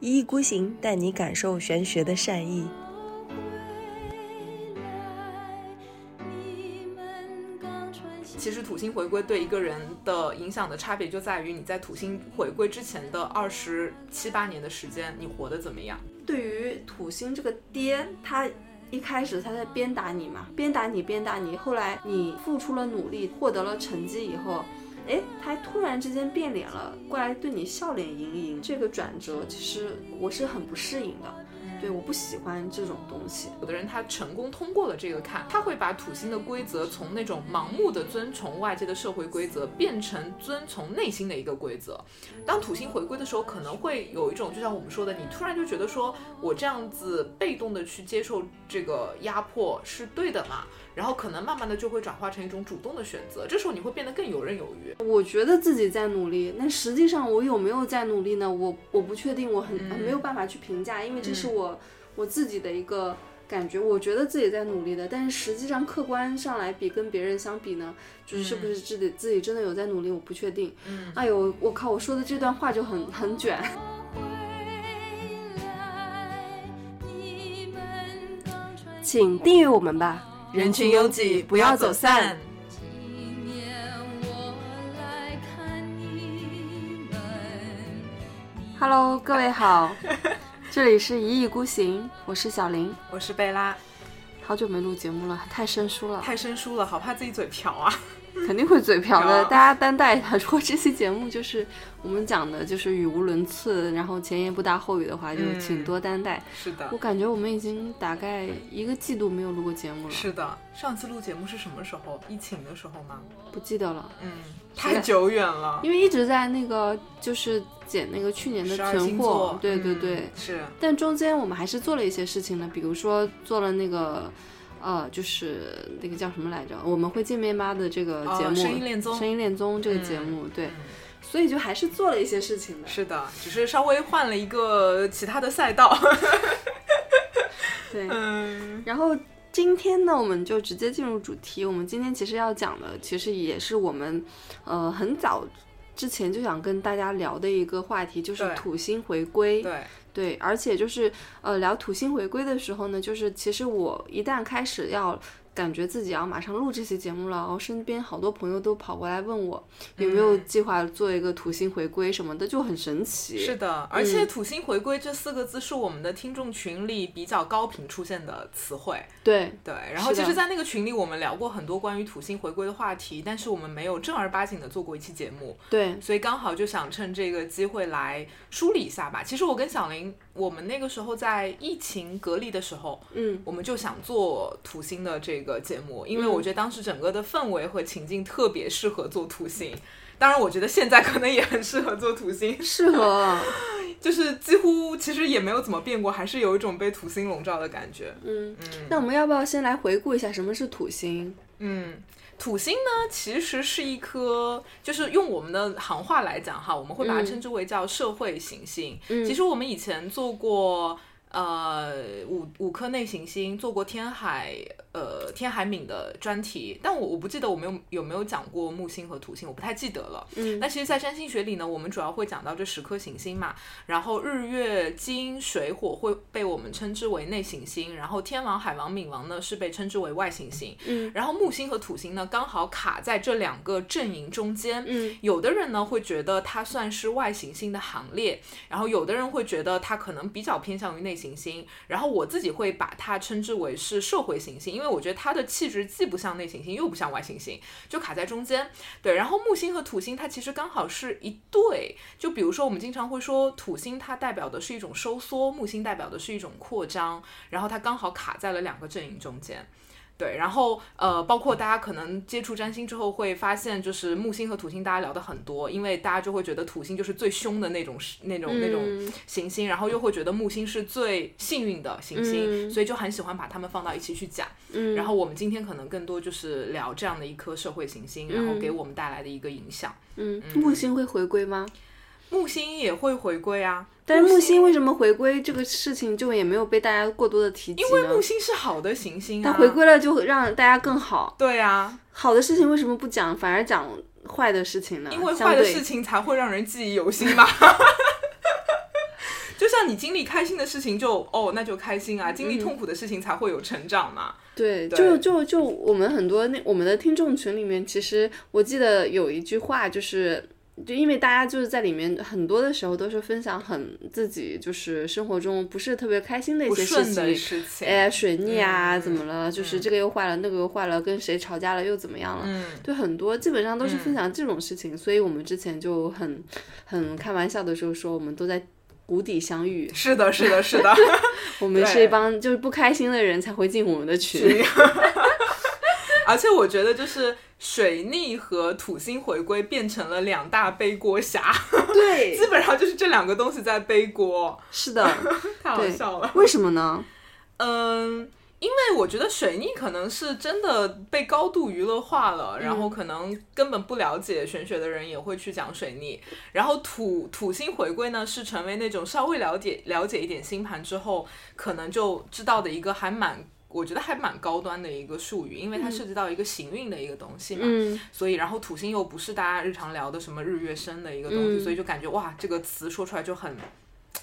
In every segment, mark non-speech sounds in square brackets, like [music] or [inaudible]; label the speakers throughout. Speaker 1: 一意孤行带你感受玄学的善意。
Speaker 2: 其实土星回归对一个人的影响的差别就在于你在土星回归之前的二十七八年的时间，你活得怎么样？
Speaker 3: 对于土星这个爹，他一开始他在鞭打你嘛，鞭打你，鞭打你，后来你付出了努力，获得了成绩以后。哎，他突然之间变脸了，过来对你笑脸盈盈，这个转折其实我是很不适应的，对，我不喜欢这种东西。
Speaker 2: 有的人他成功通过了这个坎，他会把土星的规则从那种盲目的遵从外界的社会规则，变成遵从内心的一个规则。当土星回归的时候，可能会有一种，就像我们说的，你突然就觉得说我这样子被动的去接受这个压迫是对的嘛，然后可能慢慢的就会转化成一种主动的选择，这时候你会变得更游刃有余。
Speaker 3: 我觉得自己在努力，但实际上我有没有在努力呢？我我不确定，我很、
Speaker 2: 嗯
Speaker 3: 很没有办法去评价，因为这是我、我自己的一个感觉，我觉得自己在努力的，但是实际上客观上来比，跟别人相比呢，就是是不是自己、自己真的有在努力，我不确定。
Speaker 2: 嗯，
Speaker 3: 哎呦，我靠，我说的这段话就很很卷。请订阅我们吧，
Speaker 2: 人群拥挤，不要走散。
Speaker 4: 今夜我来看你们。
Speaker 3: Hello，各位好， [laughs] 这里是一意孤行，我是小林，
Speaker 2: 我是贝拉，
Speaker 3: 好久没录节目了，太生疏了，
Speaker 2: 太生疏了，好怕自己嘴瓢啊。
Speaker 3: 肯定会嘴瓢的，
Speaker 2: 好
Speaker 3: 大家担待一下。如果这期节目就是我们讲的就是语无伦次，然后前言不搭后语的话，就
Speaker 2: 嗯
Speaker 3: 请多担待。
Speaker 2: 是的
Speaker 3: 我，感觉我们已经大概一个季度没有录过节目了，
Speaker 2: 是的。上次录节目是什么时候？疫情的时候吗？
Speaker 3: 不记得了，
Speaker 2: 嗯，太久远了。
Speaker 3: 因为一直在那个就是捡那个去年的
Speaker 2: 十二
Speaker 3: 存
Speaker 2: 星座
Speaker 3: 货，对对
Speaker 2: 嗯
Speaker 3: 对。
Speaker 2: 是
Speaker 3: 但中间我们还是做了一些事情的，比如说做了那个，呃，就是那个叫什么来着？我们会见面吧的这个节目，
Speaker 2: 哦声音恋综嗯
Speaker 3: 声音恋综这个节目，对，所以就还是做了一些事情的，
Speaker 2: 是的，只是稍微换了一个其他的赛道。
Speaker 3: 对。
Speaker 2: 嗯，
Speaker 3: 然后今天呢，我们就直接进入主题。我们今天其实要讲的，其实也是我们呃很早之前就想跟大家聊的一个话题，就是
Speaker 2: 对
Speaker 3: 土星回归。
Speaker 2: 对，
Speaker 3: 对，而且就是呃聊土星回归的时候呢，就是其实我一旦开始要感觉自己要马上录这期节目了，然后身边好多朋友都跑过来问我有没有
Speaker 2: 嗯
Speaker 3: 计划做一个土星回归什么的，就很神奇。
Speaker 2: 是的，而且“土星回归”这四个字是我们的听众群里比较高频出现的词汇。
Speaker 3: 对，
Speaker 2: 对，然后
Speaker 3: 是
Speaker 2: 其
Speaker 3: 的
Speaker 2: 实，在那个群里，我们聊过很多关于土星回归的话题，但是我们没有正儿八经的做过一期节目。
Speaker 3: 对，
Speaker 2: 所以刚好就想趁这个机会来梳理一下吧。其实我跟小林，我们那个时候在疫情隔离的时候，
Speaker 3: 嗯，
Speaker 2: 我们就想做土星的这个节目，因为
Speaker 3: 嗯
Speaker 2: 我觉得当时整个的氛围和情境特别适合做土星。当然，我觉得现在可能也很适合做土星，
Speaker 3: 适合，
Speaker 2: 就是几乎其实也没有怎么变过，还是有一种被土星笼罩的感觉。
Speaker 3: 嗯。
Speaker 2: 嗯
Speaker 3: 那我们要不要先来回顾一下什么是土星？
Speaker 2: 嗯，土星呢，其实是一颗，就是用我们的行话来讲哈，我们会把它
Speaker 3: 嗯
Speaker 2: 称之为叫社会行星。
Speaker 3: 嗯
Speaker 2: 其实我们以前做过。呃，五五颗内行星做过天海呃天海敏的专题，但我我不记得我们有有没有讲过木星和土星，我不太记得了。
Speaker 3: 嗯
Speaker 2: 那其实，在占星学里呢，我们主要会讲到这十颗行星嘛，然后日月金水火会被我们称之为内行星，然后天王、海王、冥王呢是被称之为外行星。
Speaker 3: 嗯
Speaker 2: 然后木星和土星呢，刚好卡在这两个阵营中间。
Speaker 3: 嗯，
Speaker 2: 有的人呢会觉得它算是外行星的行列，然后有的人会觉得它可能比较偏向于内行星。然后我自己会把它称之为是社会行星，因为我觉得它的气质既不像内行星，又不像外行星，就卡在中间。对，然后木星和土星它其实刚好是一对，就比如说我们经常会说土星它代表的是一种收缩，木星代表的是一种扩张，然后它刚好卡在了两个阵营中间。对，然后呃，包括大家可能接触占星之后会发现，就是木星和土星大家聊的很多，因为大家就会觉得土星就是最凶的那种那种那种
Speaker 3: 嗯
Speaker 2: 行星，然后又会觉得木星是最幸运的行星，
Speaker 3: 嗯
Speaker 2: 所以就很喜欢把它们放到一起去讲。
Speaker 3: 嗯，
Speaker 2: 然后我们今天可能更多就是聊这样的一颗社会行星，然后
Speaker 3: 嗯
Speaker 2: 给我们带来的一个影响。
Speaker 3: 嗯，木星会回归吗？
Speaker 2: 木星也会回归啊，
Speaker 3: 但是木星为什么回归这个事情就也没有被大家过多的提及呢？
Speaker 2: 因为木星是好的行星啊，
Speaker 3: 但回归了就让大家更好。
Speaker 2: 对啊，
Speaker 3: 好的事情为什么不讲，反而讲坏的事情呢？
Speaker 2: 因为
Speaker 3: 啊相
Speaker 2: 坏的
Speaker 3: 对
Speaker 2: 事情才会让人记忆犹新嘛。 [laughs] 就像你经历开心的事情就哦那就开心
Speaker 3: 嗯
Speaker 2: 啊，经历痛苦的事情才会有成长嘛。
Speaker 3: 对，
Speaker 2: 对
Speaker 3: 就就就我们很多那我们的听众群里面，其实我记得有一句话就是。就因为大家就是在里面很多的时候都是分享很自己就是生活中不是特别开心的一
Speaker 2: 不
Speaker 3: 些事
Speaker 2: 顺的
Speaker 3: 情，
Speaker 2: 事情，
Speaker 3: 哎，水逆啊，
Speaker 2: 嗯
Speaker 3: 怎么了？就是
Speaker 2: 嗯
Speaker 3: 这个又坏了，那个又坏了，跟谁吵架了又怎么样了？
Speaker 2: 嗯，
Speaker 3: 对，很多基本上都是分
Speaker 2: 嗯
Speaker 3: 享这种事情，所以我们之前就很很开玩笑的时候说，我们都在谷底相遇，
Speaker 2: 是的，是的，是的。 [laughs]
Speaker 3: 我们是
Speaker 2: 对
Speaker 3: 一帮就是不开心的人才会进我们的群
Speaker 2: 群。 [laughs] 而且我觉得就是水逆和土星回归变成了两大背锅侠，
Speaker 3: 对
Speaker 2: 基本上就是这两个东西在背锅，
Speaker 3: 是的，
Speaker 2: 太好
Speaker 3: 对
Speaker 2: 笑了。
Speaker 3: 为什么
Speaker 2: [laughs]
Speaker 3: 呢？
Speaker 2: 嗯，因为我觉得水逆可能是真的被高度娱乐化了，然
Speaker 3: 嗯
Speaker 2: 后可能根本不了解玄学的人也会去讲水逆。然后土土星回归呢，是成为那种稍微了解了解一点星盘之后，可能就知道的一个还蛮。我觉得还蛮高端的一个术语，因为它涉及到一个行运的一个东西嘛，
Speaker 3: 嗯，
Speaker 2: 所以然后土星又不是大家日常聊的什么日月升的一个东西，
Speaker 3: 嗯
Speaker 2: 所以就感觉哇，这个词说出来就很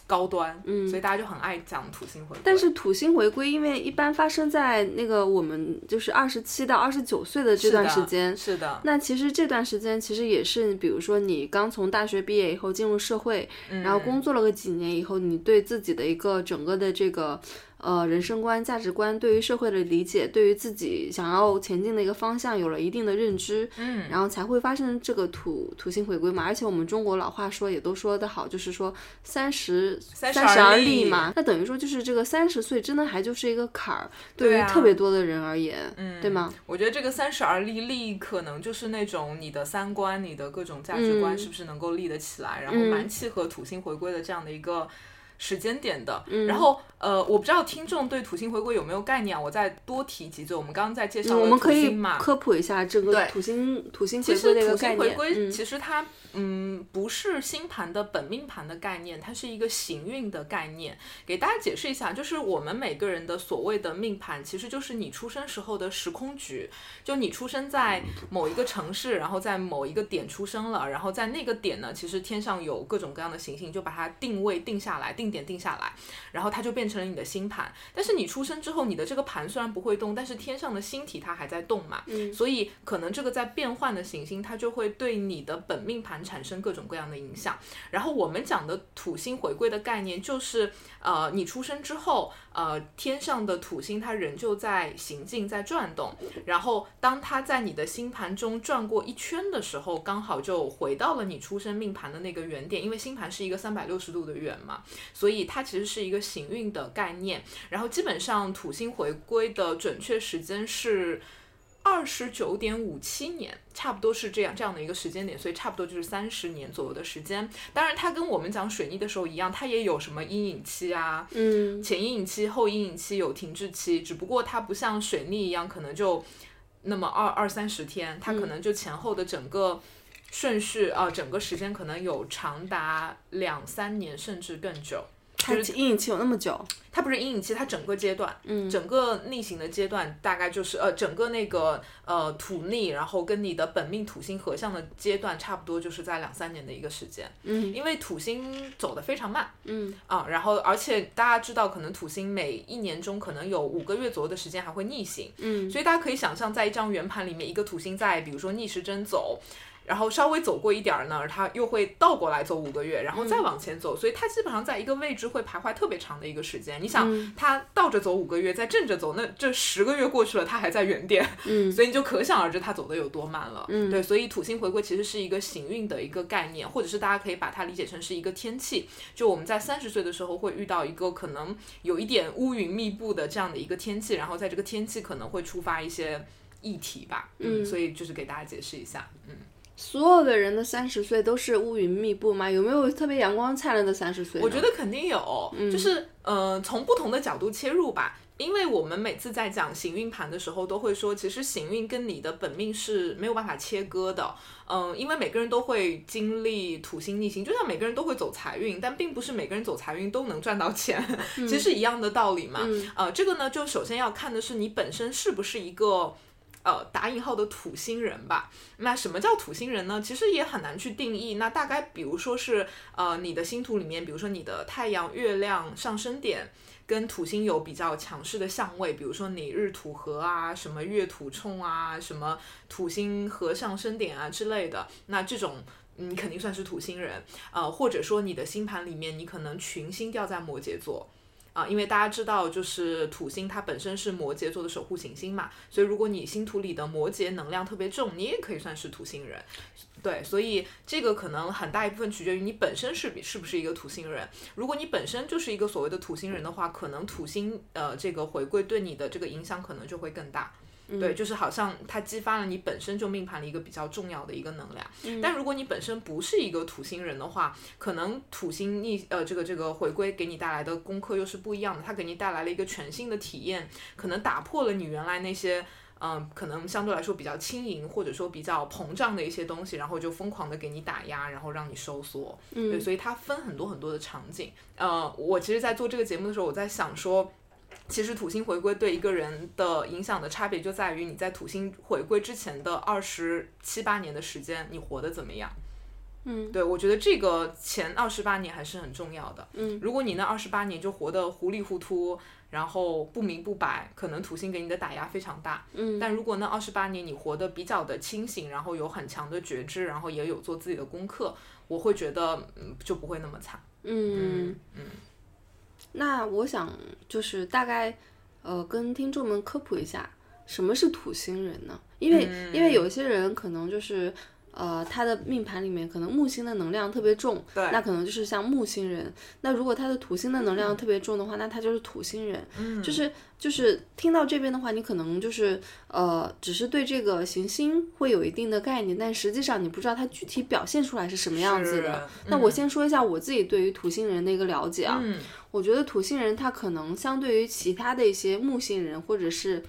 Speaker 2: 高端，嗯，所以大家就很爱讲土星回归。
Speaker 3: 但是土星回归，因为一般发生在那个我们就是二十七到二十九岁的这
Speaker 2: 是
Speaker 3: 段
Speaker 2: 的
Speaker 3: 时间。
Speaker 2: 是的，
Speaker 3: 那其实这段时间其实也是，比如说你刚从大学毕业以后进入社会，然
Speaker 2: 嗯
Speaker 3: 后工作了个几年以后，你对自己的一个整个的这个呃人生观、价值观，对于社会的理解，对于自己想要前进的一个方向有了一定的认知，
Speaker 2: 嗯，
Speaker 3: 然后才会发生这个土土星回归嘛。而且我们中国老话说也都说得好，就是说三十三
Speaker 2: 十
Speaker 3: 十
Speaker 2: 而
Speaker 3: 立
Speaker 2: 立
Speaker 3: 嘛，那等于说就是这个三十岁真的还就是一个坎儿，
Speaker 2: 对
Speaker 3: 对于
Speaker 2: 啊
Speaker 3: 特别多的人而言，
Speaker 2: 嗯
Speaker 3: 对吗？
Speaker 2: 我觉得这个三十而立立，可能就是那种你的三观、你的各种价值观
Speaker 3: 嗯
Speaker 2: 是不是能够立得起来，然后
Speaker 3: 嗯
Speaker 2: 蛮契合土星回归的这样的一个。时间点的，
Speaker 3: 嗯
Speaker 2: 然后呃，我不知道听众对土星回归有没有概念啊，我再多提几嘴。我们刚刚在介绍
Speaker 3: 嗯我
Speaker 2: 了
Speaker 3: 们
Speaker 2: 土
Speaker 3: 可以
Speaker 2: 星嘛，
Speaker 3: 科普一下这个
Speaker 2: 对
Speaker 3: 土星土星
Speaker 2: 其
Speaker 3: 回
Speaker 2: 实
Speaker 3: 归的一个
Speaker 2: 土
Speaker 3: 概
Speaker 2: 星回
Speaker 3: 念。
Speaker 2: 归，
Speaker 3: 嗯
Speaker 2: 其实它嗯不是星盘的本命盘的概念，它是一个行运的概念。给大家解释一下，就是我们每个人的所谓的命盘，其实就是你出生时候的时空局，就你出生在某一个城市，然后在某一个点出生了，然后在那个点呢，其实天上有各种各样的行星，就把它定位定下来，定点定下来，然后它就变成了你的星盘。但是你出生之后，你的这个盘虽然不会动，但是天上的星体它还在动嘛，所以可能这个在变换的行星，它就会对你的本命盘产生各种各样的影响。然后我们讲的土星回归的概念，就是呃，你出生之后，呃，天上的土星它仍旧在行进，在转动。然后当它在你的星盘中转过一圈的时候，刚好就回到了你出生命盘的那个原点，因为星盘是一个三百六十度的圆嘛，所以它其实是一个行运的概念。然后基本上土星回归的准确时间是。二十九点五七年，差不多是这样这样的一个时间点，所以差不多就是三十年左右的时间。当然，它跟我们讲水逆的时候一样，它也有什么阴影期啊，
Speaker 3: 嗯，
Speaker 2: 前阴影期、后阴影期有停滞期，只不过它不像水逆一样，可能就那么二二三十天，它可能就前后的整个顺序啊、呃整个时间可能有长达两三年甚至更久。
Speaker 3: 它
Speaker 2: 就是
Speaker 3: 阴影期有那么久，
Speaker 2: 它不是阴影期，它整个阶段，嗯，整个逆行的阶段大概就是呃，整个那个呃土逆，然后跟你的本命土星合相的阶段，差不多就是在两三年的一个时间，
Speaker 3: 嗯，
Speaker 2: 因为土星走得非常慢，
Speaker 3: 嗯
Speaker 2: 啊，然后而且大家知道，可能土星每一年中可能有五个月左右的时间还会逆行，
Speaker 3: 嗯，
Speaker 2: 所以大家可以想象，在一张圆盘里面，一个土星在比如说逆时针走，然后稍微走过一点儿呢，它又会倒过来走五个月，然后再往前
Speaker 3: 嗯
Speaker 2: 走，所以它基本上在一个位置会徘徊特别长的一个时间。你想，
Speaker 3: 嗯
Speaker 2: 它倒着走五个月，再正着走，那这十个月过去了，它还在原点，
Speaker 3: 嗯
Speaker 2: [laughs] 所以你就可想而知它走的有多慢了。嗯，对，所以土星回归其实是一个行运的一个概念，或者是大家可以把它理解成是一个天气。就我们在三十岁的时候会遇到一个可能有一点乌云密布的这样的一个天气，然后在这个天气可能会触发一些议题吧。
Speaker 3: 嗯
Speaker 2: 所以就是给大家解释一下。嗯。
Speaker 3: 所有的人的三十岁都是乌云密布吗？有没有特别阳光灿烂的三十岁呢？嗯
Speaker 2: 我觉得肯定有，就是呃，从不同的角度切入吧。因为我们每次在讲行运盘的时候，都会说，其实行运跟你的本命是没有办法切割的。嗯，因为每个人都会经历土星逆行，就像每个人都会走财运，但并不是每个人走财运都能赚到钱，
Speaker 3: 嗯
Speaker 2: 其实是一样的道理嘛。呃，这个呢，就首先要看的是你本身是不是一个。呃打引号的土星人吧。那什么叫土星人呢？其实也很难去定义。那大概比如说是呃你的星图里面，比如说你的太阳、月亮上升点。跟土星有比较强势的相位，比如说你日土合啊，什么月土冲啊，什么土星合上升点啊之类的，那这种你肯定算是土星人，呃，或者说你的星盘里面你可能群星掉在摩羯座。啊，因为大家知道，就是土星它本身是摩羯座的守护行星嘛，所以如果你星图里的摩羯能量特别重，你也可以算是土星人。对，所以这个可能很大一部分取决于你本身是比是不是一个土星人。如果你本身就是一个所谓的土星人的话，可能土星呃这个回归对你的这个影响可能就会更大。对，就是好像它激发了你本身就命盘里一个比较重要的一个能量。但如果你本身不是一个土星人的话，可能土星逆呃这个这个回归给你带来的功课又是不一样的，它给你带来了一个全新的体验，可能打破了你原来那些。嗯，可能相对来说比较轻盈，或者说比较膨胀的一些东西，然后就疯狂的给你打压，然后让你收缩。
Speaker 3: 嗯
Speaker 2: 对，所以它分很多很多的场景。呃，我其实，在做这个节目的时候，我在想说，其实土星回归对一个人的影响的差别就在于你在土星回归之前的二十七八年的时间，你活得怎么样。
Speaker 3: 嗯
Speaker 2: 对，我觉得这个前二十八年还是很重要的。
Speaker 3: 嗯，
Speaker 2: 如果你那二十八年就活得糊里糊涂，然后不明不白，可能土星给你的打压非常大。
Speaker 3: 嗯
Speaker 2: 但如果那二十八年你活得比较的清醒，然后有很强的觉知，然后也有做自己的功课，我会觉得嗯就不会那么惨。
Speaker 3: 嗯，
Speaker 2: 嗯，
Speaker 3: 那我想就是大概呃跟听众们科普一下，什么是土星人呢？因为、
Speaker 2: 嗯
Speaker 3: 因为有些人可能就是。呃，他的命盘里面可能木星的能量特别重，
Speaker 2: 对
Speaker 3: 那可能就是像木星人。那如果他的土星的能量特别重的话，那他就是土星人。
Speaker 2: 嗯
Speaker 3: 就是就是听到这边的话，你可能就是呃，只是对这个行星会有一定的概念，但实际上你不知道它具体表现出来是什么样子的。
Speaker 2: 是
Speaker 3: 那我
Speaker 2: 嗯
Speaker 3: 先说一下我自己对于土星人的一个了解啊，
Speaker 2: 嗯
Speaker 3: 我觉得土星人他可能相对于其他的一些木星人或者是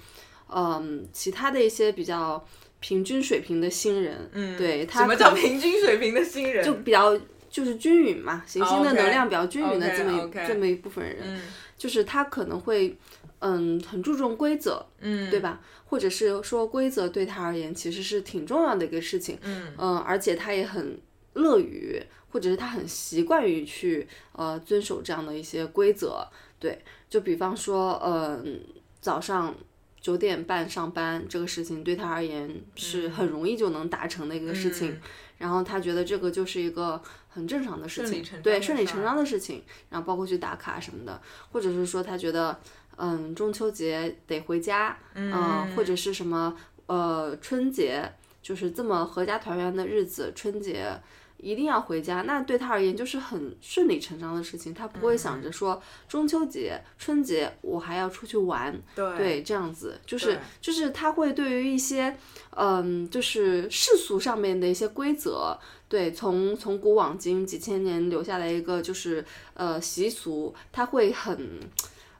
Speaker 3: 嗯其他的一些比较平均水平的星人，
Speaker 2: 嗯，
Speaker 3: 对他
Speaker 2: 什么叫
Speaker 3: 可能
Speaker 2: 平均水平的新人？
Speaker 3: 就比较就是均匀嘛，行星的
Speaker 2: OK，
Speaker 3: 能量比较均匀的
Speaker 2: OK，
Speaker 3: 这么一
Speaker 2: OK
Speaker 3: 这么一部分人，
Speaker 2: 嗯
Speaker 3: 就是他可能会嗯很注重规则，
Speaker 2: 嗯，
Speaker 3: 对？吧？或者是说规则对他而言其实是挺重要的一个事情，
Speaker 2: 嗯
Speaker 3: 嗯、而且他也很乐于，或者是他很习惯于去呃遵守这样的一些规则。对，就比方说，嗯、早上九点半上班这个事情对他而言是很容易就能达成的一个事情，
Speaker 2: 嗯
Speaker 3: 然后他觉得这个就是一个很正常的事
Speaker 2: 顺理
Speaker 3: 情
Speaker 2: 成，章
Speaker 3: 对，
Speaker 2: 的
Speaker 3: 顺理
Speaker 2: 事
Speaker 3: 成
Speaker 2: 儿
Speaker 3: 章的事情，然后包括去打卡什么的，或者是说他觉得，嗯，中秋节得回家，嗯，或者是什么，呃，春节就是这么合家团圆的日子，春节一定要回家，那对他而言就是很顺理成章的事情，他不会
Speaker 2: 嗯
Speaker 3: 想着说中秋节、春节我还要出去玩，
Speaker 2: 对
Speaker 3: 对，这样子就是
Speaker 2: 对
Speaker 3: 就是他会对于一些嗯，就是世俗上面的一些规则，对，从从古往今几千年留下来一个就是呃习俗，他会很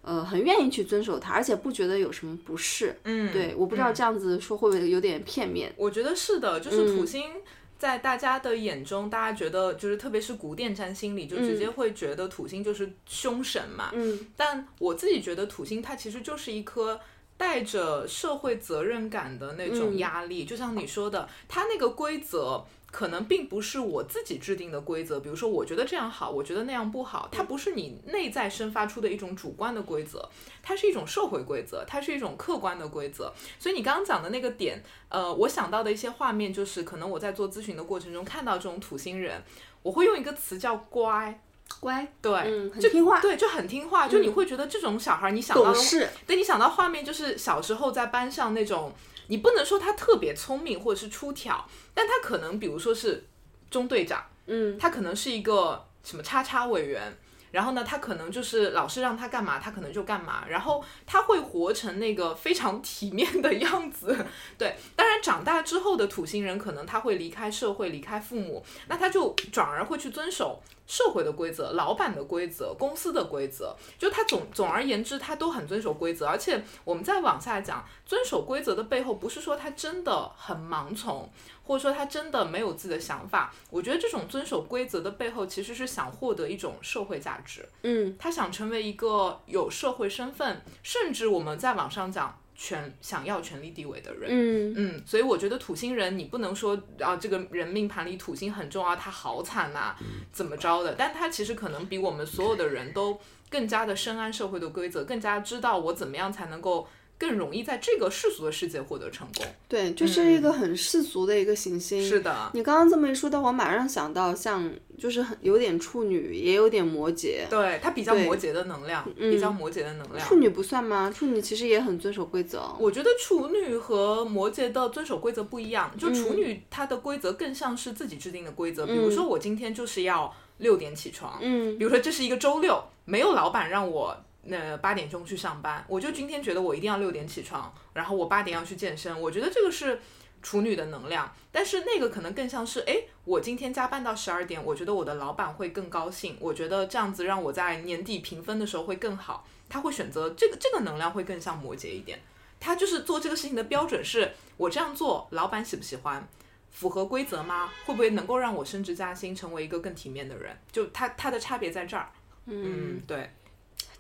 Speaker 3: 呃很愿意去遵守它，而且不觉得有什么不适。
Speaker 2: 嗯，
Speaker 3: 对，我不知道
Speaker 2: 嗯
Speaker 3: 这样子说会不会有点片面。
Speaker 2: 我觉得是的，就是
Speaker 3: 嗯
Speaker 2: 土星在大家的眼中，大家觉得就是特别是古典占星里，就直接会觉得土星就是凶神嘛。
Speaker 3: 嗯
Speaker 2: 但我自己觉得土星它其实就是一颗。带着社会责任感的那种
Speaker 3: 嗯
Speaker 2: 压力，就像你说的，它那个规则可能并不是我自己制定的规则，比如说我觉得这样好，我觉得那样不好，
Speaker 3: 嗯
Speaker 2: 它不是你内在生发出的一种主观的规则，它是一种社会规则，它是一种客观的规则。所以你刚刚讲的那个点，呃，我想到的一些画面就是，可能我在做咨询的过程中看到这种土星人，我会用一个词叫乖，
Speaker 3: 乖，
Speaker 2: 对，
Speaker 3: 嗯，很
Speaker 2: 就
Speaker 3: 听话，
Speaker 2: 对，就很听话，就你会觉得这种小孩，你想到
Speaker 3: 懂
Speaker 2: 的，
Speaker 3: 事。
Speaker 2: 对你想到画面就是小时候在班上那种，你不能说他特别聪明或者是出挑，但他可能比如说是中队长，
Speaker 3: 嗯
Speaker 2: 他可能是一个什么叉叉委员。然后呢，他可能就是老师让他干嘛，他可能就干嘛。然后他会活成那个非常体面的样子，对。当然，长大之后的土星人可能他会离开社会，离开父母，那他就转而会去遵守社会的规则、老板的规则、公司的规则，就他总总而言之，他都很遵守规则。而且我们再往下讲，遵守规则的背后，不是说他真的很盲从，或者说他真的没有自己的想法。我觉得这种遵守规则的背后，其实是想获得一种社会价值，
Speaker 3: 嗯
Speaker 2: 他想成为一个有社会身份，甚至我们再往上讲，权想要权力地位的人。
Speaker 3: 嗯
Speaker 2: 嗯，所以我觉得土星人，你不能说啊，这个人命盘里土星很重要，他好惨呐、怎么着的？但他其实可能比我们所有的人都更加的深谙社会的规则，更加知道我怎么样才能够更容易在这个世俗的世界获得成功。
Speaker 3: 对，就是一个很世俗的一个行星。
Speaker 2: 嗯是的，
Speaker 3: 你刚刚这么一说到，我马上想到像就是很有点处女，也有点摩羯。
Speaker 2: 对，他比较
Speaker 3: 对
Speaker 2: 摩羯的能量，
Speaker 3: 嗯
Speaker 2: 比较摩羯的能量。
Speaker 3: 处女不算吗？处女其实也很遵守规则。
Speaker 2: 我觉得处女和摩羯的遵守规则不一样，就处女她的规则更像是自己制定的规则，比如说我今天就是要六点起床，
Speaker 3: 嗯
Speaker 2: 比如说这是一个周六，没有老板让我呃八点钟去上班，我就今天觉得我一定要六点起床，然后我八点要去健身，我觉得这个是。处女的能量，但是那个可能更像是，哎，我今天加班到十二点，我觉得我的老板会更高兴，我觉得这样子让我在年底评分的时候会更好，他会选择这个这个能量会更像摩羯一点，他就是做这个事情的标准是我这样做，老板喜不喜欢，符合规则吗？会不会能够让我升职加薪，成为一个更体面的人？就它它的差别在这儿。嗯，对，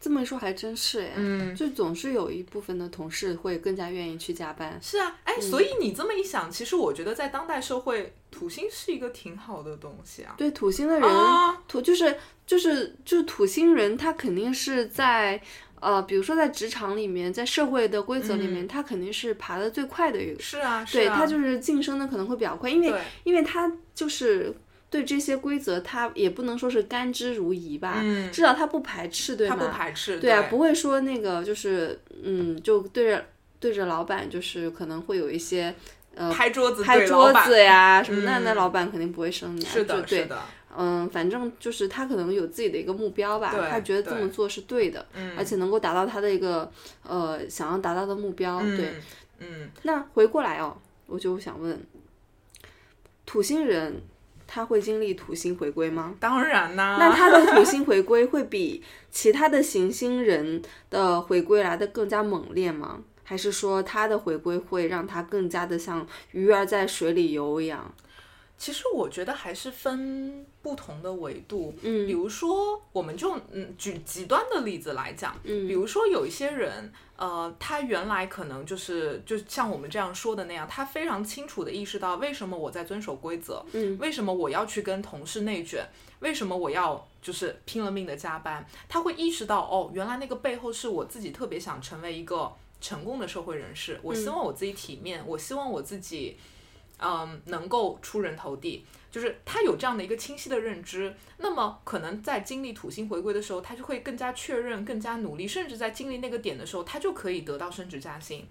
Speaker 3: 这么一说还真是哎，
Speaker 2: 嗯，
Speaker 3: 就总是有一部分的同事会更加愿意去加班。
Speaker 2: 是啊，
Speaker 3: 嗯
Speaker 2: 哎，所以你这么一想，其实我觉得在当代社会，土星是一个挺好的东西啊。
Speaker 3: 对土星的人，
Speaker 2: 啊，
Speaker 3: 土就是就是就是土星人，他肯定是在呃，比如说在职场里面，在社会的规则里面，
Speaker 2: 嗯
Speaker 3: 他肯定是爬得最快的一个。
Speaker 2: 是啊，是
Speaker 3: 对
Speaker 2: 啊，
Speaker 3: 他就是晋升的可能会比较快，因为
Speaker 2: 对，
Speaker 3: 因为他就是对这些规则，他也不能说是甘之如饴吧，
Speaker 2: 嗯
Speaker 3: 至少他不排斥，对
Speaker 2: 他
Speaker 3: 吗？
Speaker 2: 不排斥，
Speaker 3: 对
Speaker 2: 对
Speaker 3: 啊，不会说那个就是嗯，就对着对着老板，就是可能会有一些呃
Speaker 2: 拍桌子，
Speaker 3: 拍
Speaker 2: 对
Speaker 3: 桌
Speaker 2: 老板
Speaker 3: 子呀什么的，那那
Speaker 2: 嗯
Speaker 3: 老板肯定不会生你、啊，
Speaker 2: 是
Speaker 3: 就
Speaker 2: 的，
Speaker 3: 对，
Speaker 2: 是的，
Speaker 3: 嗯，反正就是他可能有自己的一个目标吧
Speaker 2: 对，
Speaker 3: 他觉得这么
Speaker 2: 对
Speaker 3: 做是对的，
Speaker 2: 嗯，
Speaker 3: 而且能够达到他的一个呃想要达到的目标，
Speaker 2: 嗯，
Speaker 3: 对。
Speaker 2: 嗯，
Speaker 3: 那回过来哦，我就想问，土星人他会经历土星回归吗？
Speaker 2: 嗯当然啦，
Speaker 3: 那他
Speaker 2: [laughs]
Speaker 3: 的土星回归会比其他的行星人的回归来的更加猛烈吗？还是说他的回归会让他更加的像鱼儿在水里游一样？
Speaker 2: 其实我觉得还是分不同的维度，比
Speaker 3: 嗯
Speaker 2: 如说，我们就嗯举极端的例子来讲，比
Speaker 3: 嗯
Speaker 2: 如说有一些人，呃，他原来可能就是就像我们这样说的那样，他非常清楚的意识到为什么我在遵守规则，
Speaker 3: 嗯
Speaker 2: 为什么我要去跟同事内卷，为什么我要就是拼了命的加班，他会意识到哦，原来那个背后是我自己特别想成为一个成功的社会人士，我
Speaker 3: 嗯
Speaker 2: 希望我自己体面，我希望我自己。嗯，能够出人头地，就是他有这样的一个清晰的认知，那么可能在经历土星回归的时候，他就会更加确认、更加努力，甚至在经历那个点的时候，他就可以得到升职加薪，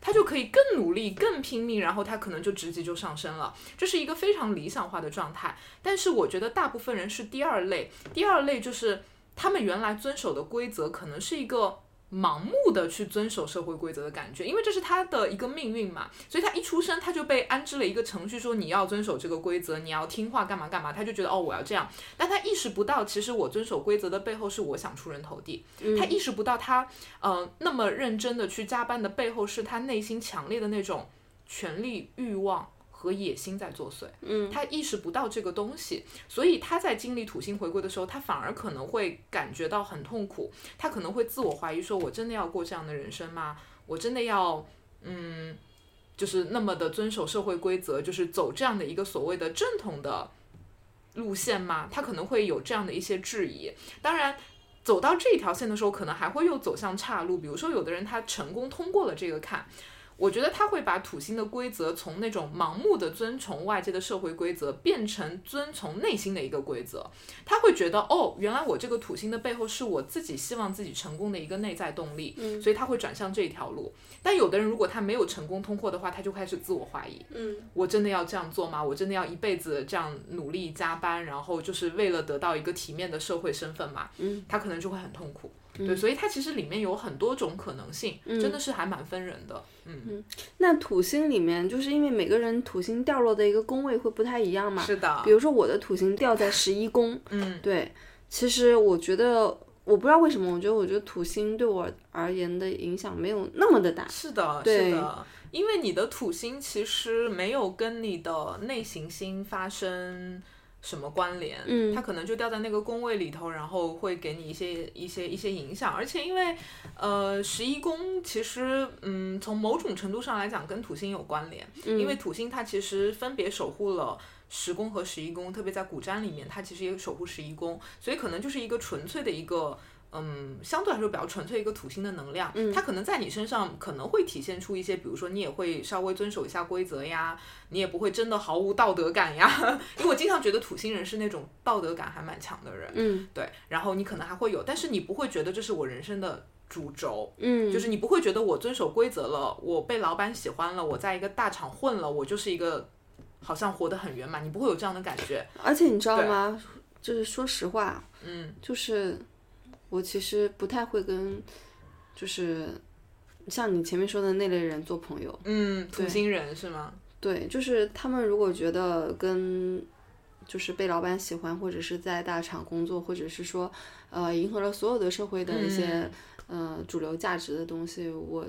Speaker 2: 他就可以更努力、更拼命，然后他可能就职级就上升了。这是一个非常理想化的状态。但是我觉得大部分人是第二类，第二类就是他们原来遵守的规则可能是一个。盲目的去遵守社会规则的感觉，因为这是他的一个命运嘛，所以他一出生他就被安置了一个程序，说你要遵守这个规则，你要听话干嘛干嘛，他就觉得哦我要这样，但他意识不到，其实我遵守规则的背后是我想出人头地。他意识不到他，呃，那么认真的去加班的背后，是他内心强烈的那种权力欲望和野心在作祟。
Speaker 3: 嗯，
Speaker 2: 他意识不到这个东西，所以他在经历土星回归的时候，他反而可能会感觉到很痛苦，他可能会自我怀疑，说我真的要过这样的人生吗？我真的要，嗯，就是那么的遵守社会规则，就是走这样的一个所谓的正统的路线吗？他可能会有这样的一些质疑。当然，走到这一条线的时候，可能还会又走向岔路。比如说，有的人他成功通过了这个坎，我觉得他会把土星的规则从那种盲目的遵从外界的社会规则，变成遵从内心的一个规则。他会觉得，哦，原来我这个土星的背后是我自己希望自己成功的一个内在动力，
Speaker 3: 嗯
Speaker 2: 所以他会转向这一条路。但有的人如果他没有成功通过的话，他就开始自我怀疑，
Speaker 3: 嗯
Speaker 2: 我真的要这样做吗？我真的要一辈子这样努力加班，然后就是为了得到一个体面的社会身份吗？
Speaker 3: 嗯，
Speaker 2: 他可能就会很痛苦。对，所以它其实里面有很多种可能性，
Speaker 3: 嗯
Speaker 2: 真的是还蛮分人的。嗯，
Speaker 3: 那土星里面，就是因为每个人土星掉落的一个宫位会不太一样嘛。
Speaker 2: 是啊的
Speaker 3: 比，如说我的土星掉在十一
Speaker 2: [laughs]
Speaker 3: 宫，
Speaker 2: 嗯
Speaker 3: 对，其实我觉得，我不知道为什么，我觉得我觉得土星对我而言的影响没有那么的大。
Speaker 2: 是的，
Speaker 3: 对
Speaker 2: 是的，因为你的土星其实没有跟你的内行星发生什么关联，
Speaker 3: 嗯
Speaker 2: 它可能就掉在那个宫位里头，然后会给你一些一些一些影响。而且因为，呃，十一宫其实，嗯，从某种程度上来讲跟土星有关联，因为土星它其实分别守护了。十宫和十一宫，特别在古占里面，它其实也守护十一宫，所以可能就是一个纯粹的一个，嗯，相对来说比较纯粹一个土星的能量。它可能在你身上可能会体现出一些，比如说你也会稍微遵守一下规则呀，你也不会真的毫无道德感呀。 [laughs] 因为我经常觉得土星人是那种道德感还蛮强的人，
Speaker 3: 嗯
Speaker 2: 对，然后你可能还会有，但是你不会觉得这是我人生的主轴，
Speaker 3: 嗯，
Speaker 2: 就是你不会觉得我遵守规则了，我被老板喜欢了，我在一个大厂混了，我就是一个好像活得很圆满，你不会有这样的感觉。
Speaker 3: 而且你知道
Speaker 2: 对啊
Speaker 3: 吗？就是说实话，
Speaker 2: 嗯
Speaker 3: 就是我其实不太会跟，就是像你前面说的那类人做朋友。
Speaker 2: 嗯，
Speaker 3: 对
Speaker 2: 土星人是吗？
Speaker 3: 对，就是他们如果觉得跟就是被老板喜欢，或者是在大厂工作，或者是说呃迎合了所有的社会的一些、
Speaker 2: 嗯
Speaker 3: 呃主流价值的东西，我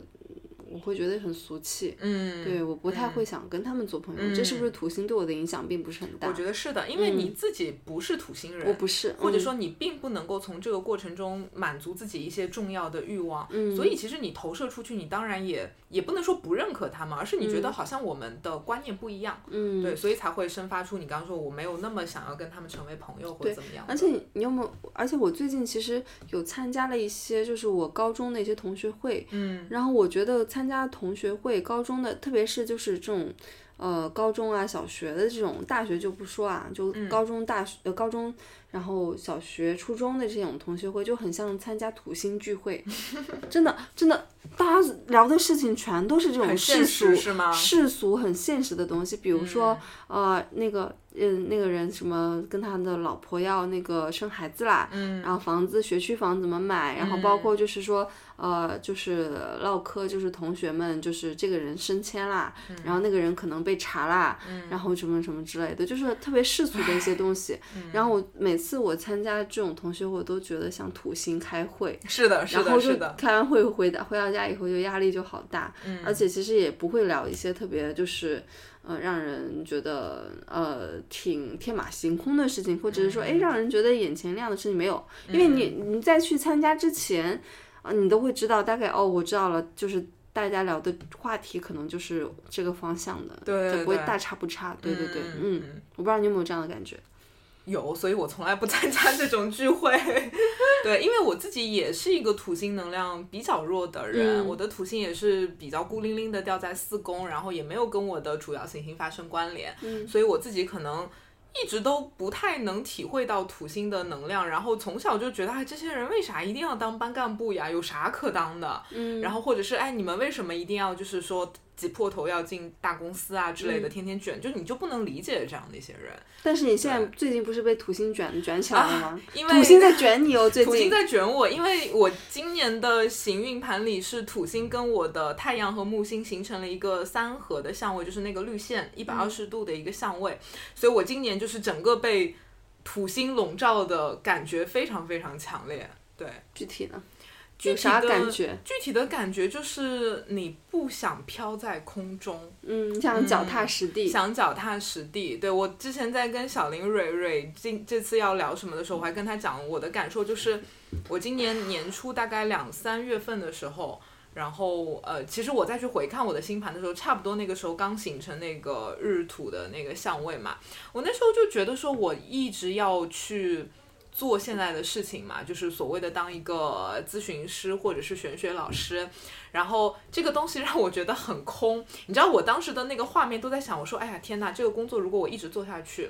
Speaker 3: 我会觉得很俗气。
Speaker 2: 嗯，
Speaker 3: 对，我不太
Speaker 2: 嗯
Speaker 3: 会想跟他们做朋友，这是不是土星对我的影响并不是很大？
Speaker 2: 我
Speaker 3: 我
Speaker 2: 觉得是的，因为你自己不是土星人，
Speaker 3: 嗯不是，
Speaker 2: 或者
Speaker 3: 嗯
Speaker 2: 说你并不能够从这个过程中满足自己一些重要的欲望，
Speaker 3: 嗯
Speaker 2: 所以其实你投射出去，你当然也也不能说不认可他们，而是你觉得好像我们的观念不一样，
Speaker 3: 嗯，
Speaker 2: 对，所以才会生发出你刚刚说我没有那么想要跟他们成为朋友或者
Speaker 3: 对
Speaker 2: 怎么样的，
Speaker 3: 而且你你有没有？而且我最近其实有参加了一些，就是我高中的一些同学会。
Speaker 2: 嗯
Speaker 3: 然后我觉得参加同学会，高中的，特别是就是这种，呃，高中啊、小学的这种，大学就不说啊，就
Speaker 2: 嗯
Speaker 3: 高中、大学、呃、高中，然后小学、初中的这种同学会，就很像参加土星聚会， [laughs] 真的真的，大家聊的事情全都是这种
Speaker 2: 很
Speaker 3: 世
Speaker 2: 现
Speaker 3: 俗
Speaker 2: 实是吗？
Speaker 3: 世俗很现实的东西，比如说
Speaker 2: 嗯，
Speaker 3: 呃，那个，嗯，那个人什么跟他的老婆要那个生孩子啦，
Speaker 2: 嗯
Speaker 3: 然后房子、学区房怎么买，然后包括就是说，呃，就是唠嗑，就是同学们，就是这个人升迁啦，
Speaker 2: 嗯
Speaker 3: 然后那个人可能被查啦，然后什么什么之类的，就是特别世俗的一些东西。
Speaker 2: 嗯
Speaker 3: 然后我每次我参加这种同学会，我都觉得像土星开会，
Speaker 2: 是的，是
Speaker 3: 然后
Speaker 2: 的，
Speaker 3: 就是
Speaker 2: 的，嗯
Speaker 3: 开完会回到回到家以后就压力就好大，而且其实也不会聊一些特别就是呃让人觉得呃挺天马行空的事情，或者是说
Speaker 2: 嗯
Speaker 3: 哎、诶让人觉得眼前亮的事情没有，因为你你在去参加之前，啊、你都会知道大概哦我知道了，就是大家聊的话题可能就是这个方向的，
Speaker 2: 对对
Speaker 3: 就不会
Speaker 2: 对
Speaker 3: 大差不差，对对对，
Speaker 2: 嗯
Speaker 3: 嗯，我不知道你有没有这样的感觉，
Speaker 2: 有，所以我从来不参加这种聚会。 [laughs] 对，因为我自己也是一个土星能量比较弱的人，
Speaker 3: 嗯
Speaker 2: 我的土星也是比较孤零零的掉在四宫，然后也没有跟我的主要行星发生关联，
Speaker 3: 嗯
Speaker 2: 所以我自己可能。一直都不太能体会到土星的能量，然后从小就觉得，哎，这些人为啥一定要当班干部呀？有啥可当的？
Speaker 3: 嗯，
Speaker 2: 然后或者是哎，你们为什么一定要就是说挤破头要进大公司啊之类的，
Speaker 3: 嗯
Speaker 2: 天天卷，就你就不能理解这样的一些人。
Speaker 3: 但是你现在最近不是被土星卷卷起来了吗？
Speaker 2: 啊因为
Speaker 3: 土星在卷你哦，最
Speaker 2: 土
Speaker 3: 近
Speaker 2: 星在卷我，因为我今年的行运盘里是土星跟我的太阳和木星形成了一个三合的相位，就是那个绿线一百二
Speaker 3: 嗯
Speaker 2: 十度的一个相位，所以我今年就是整个被土星笼罩的感觉非常非常强烈。对，
Speaker 3: 具体呢？
Speaker 2: 具
Speaker 3: 有
Speaker 2: 体
Speaker 3: 啥
Speaker 2: 的
Speaker 3: 感觉？
Speaker 2: 具体的感觉就是你不想飘在空中，
Speaker 3: 嗯，想脚踏实地。
Speaker 2: 想脚踏实地。对我之前在跟小林蕊蕊今这次要聊什么的时候，我还跟她讲我的感受，就是我今年年初大概两三月份的时候。然后，呃，其实我再去回看我的星盘的时候，差不多那个时候刚形成那个日土的那个相位嘛，我那时候就觉得说，我一直要去做现在的事情嘛，就是所谓的当一个咨询师或者是玄学老师，然后这个东西让我觉得很空。你知道我当时的那个画面都在想，我说，哎呀，天呐，这个工作如果我一直做下去，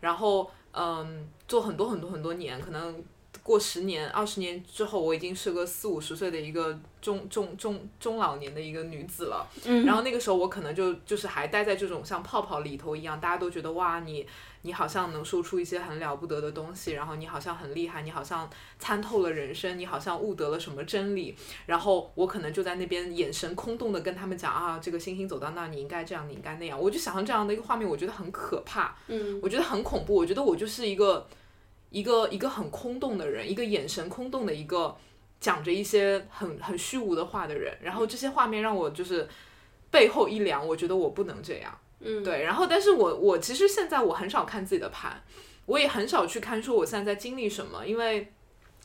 Speaker 2: 然后嗯，做很多很多很多年，可能过十年、二十年之后，我已经是个四五十岁的一个中中中中老年的一个女子了。
Speaker 3: 嗯
Speaker 2: 然后那个时候我可能就就是还待在这种像泡泡里头一样，大家都觉得哇，你你好像能说出一些很了不得的东西，然后你好像很厉害，你好像参透了人生，你好像悟得了什么真理。然后我可能就在那边眼神空洞的跟他们讲啊，这个星星走到那儿，你应该这样，你应该那样。我就想象这样的一个画面，我觉得很可怕。
Speaker 3: 嗯
Speaker 2: 我觉得很恐怖。我觉得我就是一个一个一个很空洞的人，一个眼神空洞的一个讲着一些很很虚无的话的人。然后这些画面让我就是背后一凉，我觉得我不能这样。
Speaker 3: 嗯，
Speaker 2: 对，然后但是我我其实现在我很少看自己的盘，我也很少去看说我现在在经历什么，因为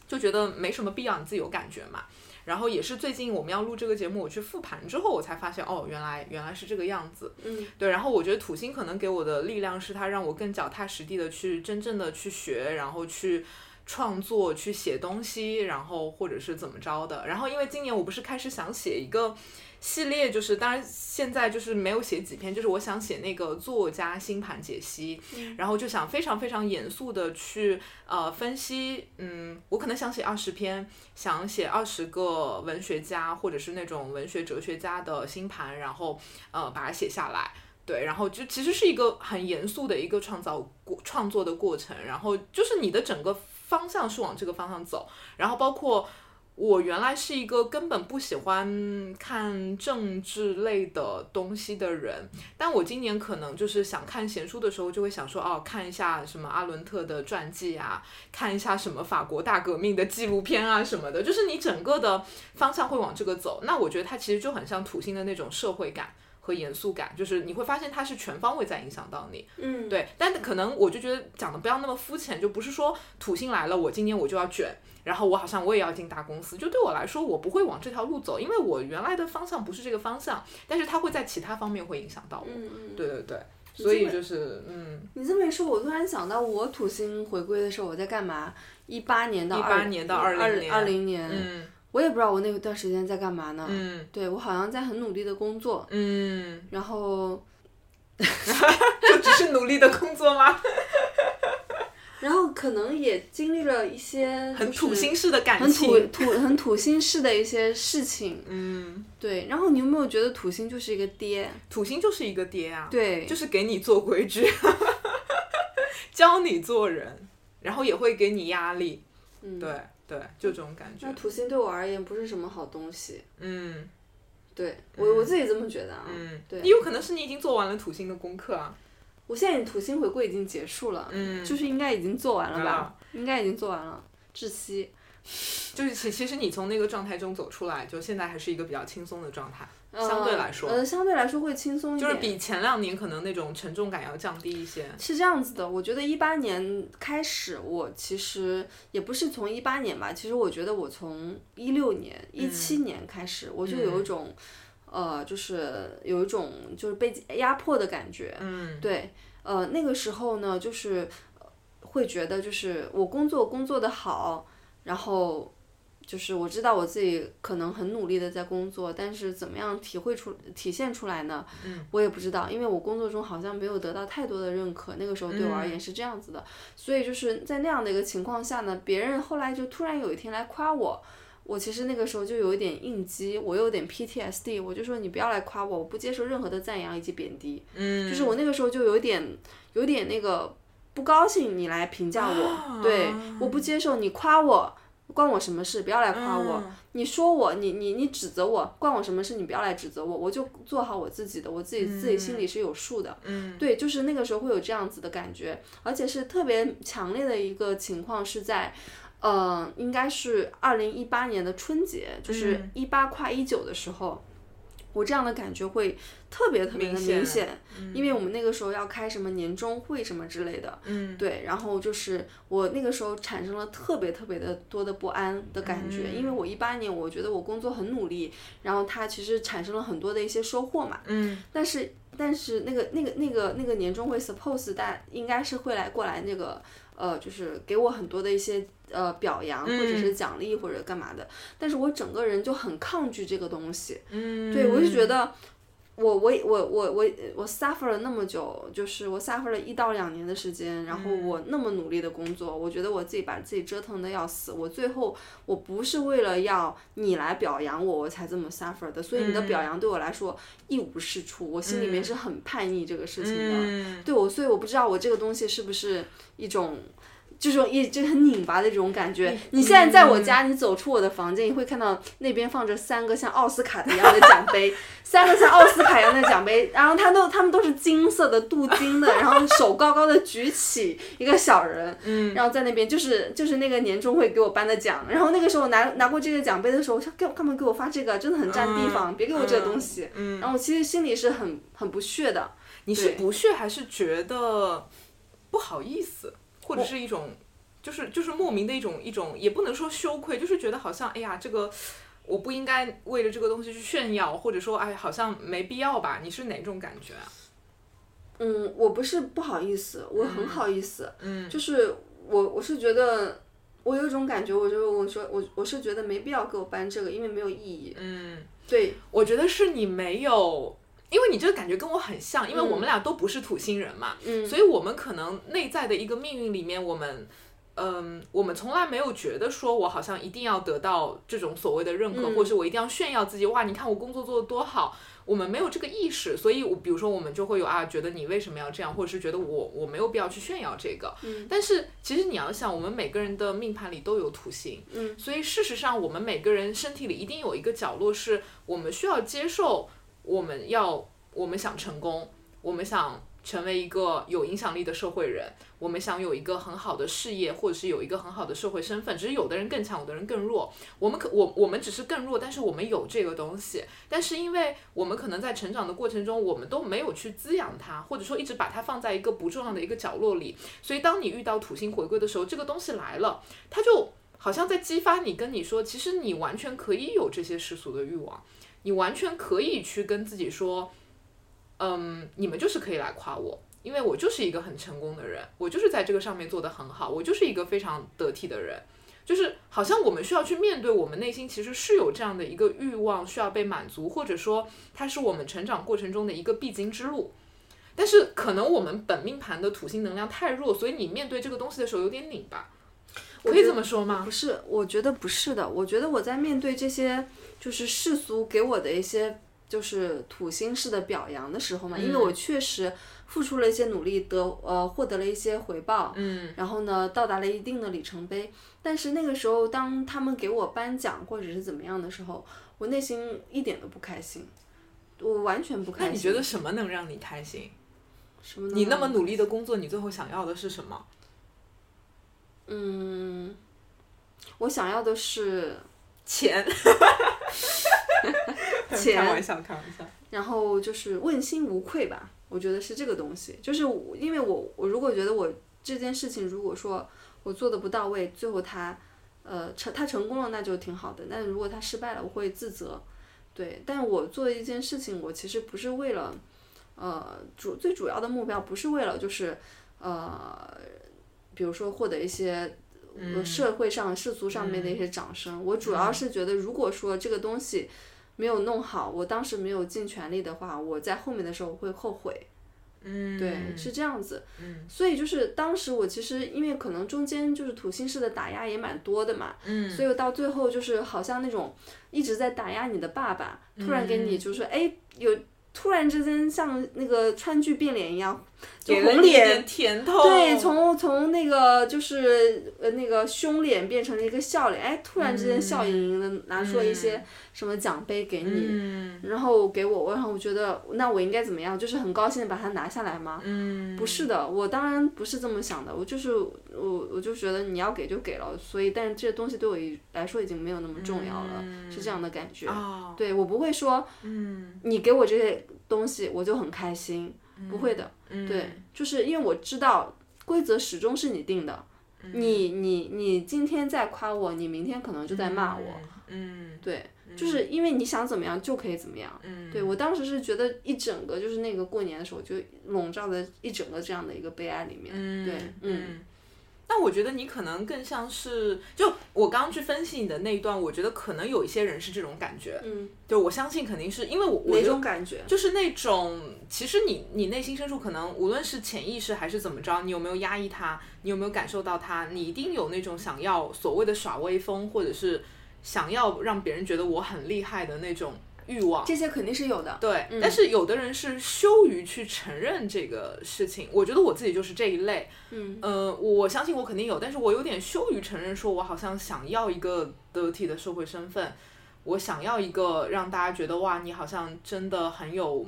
Speaker 2: 就觉得没什么必要，你自己有感觉嘛。然后也是最近我们要录这个节目，我去复盘之后，我才发现哦，原来原来是这个样子。
Speaker 3: 嗯，
Speaker 2: 对，然后我觉得土星可能给我的力量是它让我更脚踏实地的去真正的去学，然后去创作、去写东西，然后或者是怎么着的。然后因为今年我不是开始想写一个系列，就是当然现在就是没有写几篇，就是我想写那个作家星盘解析，然后就想非常非常严肃的去呃分析，嗯，我可能想写二十篇，想写二十个文学家或者是那种文学哲学家的星盘，然后呃把它写下来。对，然后就其实是一个很严肃的一个创造过创作的过程，然后就是你的整个方向是往这个方向走，然后包括我原来是一个根本不喜欢看政治类的东西的人，但我今年可能就是想看闲书的时候，就会想说哦，看一下什么阿伦特的传记啊，看一下什么法国大革命的纪录片啊什么的，就是你整个的方向会往这个走。那我觉得它其实就很像土星的那种社会感。和严肃感，就是你会发现它是全方位在影响到你。
Speaker 3: 嗯，
Speaker 2: 对，但可能我就觉得讲的不要那么肤浅，就不是说土星来了，我今年我就要卷，然后我好像我也要进大公司。就对我来说，我不会往这条路走，因为我原来的方向不是这个方向，但是它会在其他方面会影响到我。
Speaker 3: 嗯嗯，
Speaker 2: 对对对，
Speaker 3: 你
Speaker 2: 所
Speaker 3: 这
Speaker 2: 以
Speaker 3: 么
Speaker 2: 就是嗯，
Speaker 3: 你这么一说，我突然想到我土星回归的时候我在干嘛？一八年到
Speaker 2: 18年到20年
Speaker 3: 二零年，
Speaker 2: 嗯
Speaker 3: 我也不知道我那段时间在干嘛呢。
Speaker 2: 嗯
Speaker 3: 对我好像在很努力的工作，
Speaker 2: 嗯，
Speaker 3: 然后
Speaker 2: 就只是努力的工作吗？
Speaker 3: 然后可能也经历了一些
Speaker 2: 很
Speaker 3: 就是
Speaker 2: 土星式的感
Speaker 3: 很土
Speaker 2: 情。
Speaker 3: 土很土星式的一些事情，
Speaker 2: 嗯，
Speaker 3: 对。然后你有没有觉得土星就是一个爹？
Speaker 2: 土星就是一个爹啊。
Speaker 3: 对，
Speaker 2: 就是给你做规矩， [laughs] 教你做人，然后也会给你压力，
Speaker 3: 嗯，
Speaker 2: 对对，就这种感觉
Speaker 3: 那。土星对我而言不是什么好东西，
Speaker 2: 嗯
Speaker 3: 对我我自己这么觉得啊。
Speaker 2: 嗯，
Speaker 3: 对
Speaker 2: 也有可能是你已经做完了土星的功课啊。
Speaker 3: 我现在土星回归已经结束了，
Speaker 2: 嗯
Speaker 3: 就是应该已经做完了吧
Speaker 2: 啊？
Speaker 3: 应该已经做完了，窒息。
Speaker 2: 就是其其实你从那个状态中走出来，就现在还是一个比较轻松的状态，相对来说
Speaker 3: 呃，相对来说会轻松一
Speaker 2: 就
Speaker 3: 点。
Speaker 2: 是比前两年可能那种沉重感要降低一些。
Speaker 3: 是这样子的，我觉得一八年开始，我其实也不是从一八年吧，其实我觉得我从一六年、一
Speaker 2: 嗯
Speaker 3: 七年开始，我就有一种，呃，就是有一种就是被压迫的感觉。
Speaker 2: 嗯
Speaker 3: 对，呃，那个时候呢，就是呃会觉得就是我工作工作的好，然后就是我知道我自己可能很努力的在工作，但是怎么样体会出体现出来呢？
Speaker 2: 嗯，
Speaker 3: 我也不知道，因为我工作中好像没有得到太多的认可，那个时候对我
Speaker 2: 嗯
Speaker 3: 而言是这样子的，所以就是在那样的一个情况下呢，别人后来就突然有一天来夸我。我其实那个时候就有一点应激，我有点 PTSD，我就说你不要来夸我，我不接受任何的赞扬以及贬低。
Speaker 2: 嗯，
Speaker 3: 就是我那个时候就有点有点那个不高兴，你来评价我，对，我不接受你夸我。关我什么事？不要来夸我。
Speaker 2: 嗯
Speaker 3: 你说我，你你你指责我，关我什么事？你不要来指责我，我就做好我自己的，我自己、自己心里是有数的。
Speaker 2: 嗯
Speaker 3: 对，就是那个时候会有这样子的感觉，而且是特别强烈的一个情况是在，呃，应该是二零一八年的春节，就是
Speaker 2: 嗯
Speaker 3: 一八跨一九的时候，我这样的感觉会特别特别的
Speaker 2: 明显
Speaker 3: 明显，因为我们那个时候要开什么年终会什么之类的。
Speaker 2: 嗯
Speaker 3: 对，然后就是我那个时候产生了特别特别的多的不安的感觉，
Speaker 2: 嗯
Speaker 3: 因为我一八年我觉得我工作很努力，然后它其实产生了很多的一些收获嘛，
Speaker 2: 嗯
Speaker 3: 但是但是那个那个那个那个年终会 suppose 大家应该是会来过来那个呃，就是给我很多的一些呃表扬或者是奖励或者干嘛的，但是我整个人就很抗拒这个东西，
Speaker 2: 嗯，
Speaker 3: 对我就觉得。我我我我我我 suffer 了那么久，就是我 suffer 了一到两年的时间，然后
Speaker 2: 嗯
Speaker 3: 我那么努力的工作，我觉得我自己把自己折腾的要死，我最后我不是为了要你来表扬我，我才这么 suffer 的，所以你的
Speaker 2: 嗯
Speaker 3: 表扬对我来说一无是处，我心里面是很叛逆这个事情的。
Speaker 2: 嗯
Speaker 3: 对我，所以我不知道我这个东西是不是一种，就是一就很拧巴的这种感
Speaker 2: 嗯
Speaker 3: 觉。你现在在我家，你走出我的房间，你会看到那边放着三个像奥斯卡的一样的奖杯， [laughs] 三个像奥斯卡一样的奖杯，然后它都它们都是金色的镀金的，然后手高高的举起一个小人，
Speaker 2: 嗯
Speaker 3: 然后在那边就是就是那个年终会给我颁的奖，然后那个时候我拿拿过这个奖杯的时候，我想干干嘛给我发这个，真的很占地方，别给我这个东西。
Speaker 2: 嗯，
Speaker 3: 然后我其实心里是很很不屑的，
Speaker 2: 你是
Speaker 3: 对
Speaker 2: 不屑还是觉得不好意思？或者是一种，就是就是莫名的一种一种，也不能说羞愧，就是觉得好像哎呀，这个我不应该为了这个东西去炫耀，或者说哎，好像没必要吧？你是哪种感觉啊？
Speaker 3: 嗯，我不是不好意思，我很好意思，
Speaker 2: 嗯
Speaker 3: 就是我我是觉得。我有一种感觉，我就我说我我是觉得没必要给我颁这个，因为没有意义。
Speaker 2: 嗯，
Speaker 3: 对，
Speaker 2: 我觉得是你没有，因为你这个感觉跟我很像，因为我们俩都不是土星人嘛，
Speaker 3: 嗯，
Speaker 2: 所以我们可能内在的一个命运里面，我们。嗯，我们从来没有觉得说，我好像一定要得到这种所谓的认可，
Speaker 3: 嗯
Speaker 2: 或是我一定要炫耀自己，哇，你看我工作做得多好，我们没有这个意识，所以我比如说我们就会有啊，觉得你为什么要这样，或者是觉得我我没有必要去炫耀这个。
Speaker 3: 嗯
Speaker 2: 但是其实你要想，我们每个人的命盘里都有土星，
Speaker 3: 嗯，
Speaker 2: 所以事实上我们每个人身体里一定有一个角落是我们需要接受，我们要我们想成功，我们想成为一个有影响力的社会人，我们想有一个很好的事业，或者是有一个很好的社会身份。只是有的人更强，有的人更弱。我们可我我们只是更弱，但是我们有这个东西。但是因为我们可能在成长的过程中，我们都没有去滋养它，或者说一直把它放在一个不重要的一个角落里。所以当你遇到土星回归的时候，这个东西来了，它就好像在激发你，跟你说，其实你完全可以有这些世俗的欲望，你完全可以去跟自己说，嗯，你们就是可以来夸我。因为我就是一个很成功的人，我就是在这个上面做得很好，我就是一个非常得体的人，就是好像我们需要去面对我们内心其实是有这样的一个欲望需要被满足，或者说它是我们成长过程中的一个必经之路。但是可能我们本命盘的土星能量太弱，所以你面对这个东西的时候有点拧巴，
Speaker 3: 我
Speaker 2: 可以
Speaker 3: 觉
Speaker 2: 这
Speaker 3: 得
Speaker 2: 么说吗
Speaker 3: 啊不？是，我觉得不是的。我觉得我在面对这些就是世俗给我的一些就是土星式的表扬的时候嘛，因为
Speaker 2: 嗯
Speaker 3: 我确实付出了一些努力，得呃获得了一些回报，
Speaker 2: 嗯
Speaker 3: 然后呢到达了一定的里程碑。但是那个时候，当他们给我颁奖或者是怎么样的时候，我内心一点都不开心，我完全不开
Speaker 2: 那
Speaker 3: 心。
Speaker 2: 你觉得什么能让你开心？
Speaker 3: 什么？
Speaker 2: 你那么努力的工作，你最后想要的是什么？
Speaker 3: 嗯，我想要的是
Speaker 2: 钱，
Speaker 3: [laughs] 钱
Speaker 2: 开玩笑，开玩笑。
Speaker 3: 然后就是问心无愧吧，我觉得是这个东西。就是我因为我我如果觉得我这件事情，如果说我做的不到位，最后他呃成他成功了，那就挺好的。但如果他失败了，我会自责。对，但我做一件事情，我其实不是为了呃主最主要的目标，不是为了就是呃比如说获得一些呃社会上、世俗上面的一些掌声。我主要是觉得，如果说这个东西没有弄好，我当时没有尽全力的话，我在后面的时候会后悔。
Speaker 2: 嗯，
Speaker 3: 对，是这样子。
Speaker 2: 嗯
Speaker 3: 所以就是当时我其实因为可能中间就是土星式的打压也蛮多的嘛，
Speaker 2: 嗯，
Speaker 3: 所以我到最后就是好像那种一直在打压你的爸爸，突然给
Speaker 2: 嗯
Speaker 3: 你就是哎有。突然之间像那个川剧变脸一样，就
Speaker 2: 给了
Speaker 3: 红
Speaker 2: 你一
Speaker 3: 脸
Speaker 2: 点甜头，
Speaker 3: 对，从从那个就是呃那个凶脸变成了一个笑脸，哎，突然之间笑盈盈的拿出了一些什么奖杯给你，
Speaker 2: 嗯
Speaker 3: 然后给我，然后我觉得那我应该怎么样？就是很高兴的把它拿下来吗？
Speaker 2: 嗯，
Speaker 3: 不是的，我当然不是这么想的，我就是我我就觉得你要给就给了，所以但是这东西对我已来说已经没有那么重要了，是这样的感觉。
Speaker 2: 哦，
Speaker 3: 对我不会说
Speaker 2: 嗯，
Speaker 3: 你给我这些东西我就很开心，不会的。
Speaker 2: 嗯
Speaker 3: 对，，就是因为我知道规则始终是你定的，
Speaker 2: 嗯
Speaker 3: 你你你今天在夸我，你明天可能就在骂我，
Speaker 2: 嗯，
Speaker 3: 对，就是因为你想怎么样就可以怎么样。
Speaker 2: 嗯，
Speaker 3: 对我当时是觉得一整个就是那个过年的时候就笼罩在一整个这样的一个悲哀里面，
Speaker 2: 嗯，
Speaker 3: 对，嗯，
Speaker 2: 嗯。那我觉得你可能更像是，就我刚刚去分析你的那一段，我觉得可能有一些人是这种感觉，
Speaker 3: 嗯，
Speaker 2: 就我相信肯定是因为我
Speaker 3: 哪
Speaker 2: 我觉得
Speaker 3: 种感觉？
Speaker 2: 就是那种，其实你你内心深处可能无论是潜意识还是怎么着，你有没有压抑它，你有没有感受到它，你一定有那种想要所谓的耍威风，或者是想要让别人觉得我很厉害的那种欲望。
Speaker 3: 这些肯定是有的，
Speaker 2: 对，
Speaker 3: 嗯
Speaker 2: 但是有的人是羞于去承认这个事情，我觉得我自己就是这一类。
Speaker 3: 嗯
Speaker 2: 呃，我相信我肯定有，但是我有点羞于承认，说我好像想要一个得体的社会身份，我想要一个让大家觉得哇，你好像真的很有。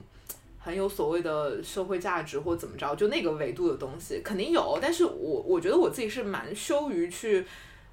Speaker 2: 很有所谓的社会价值或怎么着，就那个维度的东西肯定有，但是我我觉得我自己是蛮羞于去，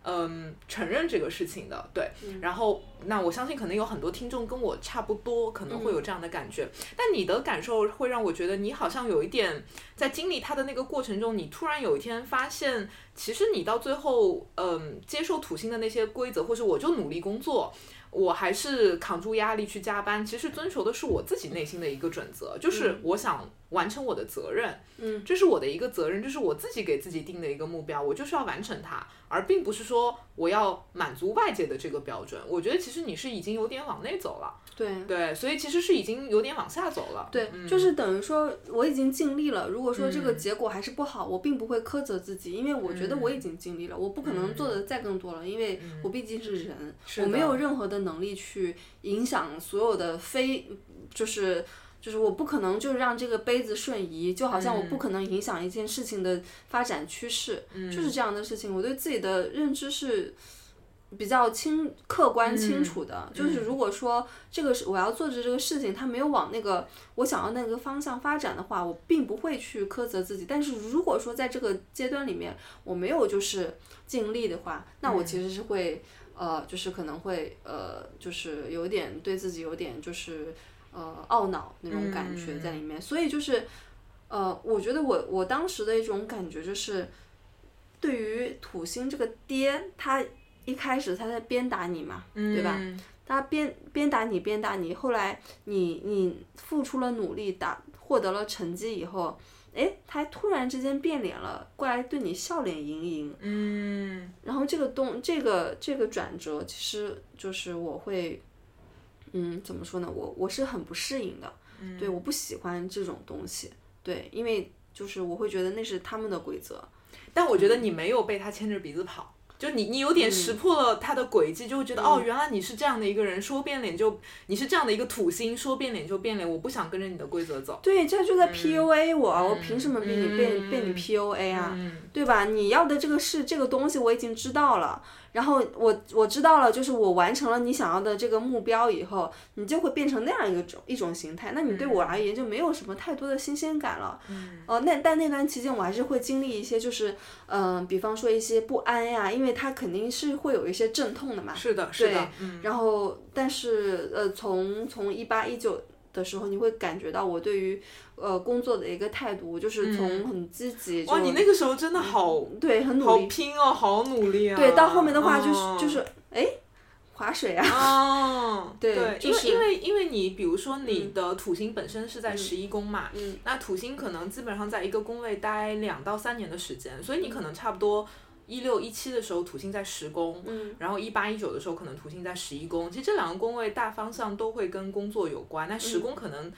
Speaker 2: 嗯承认这个事情的。对，
Speaker 3: 嗯
Speaker 2: 然后那我相信可能有很多听众跟我差不多，可能会有这样的感觉。但你的感受会让我觉得你好像有一点在经历它的那个过程中，你突然有一天发现，其实你到最后，嗯，接受土星的那些规则，或是我就努力工作。我还是扛住压力去加班，其实遵守的是我自己内心的一个准则，就是
Speaker 3: 嗯
Speaker 2: 我想完成我的责任，
Speaker 3: 嗯
Speaker 2: 这是我的一个责任，这是我自己给自己定的一个目标，我就是要完成它，而并不是说我要满足外界的这个标准。我觉得其实你是已经有点往内走了，
Speaker 3: 对
Speaker 2: 对，所以其实是已经有点往下走了。
Speaker 3: 对，
Speaker 2: 嗯
Speaker 3: 就是等于说我已经尽力了。如果说这个
Speaker 2: 嗯
Speaker 3: 结果还是不好，我并不会苛责自己，因为我觉得
Speaker 2: 嗯
Speaker 3: 我已经尽力了，我不可能做的再更多了，因为我毕竟是人，
Speaker 2: 是
Speaker 3: 我没
Speaker 2: 的
Speaker 3: 有任何的能力去影响所有的非，就是。就是我不可能就让这个杯子瞬移，就好像我
Speaker 2: 嗯
Speaker 3: 不可能影响一件事情的发展趋势，就是这样的事情。我对自己的认知是比较清、客观、清楚的。就是如果说这个是我要做的这个事情，它没有往那个我想要那个方向发展的话，我并不会去苛责自己。但是如果说在这个阶段里面我没有就是尽力的话，那我其实是会、呃，就是可能会呃，就是有点对自己有点就是呃懊恼那种感觉在里面。所以就是呃，我觉得我我当时的一种感觉就是，对于土星这个爹，他一开始他在鞭打你嘛，对吧？
Speaker 2: 嗯
Speaker 3: 他鞭鞭打你，鞭打你，后来你你付出了努力，打获得了成绩以后，诶，他突然之间变脸了，过来对你笑脸盈盈。
Speaker 2: 嗯
Speaker 3: 然后这个东这个这个转折，其实就是我会，嗯，怎么说呢？我我是很不适应的，
Speaker 2: 嗯
Speaker 3: 对，我不喜欢这种东西，对，因为就是我会觉得那是他们的规则，
Speaker 2: 但我觉得你没有被他牵着鼻子跑，就你你有点识
Speaker 3: 嗯
Speaker 2: 破了他的轨迹，就会觉得、哦，原来你是这样的一个人，说变脸就你是这样的一个土星，说变脸就变脸，我不想跟着你的规则走。
Speaker 3: 对，这就在 PUA 我，我凭什么被你被
Speaker 2: 嗯
Speaker 3: 被你 PUA 啊？
Speaker 2: 嗯
Speaker 3: 对吧？你要的这个是这个东西，我已经知道了。然后我我知道了，就是我完成了你想要的这个目标以后，你就会变成那样一个种一种形态。那你对我而言就没有什么太多的新鲜感了。
Speaker 2: 嗯
Speaker 3: 哦、那但那段期间我还是会经历一些，就是嗯、呃比方说一些不安呀，因为它肯定是会有一些阵痛的嘛。
Speaker 2: 是的，是
Speaker 3: 对
Speaker 2: 的，嗯，
Speaker 3: 然后，但是呃，从从一八一九的时候，你会感觉到我对于呃工作的一个态度，就是从很积极就、
Speaker 2: 嗯哇，你那个时候真的好
Speaker 3: 对很努
Speaker 2: 好
Speaker 3: 力，
Speaker 2: 拼哦，好努力啊！
Speaker 3: 对到后面的话就是、
Speaker 2: 嗯
Speaker 3: 就是哎，划水啊， [laughs]
Speaker 2: 哦，
Speaker 3: 对
Speaker 2: 因
Speaker 3: 就是
Speaker 2: 为因为因为你比如说你的土星本身是在十一宫嘛，
Speaker 3: 嗯
Speaker 2: 那土星可能基本上在一个宫位待两到三年的时间，所以
Speaker 3: 嗯
Speaker 2: 你可能差不多一六一七的时候土星在十宫，
Speaker 3: 嗯
Speaker 2: 然后一八一九的时候可能土星在十一宫，其实这两个宫位大方向都会跟工作有关，那
Speaker 3: 嗯
Speaker 2: 十宫可能。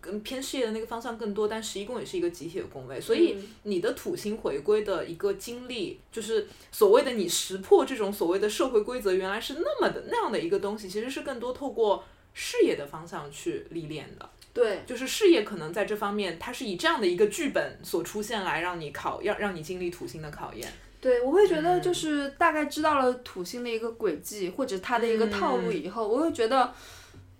Speaker 2: 更偏事业的那个方向更多，但十一宫也是一个集体的宫位，所以
Speaker 3: 嗯
Speaker 2: 你的土星回归的一个经历，就是所谓的你识破这种所谓的社会规则，原来是那么的那样的一个东西，其实是更多透过事业的方向去历练的。
Speaker 3: 对
Speaker 2: 就是事业可能在这方面，它是以这样的一个剧本所出现来让你考，让让你经历土星的考验。
Speaker 3: 对，我会觉得
Speaker 2: 嗯
Speaker 3: 就是大概知道了土星的一个轨迹或者它的一个套路
Speaker 2: 嗯
Speaker 3: 以后，我会觉得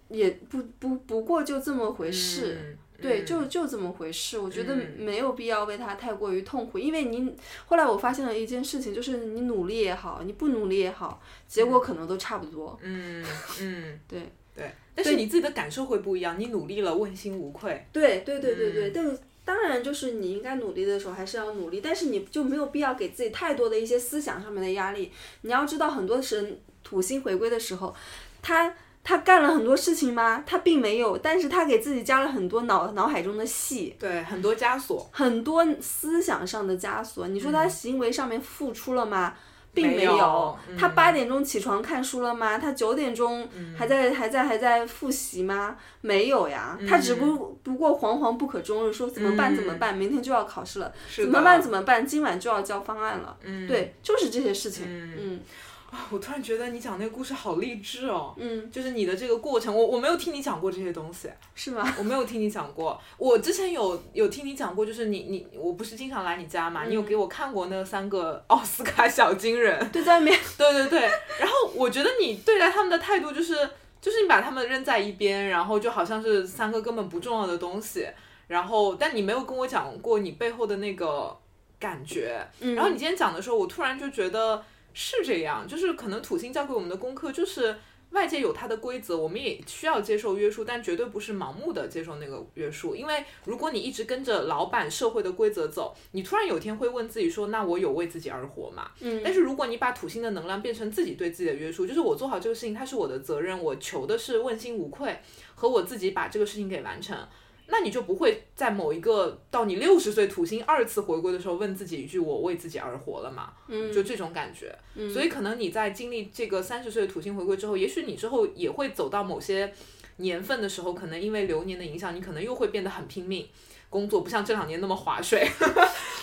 Speaker 3: 也不不不过就这么回事。
Speaker 2: 嗯
Speaker 3: 对，
Speaker 2: 嗯
Speaker 3: 就就这么回事。我觉得
Speaker 2: 嗯
Speaker 3: 没有必要为他太过于痛苦，因为你后来我发现了一件事情，就是你努力也好，你不努力也好，结果可能都差不多。
Speaker 2: 嗯嗯
Speaker 3: 对
Speaker 2: 对，但是
Speaker 3: 对
Speaker 2: 你自己的感受会不一样，你努力了，问心无愧。
Speaker 3: 对对对对对，但当然就是你应该努力的时候还是要努力，但是你就没有必要给自己太多的一些思想上面的压力。你要知道，很多神土星回归的时候，他。他干了很多事情吗？他并没有，但是他给自己加了很多脑脑海中的戏。
Speaker 2: 对，很多枷锁。
Speaker 3: 很多思想上的枷锁。你说他行为上面付出了吗？并
Speaker 2: 嗯没
Speaker 3: 有。
Speaker 2: 有嗯
Speaker 3: 他八点钟起床看书了吗？他九点钟还在、还在还在复习吗？没有呀，他只不不过惶惶不可终日，说怎么办
Speaker 2: 嗯
Speaker 3: 怎么办，明天就要考试了，
Speaker 2: 是
Speaker 3: 怎
Speaker 2: 的
Speaker 3: 么办怎么办，今晚就要交方案了。
Speaker 2: 嗯，
Speaker 3: 对，就是这些事情。
Speaker 2: 嗯
Speaker 3: 嗯
Speaker 2: 我突然觉得你讲那个故事好励志哦。
Speaker 3: 嗯，
Speaker 2: 就是你的这个过程，我我没有听你讲过这些东西，
Speaker 3: 是吗？
Speaker 2: 我没有听你讲过。我之前有有听你讲过，就是你你我不是经常来你家嘛，你有给我看过那三个奥斯卡小金人，
Speaker 3: 对，在
Speaker 2: [laughs]
Speaker 3: 外面
Speaker 2: 对对对，然后我觉得你对待他们的态度就是，就是你把他们扔在一边，然后就好像是三个根本不重要的东西，然后但你没有跟我讲过你背后的那个感觉，
Speaker 3: 嗯
Speaker 2: 然后你今天讲的时候，我突然就觉得是这样，就是可能土星教给我们的功课就是。外界有它的规则，我们也需要接受约束，但绝对不是盲目的接受那个约束。因为如果你一直跟着老板、社会的规则走，你突然有一天会问自己说：“那我有为自己而活吗？”
Speaker 3: 嗯
Speaker 2: 但是如果你把土星的能量变成自己对自己的约束，就是我做好这个事情，它是我的责任，我求的是问心无愧和我自己把这个事情给完成，那你就不会在某一个到你六十岁土星二次回归的时候问自己一句“我为自己而活了吗”，
Speaker 3: 嗯
Speaker 2: 就这种感觉。所以可能你在经历这个三十岁的土星回归之后，也许你之后也会走到某些年份的时候，可能因为流年的影响，你可能又会变得很拼命。工作不像这两年那
Speaker 3: [laughs]
Speaker 2: 么划水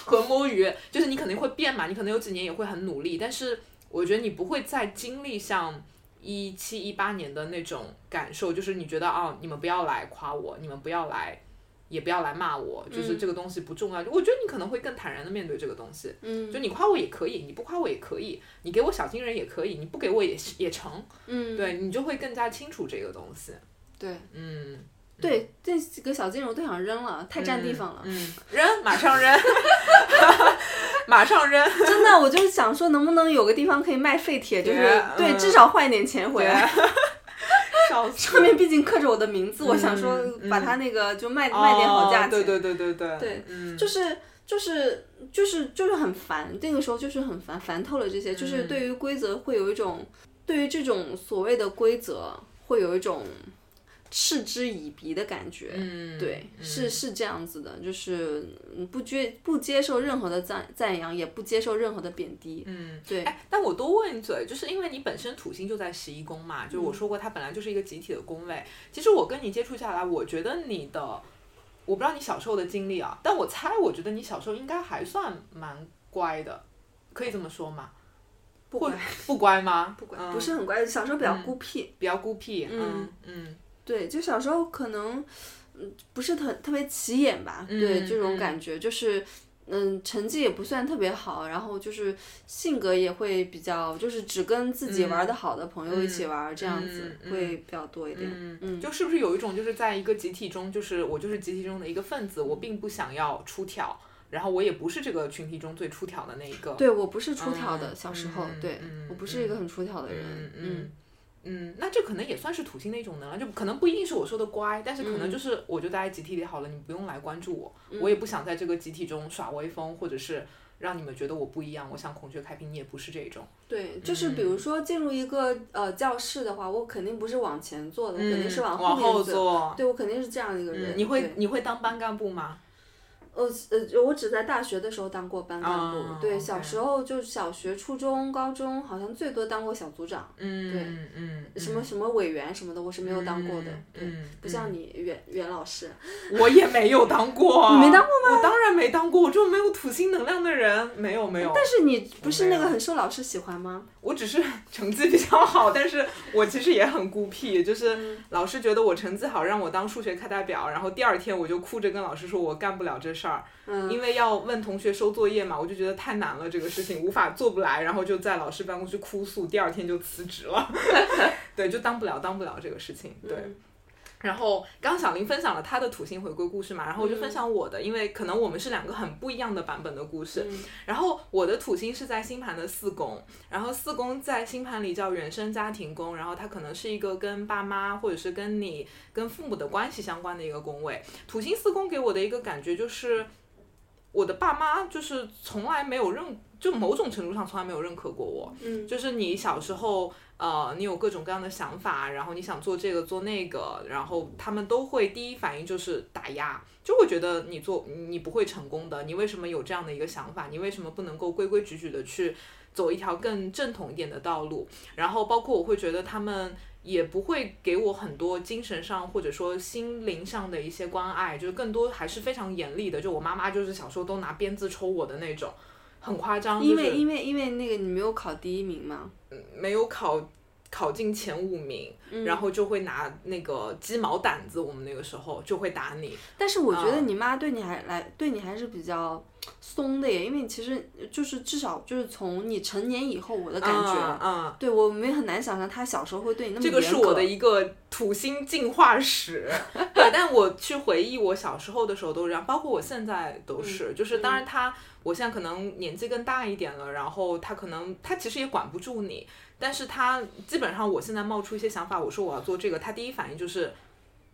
Speaker 2: 和摸鱼，就是你肯定会变嘛，你可能有几年也会很努力，但是我觉得你不会再经历像一七一八年的那种感受，就是你觉得哦，你们不要来夸我，你们不要来，也不要来骂我，就是
Speaker 3: 嗯
Speaker 2: 这个东西不重要。我觉得你可能会更坦然的面对这个东西，
Speaker 3: 嗯
Speaker 2: 就你夸我也可以，你不夸我也可以，你给我小金人也可以，你不给我也也成，
Speaker 3: 嗯
Speaker 2: 对你就会更加清楚这个东西。
Speaker 3: 对
Speaker 2: 嗯，
Speaker 3: 对，这几个小金人我都想扔了，太占地
Speaker 2: 嗯
Speaker 3: 方了。
Speaker 2: 嗯，扔，马
Speaker 3: [laughs]
Speaker 2: 上扔，马上扔。 [laughs]
Speaker 3: 真的，我就是想说，能不能有个地方可以卖废铁，就是
Speaker 2: 对
Speaker 3: 对，
Speaker 2: 嗯
Speaker 3: 至少换一点钱回来。
Speaker 2: 笑死！
Speaker 3: [laughs] 上面毕竟刻着我的名字，我想说
Speaker 2: 嗯
Speaker 3: 把它那个就卖卖点好价
Speaker 2: 哦
Speaker 3: 钱。
Speaker 2: 对对对对对，
Speaker 3: 对
Speaker 2: 嗯，
Speaker 3: 就是就是就是就是很烦，那个时候就是很烦，烦透了这些，就是
Speaker 2: 嗯
Speaker 3: 对于规则会有一种，对于这种所谓的规则会有一种嗤之以鼻的感觉。
Speaker 2: 嗯，
Speaker 3: 对，
Speaker 2: 嗯
Speaker 3: 是是这样子的，就是嗯不接不接受任何的赞赞扬，也不接受任何的贬低。
Speaker 2: 嗯。
Speaker 3: 对，
Speaker 2: 哎，但我多问一嘴，就是因为你本身土星就在十一宫嘛，就是我说过它本来就是一个集体的宫位。其实我跟你接触下来，我觉得你的，我不知道你小时候的经历啊，但我猜，我觉得你小时候应该还算蛮乖的，可以这么
Speaker 3: [laughs]
Speaker 2: 说吗？
Speaker 3: 不
Speaker 2: 会
Speaker 3: 管
Speaker 2: 不乖吗？
Speaker 3: 不管，
Speaker 2: 嗯
Speaker 3: 不是很乖，小时候比较孤僻。
Speaker 2: 比较孤僻，
Speaker 3: 嗯
Speaker 2: 嗯
Speaker 3: 对，就小时候可能，嗯，不是特特别起眼吧，
Speaker 2: 嗯
Speaker 3: 对这种
Speaker 2: 嗯
Speaker 3: 感觉就是。嗯，成绩也不算特别好，然后就是性格也会比较，就是只跟自己玩的好的朋友一起玩儿，这样子
Speaker 2: 嗯嗯
Speaker 3: 会比较多一点。
Speaker 2: 嗯
Speaker 3: 嗯
Speaker 2: 嗯，就是不是有一种就是在一个集体中，就是我就是集体中的一个分子，我并不想要出挑，然后我也不是这个群体中最出挑的那一个。
Speaker 3: 对我不是出挑的，
Speaker 2: 嗯
Speaker 3: 小时候，
Speaker 2: 嗯
Speaker 3: 对
Speaker 2: 嗯
Speaker 3: 我不是一个很出挑的人。
Speaker 2: 嗯嗯嗯，那这可能也算是土星的一种能量，就可能不一定是我说的乖，但是可能
Speaker 3: 嗯
Speaker 2: 就是我就待在集体里好了，你不用来关注我，
Speaker 3: 嗯
Speaker 2: 我也不想在这个集体中耍威风，或者是让你们觉得我不一样，我想孔雀开屏，你也不是这种。
Speaker 3: 对，就是比
Speaker 2: 嗯
Speaker 3: 如说进入一个呃教室的话，我肯定不是往前坐的，我肯定是
Speaker 2: 嗯往
Speaker 3: 后面
Speaker 2: 后
Speaker 3: 坐。
Speaker 2: 坐。
Speaker 3: 对，我肯定是这样一个人。
Speaker 2: 嗯，你会
Speaker 3: 对
Speaker 2: 你会当班干部吗？
Speaker 3: 呃呃，我只在大学的时候当过班干部，
Speaker 2: 哦
Speaker 3: 对，
Speaker 2: ，OK
Speaker 3: 小时候就是小学、初中、高中，好像最多当过小组长，
Speaker 2: 嗯，
Speaker 3: 对
Speaker 2: 嗯嗯，
Speaker 3: 什么什么委员什么的，我是没有当过的，
Speaker 2: 嗯
Speaker 3: 对，
Speaker 2: 嗯
Speaker 3: 不像你袁袁老师，
Speaker 2: [laughs] 我也没有当过，
Speaker 3: 你没当
Speaker 2: 过吗？我当然没当过，我这种没有土星能量的人，没有没有。
Speaker 3: 但是你不是那
Speaker 2: 没
Speaker 3: 个
Speaker 2: 有
Speaker 3: 很受老师喜欢吗？
Speaker 2: 我只是 [laughs] 成绩比较好，但是我其实也很孤僻，就是
Speaker 3: 嗯
Speaker 2: 老师觉得我成绩好，让我当数学课代表，然后第二天我就哭着跟老师说我干不了这事儿，
Speaker 3: 嗯，
Speaker 2: 因为要问同学收作业嘛，我就觉得太难了，这个事情无法做不来，然后就在老师办公室哭诉，第二天就辞职
Speaker 3: [laughs]
Speaker 2: 了，对，就当不了当不了这个事情，对。
Speaker 3: 嗯
Speaker 2: 然后刚小林分享了他的土星回归故事嘛，然后我就
Speaker 3: 嗯
Speaker 2: 分享我的，因为可能我们是两个很不一样的版本的故事。
Speaker 3: 嗯
Speaker 2: 然后我的土星是在星盘的四宫，然后四宫在星盘里叫原生家庭宫，然后它可能是一个跟爸妈或者是跟你跟父母的关系相关的一个宫位。土星四宫给我的一个感觉就是，我的爸妈就是从来没有认，就某种程度上从来没有认可过我。
Speaker 3: 嗯
Speaker 2: 就是你小时候，呃，你有各种各样的想法，然后你想做这个做那个，然后他们都会第一反应就是打压，就会觉得你做你不会成功的，你为什么有这样的一个想法？你为什么不能够规规矩矩的去走一条更正统一点的道路？然后包括我会觉得他们。也不会给我很多精神上或者说心灵上的一些关爱，就是更多还是非常严厉的。就我妈妈就是小时候都拿鞭子抽我的那种，很夸张。
Speaker 3: 嗯因
Speaker 2: 就是
Speaker 3: 为因为因为那个你没有考第一名嘛，
Speaker 2: 没有考考进前五名，
Speaker 3: 嗯
Speaker 2: 然后就会拿那个鸡毛掸子，我们那个时候就会打你。
Speaker 3: 但是我觉得
Speaker 2: 嗯
Speaker 3: 你妈对你还来对你还是比较松的耶，因为你其实就是至少就是从你成年以后，我的感觉，
Speaker 2: 嗯嗯，
Speaker 3: 对我们也很难想象他小时候会对你那么
Speaker 2: 这个是
Speaker 3: 严格
Speaker 2: 我的一个土星进化史， [laughs] 对，但我去回忆我小时候的时候都是这样，包括我现在都是，就是当然他，我现在可能年纪更大一点了，然后他可能他其实也管不住你，但是他基本上我现在冒出一些想法，我说我要做这个，他第一反应就是。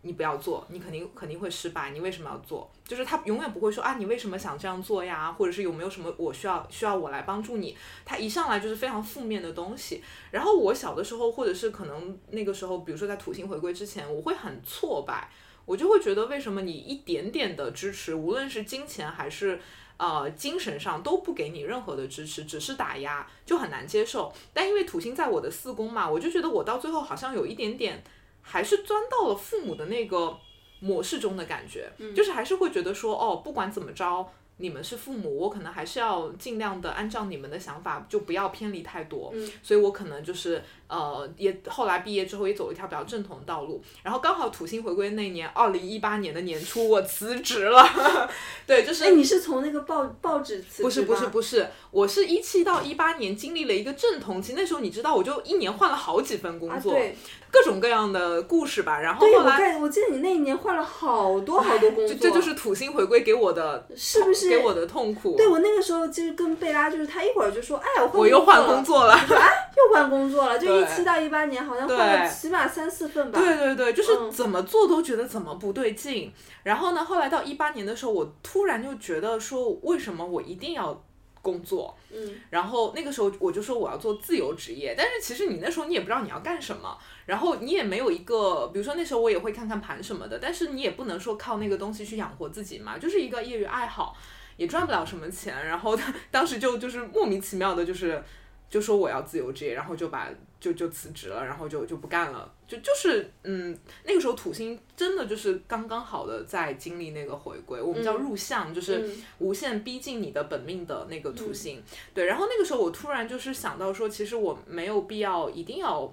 Speaker 2: 你不要做，你肯定肯定会失败。你为什么要做？就是他永远不会说啊，你为什么想这样做呀？或者是有没有什么我需要需要我来帮助你？他一上来就是非常负面的东西。然后我小的时候，或者是可能那个时候，比如说在土星回归之前，我会很挫败，我就会觉得为什么你一点点的支持，无论是金钱还是呃精神上都不给你任何的支持，只是打压，就很难接受。但因为土星在我的四宫嘛，我就觉得我到最后好像有一点点还是钻到了父母的那个模式中的感觉，
Speaker 3: 嗯
Speaker 2: 就是还是会觉得说哦，不管怎么着。你们是父母，我可能还是要尽量的按照你们的想法，就不要偏离太多。
Speaker 3: 嗯
Speaker 2: 所以我可能就是呃，也后来毕业之后也走了一条比较正统的道路。然后刚好土星回归那年，二零一八年的年初，我辞职了。 [laughs] 对，就是
Speaker 3: 哎，你是从那个报报纸辞职
Speaker 2: 不是不是
Speaker 3: 是，
Speaker 2: 不是，我是一七到一八年经历了一个阵痛期，那时候你知道，我就一年换了好几份工
Speaker 3: 啊，
Speaker 2: 作，
Speaker 3: 对，
Speaker 2: 各种各样的故事吧。然后
Speaker 3: 对
Speaker 2: 后
Speaker 3: 我
Speaker 2: 来，
Speaker 3: 看，我记得你那一年换了好多好多工
Speaker 2: 这
Speaker 3: 作，
Speaker 2: 这就是土星回归给我的，
Speaker 3: 是不是
Speaker 2: 给我的痛苦？
Speaker 3: 对我那个时候其实跟贝拉就是，她一会儿就说，哎，我
Speaker 2: 我又换工
Speaker 3: 作
Speaker 2: 作了。
Speaker 3: 了，啊，又换工作了，就
Speaker 2: 对
Speaker 3: 一七到一八年好像换了
Speaker 2: 对
Speaker 3: 起码三四份吧，
Speaker 2: 对对对，就是
Speaker 3: 嗯
Speaker 2: 怎么做都觉得怎么不对劲。然后呢，后来到一八年的时候，我突然就觉得说，为什么我一定要工作？
Speaker 3: 嗯，
Speaker 2: 然后那个时候我就说我要做自由职业，但是其实你那时候你也不知道你要干什么，然后你也没有一个，比如说那时候我也会看看盘什么的，但是你也不能说靠那个东西去养活自己嘛，就是一个业余爱好，也赚不了什么钱。然后当时就就是莫名其妙的，就是就说我要自由职业，然后就把就就辞职了，然后就就不干了，就就是嗯，那个时候土星真的就是刚刚好的在经历那个回归，我们叫入相，就是
Speaker 3: 嗯
Speaker 2: 无限逼近你的本命的那个土星。对，然后那个时候我突然就是想到说，其实我没有必要一定要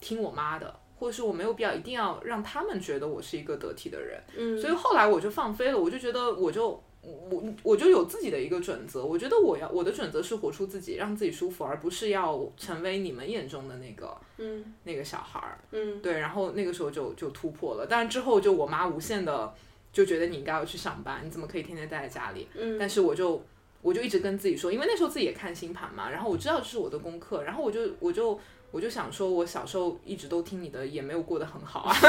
Speaker 2: 听我妈的，或者是我没有必要一定要让他们觉得我是一个得体的人。
Speaker 3: 嗯，
Speaker 2: 所以后来我就放飞了，我就觉得我就。我我就有自己的一个准则，我觉得我要我的准则是活出自己，让自己舒服，而不是要成为你们眼中的那个
Speaker 3: 嗯
Speaker 2: 那个小孩儿。
Speaker 3: 嗯，
Speaker 2: 对，然后那个时候就就突破了，但是之后就我妈无限的就觉得你应该要去上班，你怎么可以天天待在家里？
Speaker 3: 嗯
Speaker 2: 但是我就我就一直跟自己说，因为那时候自己也看星盘嘛，然后我知道这是我的功课，然后我就我就我就想说，我小时候一直都听你的，也没有过得很好啊。 [laughs]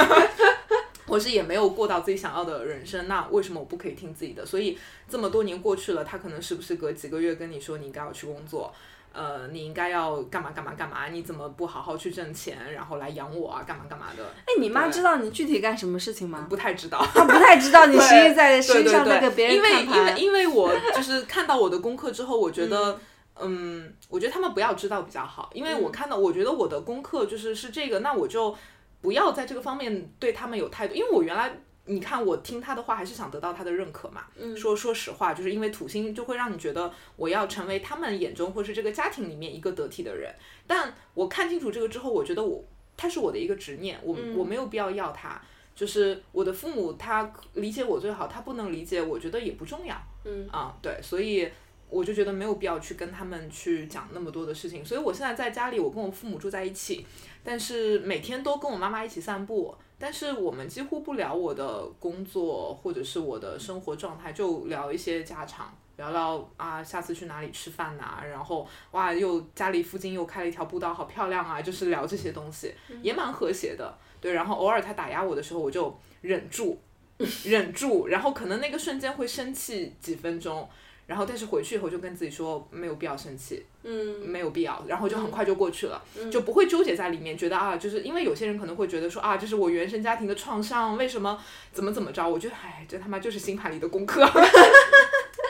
Speaker 2: 或是也没有过到自己想要的人生，那为什么我不可以听自己的？所以这么多年过去了，他可能时不时隔几个月跟你说你应该要去工作，呃，你应该要干嘛干嘛干嘛，你怎么不好好去挣钱，然后来养我啊，干嘛干嘛的，
Speaker 3: 哎，你妈
Speaker 2: 对
Speaker 3: 知道你具体干什么事情吗？
Speaker 2: 不太知道。
Speaker 3: 她不太知道你实际在
Speaker 2: 对
Speaker 3: 身
Speaker 2: 对
Speaker 3: 上
Speaker 2: 对，
Speaker 3: 在给别人
Speaker 2: 因为
Speaker 3: 看
Speaker 2: 因为
Speaker 3: 盘，
Speaker 2: 因为我就是看到我的功课之后，我觉得。嗯，我觉得他们不要知道比较好，因为
Speaker 3: 嗯
Speaker 2: 我看到，我觉得我的功课就是是这个，那我就不要在这个方面对他们有态度，因为我原来你看我听他的话，还是想得到他的认可嘛。
Speaker 3: 嗯
Speaker 2: 说说实话，就是因为土星就会让你觉得我要成为他们眼中或是这个家庭里面一个得体的人，但我看清楚这个之后，我觉得我他是我的一个执念，我、
Speaker 3: 嗯
Speaker 2: 我没有必要要他。就是我的父母，他理解我最好，他不能理解，我觉得也不重要。
Speaker 3: 嗯
Speaker 2: 啊，对，所以我就觉得没有必要去跟他们去讲那么多的事情。所以我现在在家里，我跟我父母住在一起，但是每天都跟我妈妈一起散步，但是我们几乎不聊我的工作或者是我的生活状态，就聊一些家常。聊聊啊，下次去哪里吃饭呐、然后哇，又家里附近又开了一条步道，好漂亮啊！就是聊这些东西，也蛮和谐的。对，然后偶尔他打压我的时候，我就忍住， [laughs] 忍住，然后可能那个瞬间会生气几分钟，然后但是回去以后就跟自己说没有必要生气，
Speaker 3: 嗯
Speaker 2: 没有必要，然后就很快就过去了，就不会纠结在里面，觉得啊，就是因为有些人可能会觉得说啊，这是我原生家庭的创伤，为什么怎么怎么着？我觉得哎，这他妈就是星盘里的功课。 [laughs]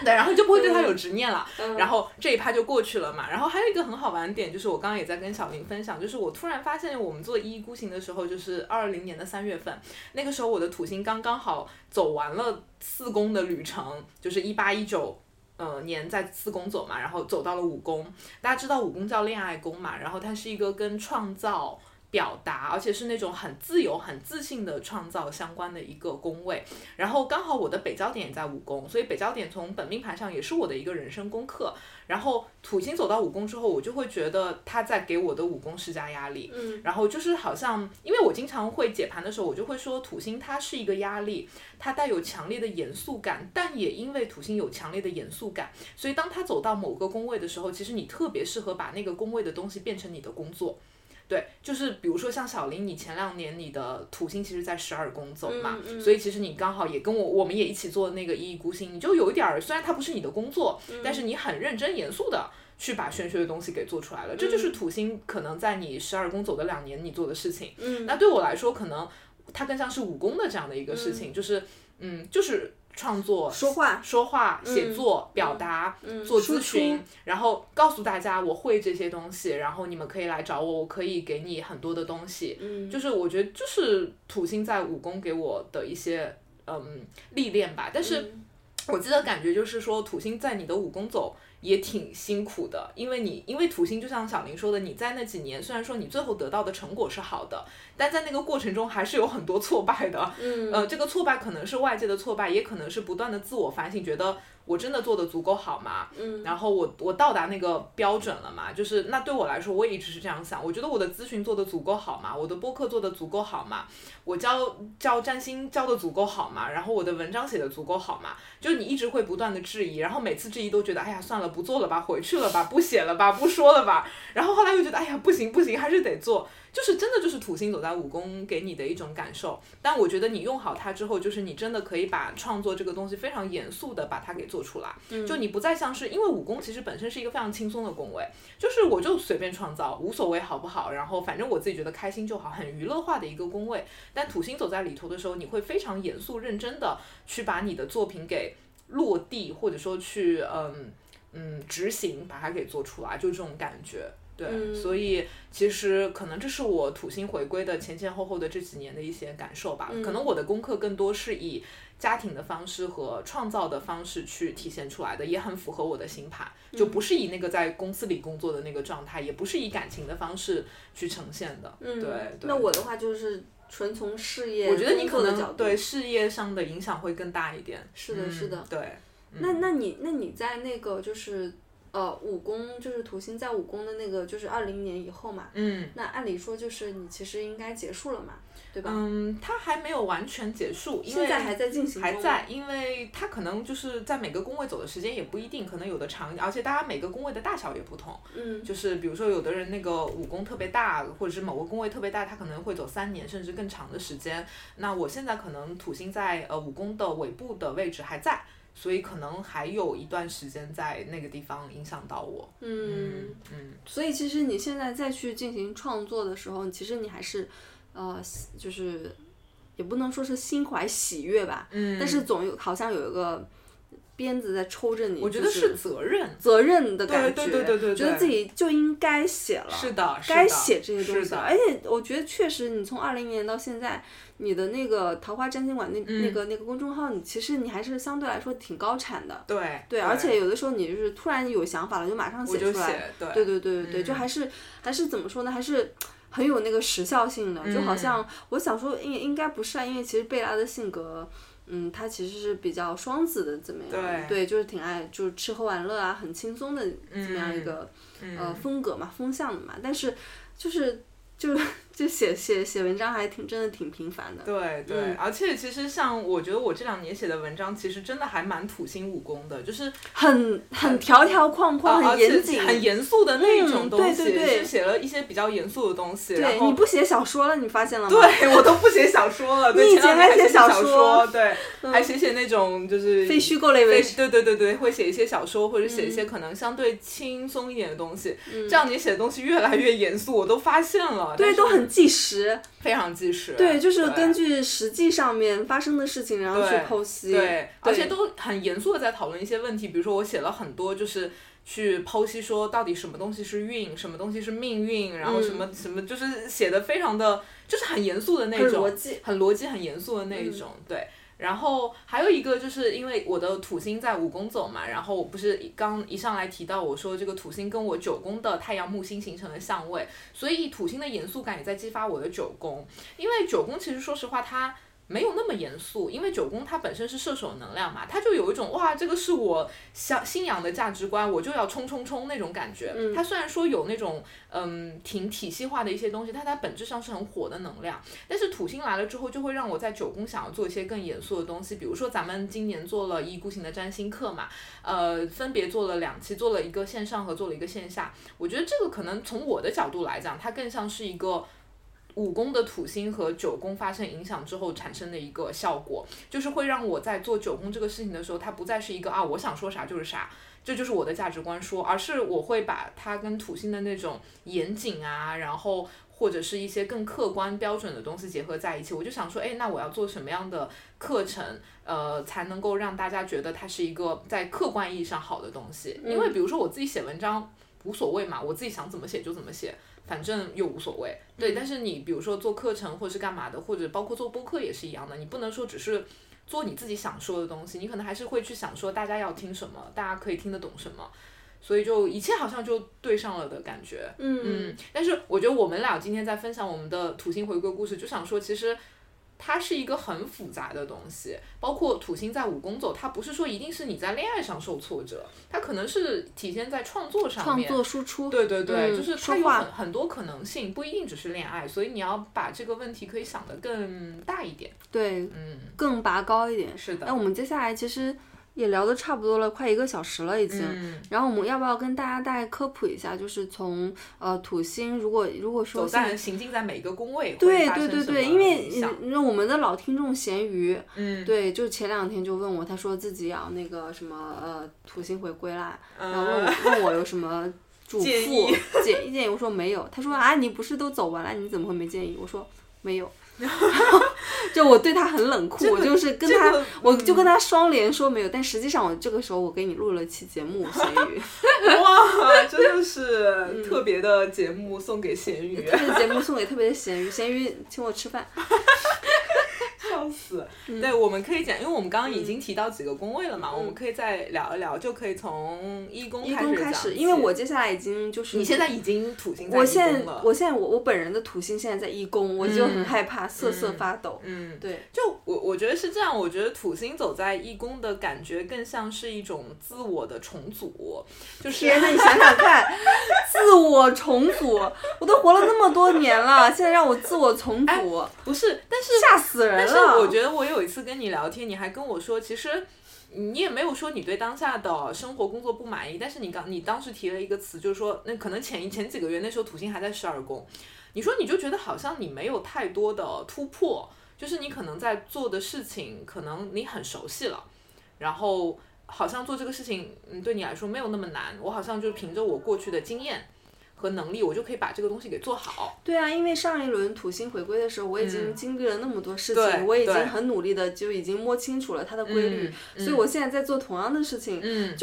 Speaker 2: 对，然后就不会对他有执念了，然后这一趴就过去了嘛。然后还有一个很好玩的点，就是我刚刚也在跟小林分享，就是我突然发现我们做一意孤行的时候，就是二零年的三月份，那个时候我的土星刚刚好走完了四宫的旅程，就是一八一九。呃，年在四宫走嘛，然后走到了五宫。大家知道五宫叫恋爱宫嘛，然后它是一个跟创造、表达，而且是那种很自由、很自信的创造相关的一个宫位。然后刚好我的北交点也在五宫，所以北交点从本命盘上也是我的一个人生功课。然后土星走到五宫之后，我就会觉得它在给我的五宫施加压力。
Speaker 3: 嗯，
Speaker 2: 然后就是好像，因为我经常会解盘的时候，我就会说土星它是一个压力，它带有强烈的严肃感，但也因为土星有强烈的严肃感，所以当它走到某个宫位的时候，其实你特别适合把那个宫位的东西变成你的工作。对，就是比如说像小林，你前两年你的土星其实在十二宫走嘛，
Speaker 3: 嗯嗯
Speaker 2: 所以其实你刚好也跟我，我们也一起做那个一意孤行，你就有一点儿，虽然它不是你的工作，但是你很认真严肃的去把玄学的东西给做出来了，这就是土星可能在你十二宫走的两年你做的事情。
Speaker 3: 嗯
Speaker 2: 那对我来说，可能它更像是武功的这样的一个事情，就是嗯，就是创作、
Speaker 3: 说话，
Speaker 2: 说话、写作、表达、
Speaker 3: 嗯
Speaker 2: 做咨询，
Speaker 3: 输出
Speaker 2: 然后告诉大家我会这些东西，然后你们可以来找我，我可以给你很多的东西。
Speaker 3: 嗯
Speaker 2: 就是我觉得就是土星在武功给我的一些嗯历练吧，但是
Speaker 3: 嗯
Speaker 2: 我记得感觉就是说土星在你的武功走。也挺辛苦的，因为你因为土星就像小林说的，你在那几年虽然说你最后得到的成果是好的，但在那个过程中还是有很多挫败的。
Speaker 3: 嗯
Speaker 2: 呃，这个挫败可能是外界的挫败，也可能是不断的自我反省，觉得我真的做的足够好吗？
Speaker 3: 嗯
Speaker 2: 然后我我到达那个标准了嘛？就是那对我来说，我也一直是这样想。我觉得我的咨询做的足够好嘛，我的播客做的足够好嘛，我教教占星教的足够好嘛，然后我的文章写的足够好嘛。就是你一直会不断的质疑，然后每次质疑都觉得，哎呀，算了，不做了吧，回去了吧，不写了吧，不说了吧。然后后来又觉得，哎呀，不行不行，还是得做。就是真的就是土星走在武功给你的一种感受，但我觉得你用好它之后，就是你真的可以把创作这个东西非常严肃的把它给做出来。就你不再像是，因为武功其实本身是一个非常轻松的宫位，就是我就随便创造，无所谓好不好，然后反正我自己觉得开心就好，很娱乐化的一个宫位。但土星走在里头的时候，你会非常严肃认真的去把你的作品给落地，或者说去嗯嗯执行，把它给做出来，就这种感觉。对，
Speaker 3: 嗯
Speaker 2: 所以其实可能这是我土星回归的前前后后的这几年的一些感受吧。可
Speaker 3: 嗯
Speaker 2: 能我的功课更多是以家庭的方式和创造的方式去体现出来的，也很符合我的星盘，就
Speaker 3: 嗯
Speaker 2: 不是以那个在公司里工作的那个状态，也不是以感情的方式去呈现的。
Speaker 3: 嗯
Speaker 2: 对，对
Speaker 3: 那我的话就是纯从事业
Speaker 2: 我觉得你
Speaker 3: 工
Speaker 2: 可
Speaker 3: 作的角
Speaker 2: 能
Speaker 3: 度
Speaker 2: 对事业上的影响会更大一点。
Speaker 3: 是的
Speaker 2: 嗯
Speaker 3: 是的
Speaker 2: 对。
Speaker 3: 那那你那你在那个就是呃武功就是土星在武功的那个就是二零年以后嘛，
Speaker 2: 嗯
Speaker 3: 那按理说就是你其实应该结束了嘛，对吧？
Speaker 2: 嗯，它还没有完全结束，因为嗯
Speaker 3: 现在还在进行
Speaker 2: 还
Speaker 3: 中
Speaker 2: 在，因为它可能就是在每个工位走的时间也不一定，可能有的长，而且大家每个工位的大小也不同。
Speaker 3: 嗯
Speaker 2: 就是比如说，有的人那个武功特别大，或者是某个宫位特别大，他可能会走三年甚至更长的时间。那我现在可能土星在呃武功的尾部的位置还在，所以可能还有一段时间在那个地方影响到我。
Speaker 3: 嗯，
Speaker 2: 嗯，
Speaker 3: 所以其实你现在再去进行创作的时候，其实你还是呃就是也不能说是心怀喜悦吧，
Speaker 2: 嗯
Speaker 3: 但是总有好像有一个鞭子在抽着你，
Speaker 2: 我觉
Speaker 3: 就
Speaker 2: 得
Speaker 3: 是
Speaker 2: 是责任。
Speaker 3: 责任的感觉，
Speaker 2: 对对对对对对
Speaker 3: 觉得自己就应该写了，
Speaker 2: 是的，是的
Speaker 3: 该写这些东
Speaker 2: 是
Speaker 3: 西了。哎
Speaker 2: 的
Speaker 3: 而且我觉得确实，你从二零年到现在，你的那个桃花占星馆那、
Speaker 2: 嗯
Speaker 3: 那个那个公众号，你其实你还是相对来说挺高产的。
Speaker 2: 对
Speaker 3: 对，而且有的时候你就是突然有想法了，就马上
Speaker 2: 我
Speaker 3: 写
Speaker 2: 就
Speaker 3: 出来。
Speaker 2: 写对
Speaker 3: 对对对对对，
Speaker 2: 嗯
Speaker 3: 就还是还是怎么说呢？还是很有那个时效性的。
Speaker 2: 嗯
Speaker 3: 就好像我想说应，应该不是啊，因为其实贝拉的性格，嗯，她其实是比较双子的，怎么样？
Speaker 2: 对
Speaker 3: 就是挺爱就是吃喝玩乐啊，很轻松的这么
Speaker 2: 嗯
Speaker 3: 样一个、呃风格嘛，风向的嘛。但是就是就就写写写文章还挺真的挺频繁的。
Speaker 2: 对对、
Speaker 3: 嗯
Speaker 2: 而且其实像我觉得我这两年写的文章，其实真的还蛮土星武功的，就是
Speaker 3: 很很条条框框，
Speaker 2: 啊而
Speaker 3: 很
Speaker 2: 且
Speaker 3: 严谨，
Speaker 2: 很严肃的那
Speaker 3: 嗯
Speaker 2: 种东西，
Speaker 3: 对对对
Speaker 2: 是写了一些比较严肃的东西，然
Speaker 3: 对，
Speaker 2: 后
Speaker 3: 你不写小说了，你发现了吗？
Speaker 2: 对我都不写小说了，对
Speaker 3: 你以
Speaker 2: 前
Speaker 3: 前
Speaker 2: 两
Speaker 3: 还写
Speaker 2: 年写
Speaker 3: 小
Speaker 2: 说，
Speaker 3: 说嗯
Speaker 2: 对，还写写那种就是
Speaker 3: [laughs] 非虚构类嗯
Speaker 2: 非
Speaker 3: 文
Speaker 2: 对对对对，会写一些小说或者写一些可能相对轻松一点的东西，这样你写的东西越来越严肃，我都发现了，
Speaker 3: 嗯
Speaker 2: 但
Speaker 3: 对，
Speaker 2: 是
Speaker 3: 都很纪实。
Speaker 2: 非常及时，
Speaker 3: 对，就是根。据实际上面发生的事情，然后去
Speaker 2: 对
Speaker 3: 剖析。
Speaker 2: 对，而且都很严肃的在讨论一些问题，比如说我写了很多，就是去剖析说到底什么东西是运，什么东西是命运，然后什么、什么，就是写的非常的，就是很严肃的那
Speaker 3: 很
Speaker 2: 种，
Speaker 3: 逻辑嗯
Speaker 2: 很逻辑、很严肃的那一种，对。然后还有一个就是因为我的土星在五宫走嘛，然后我不是刚一上来提到我说这个土星跟我九宫的太阳木星形成了相位，所以土星的严肃感也在激发我的九宫，因为九宫其实说实话它。没有那么严肃，因为九宫它本身是射手能量嘛，它就有一种哇，这个是我想信仰的价值观，我就要冲冲冲那种感觉。
Speaker 3: 嗯
Speaker 2: 它虽然说有那种嗯挺体系化的一些东西，但它本质上是很火的能量。但是土星来了之后，就会让我在九宫想要做一些更严肃的东西，比如说咱们今年做了一意孤行的占星课嘛，呃，分别做了两期，做了一个线上和做了一个线下。我觉得这个可能从我的角度来讲，它更像是一个五宫的土星和九宫发生影响之后产生的一个效果，就是会让我在做九宫这个事情的时候，它不再是一个啊我想说啥就是啥，这就是我的价值观说，而是我会把它跟土星的那种严谨啊，然后。或者是一些更客观标准的东西结合在一起，我就想说，哎，那我要做什么样的课程，呃，才能够让大家觉得它是一个在客观意义上好的东西？因为比如说我自己写文章，无所谓嘛，我自己想怎么写就怎么写，反正又无所谓。对，但是你比如说做课程或者是干嘛的，或者包括做播客也是一样的，你不能说只是做你自己想说的东西，你可能还是会去想说大家要听什么，大家可以听得懂什么，所以就一切好像就对上了的感觉。
Speaker 3: 嗯
Speaker 2: 嗯，但是我觉得我们俩今天在分享我们的土星回归故事，就想说，其实它是一个很复杂的东西，包括土星在五宫走，它不是说一定是你在恋爱上受挫折，它可能是体现在创作上
Speaker 3: 创
Speaker 2: 面。
Speaker 3: 作输出，
Speaker 2: 对对对，
Speaker 3: 嗯
Speaker 2: 就是它
Speaker 3: 说
Speaker 2: 有
Speaker 3: 话
Speaker 2: 很很多可能性，不一定只是恋爱，所以你要把这个问题可以想得更大一点。
Speaker 3: 对，
Speaker 2: 嗯，
Speaker 3: 更拔高一点。
Speaker 2: 是
Speaker 3: 那
Speaker 2: 的。
Speaker 3: 我们接下来其实也聊得差不多了，快一个小时了已经。
Speaker 2: 嗯，
Speaker 3: 然后我们要不要跟大家大概科普一下，就是从呃土星，如果如果说
Speaker 2: 走
Speaker 3: 现
Speaker 2: 在行进在每个宫位会
Speaker 3: 对
Speaker 2: 发
Speaker 3: 对
Speaker 2: 生
Speaker 3: 对
Speaker 2: 什
Speaker 3: 对，
Speaker 2: 么
Speaker 3: 因为
Speaker 2: 影响
Speaker 3: 嗯那我们的老听众咸鱼，
Speaker 2: 嗯，
Speaker 3: 对，就前两天就问我，他说自己要那个什么呃土星回归啦，然后问
Speaker 2: 嗯
Speaker 3: 我问我有什
Speaker 2: [laughs]
Speaker 3: 么嘱咐
Speaker 2: 建议
Speaker 3: 建议建议，我说没有，他说啊你不是都走完了，你怎么会没建议？我说没
Speaker 2: [laughs]
Speaker 3: 有，就我对他很冷酷，我就是跟
Speaker 2: 这
Speaker 3: 他。
Speaker 2: 个嗯
Speaker 3: 我就跟他双连说没有，但实际上我这个时候我给你录了期节目，咸鱼
Speaker 2: [laughs] 哇，真的是特别的节目送给咸 [laughs] 鱼，
Speaker 3: 特别节目送给特别的咸鱼，咸鱼请我吃饭，
Speaker 2: 笑 [laughs] 死。对，我们可以讲，因为我们刚刚已经提到几个宫位了嘛，
Speaker 3: 嗯
Speaker 2: 我们可以再聊一聊，就可以从一宫
Speaker 3: 一
Speaker 2: 开
Speaker 3: 公
Speaker 2: 始
Speaker 3: 开
Speaker 2: 讲
Speaker 3: 始，
Speaker 2: 起
Speaker 3: 因为我接下来已经就是
Speaker 2: 你现在已经土星在
Speaker 3: 我
Speaker 2: 一
Speaker 3: 现在
Speaker 2: 宫了，
Speaker 3: 我现在我我本人的土星现在在一宫，我就很害怕，瑟瑟发抖。
Speaker 2: 嗯，
Speaker 3: 对，
Speaker 2: 就我我觉得是这样，我觉得土星走在一宫的感觉更像是一种自我的重组，就是
Speaker 3: 天呐，你想想看， [laughs] 自我重组，我都活了那么多年了，现在让我自我重组，
Speaker 2: [laughs] 不是，但是
Speaker 3: 吓死人了。
Speaker 2: 哎但是我觉得我有一次跟你聊天，你还跟我说，其实你也没有说你对当下的生活工作不满意，但是你刚你当时提了一个词，就是说那可能前一前几个月那时候土星还在十二宫，你说你就觉得好像你没有太多的突破，就是你可能在做的事情，可能你很熟悉了，然后好像做这个事情，嗯，对你来说没有那么难，我好像就凭着我过去的经验。和能力，我就可以把这个东西给做好。
Speaker 3: 对啊，因为上一轮土星回归的时候，我已经
Speaker 2: 嗯
Speaker 3: 经历了那么多事情，
Speaker 2: 对
Speaker 3: 我已经
Speaker 2: 对
Speaker 3: 很努力的就已经摸清楚了它的规律，
Speaker 2: 嗯
Speaker 3: 所以我现在在做同样的事情， [laughs]
Speaker 2: 嗯，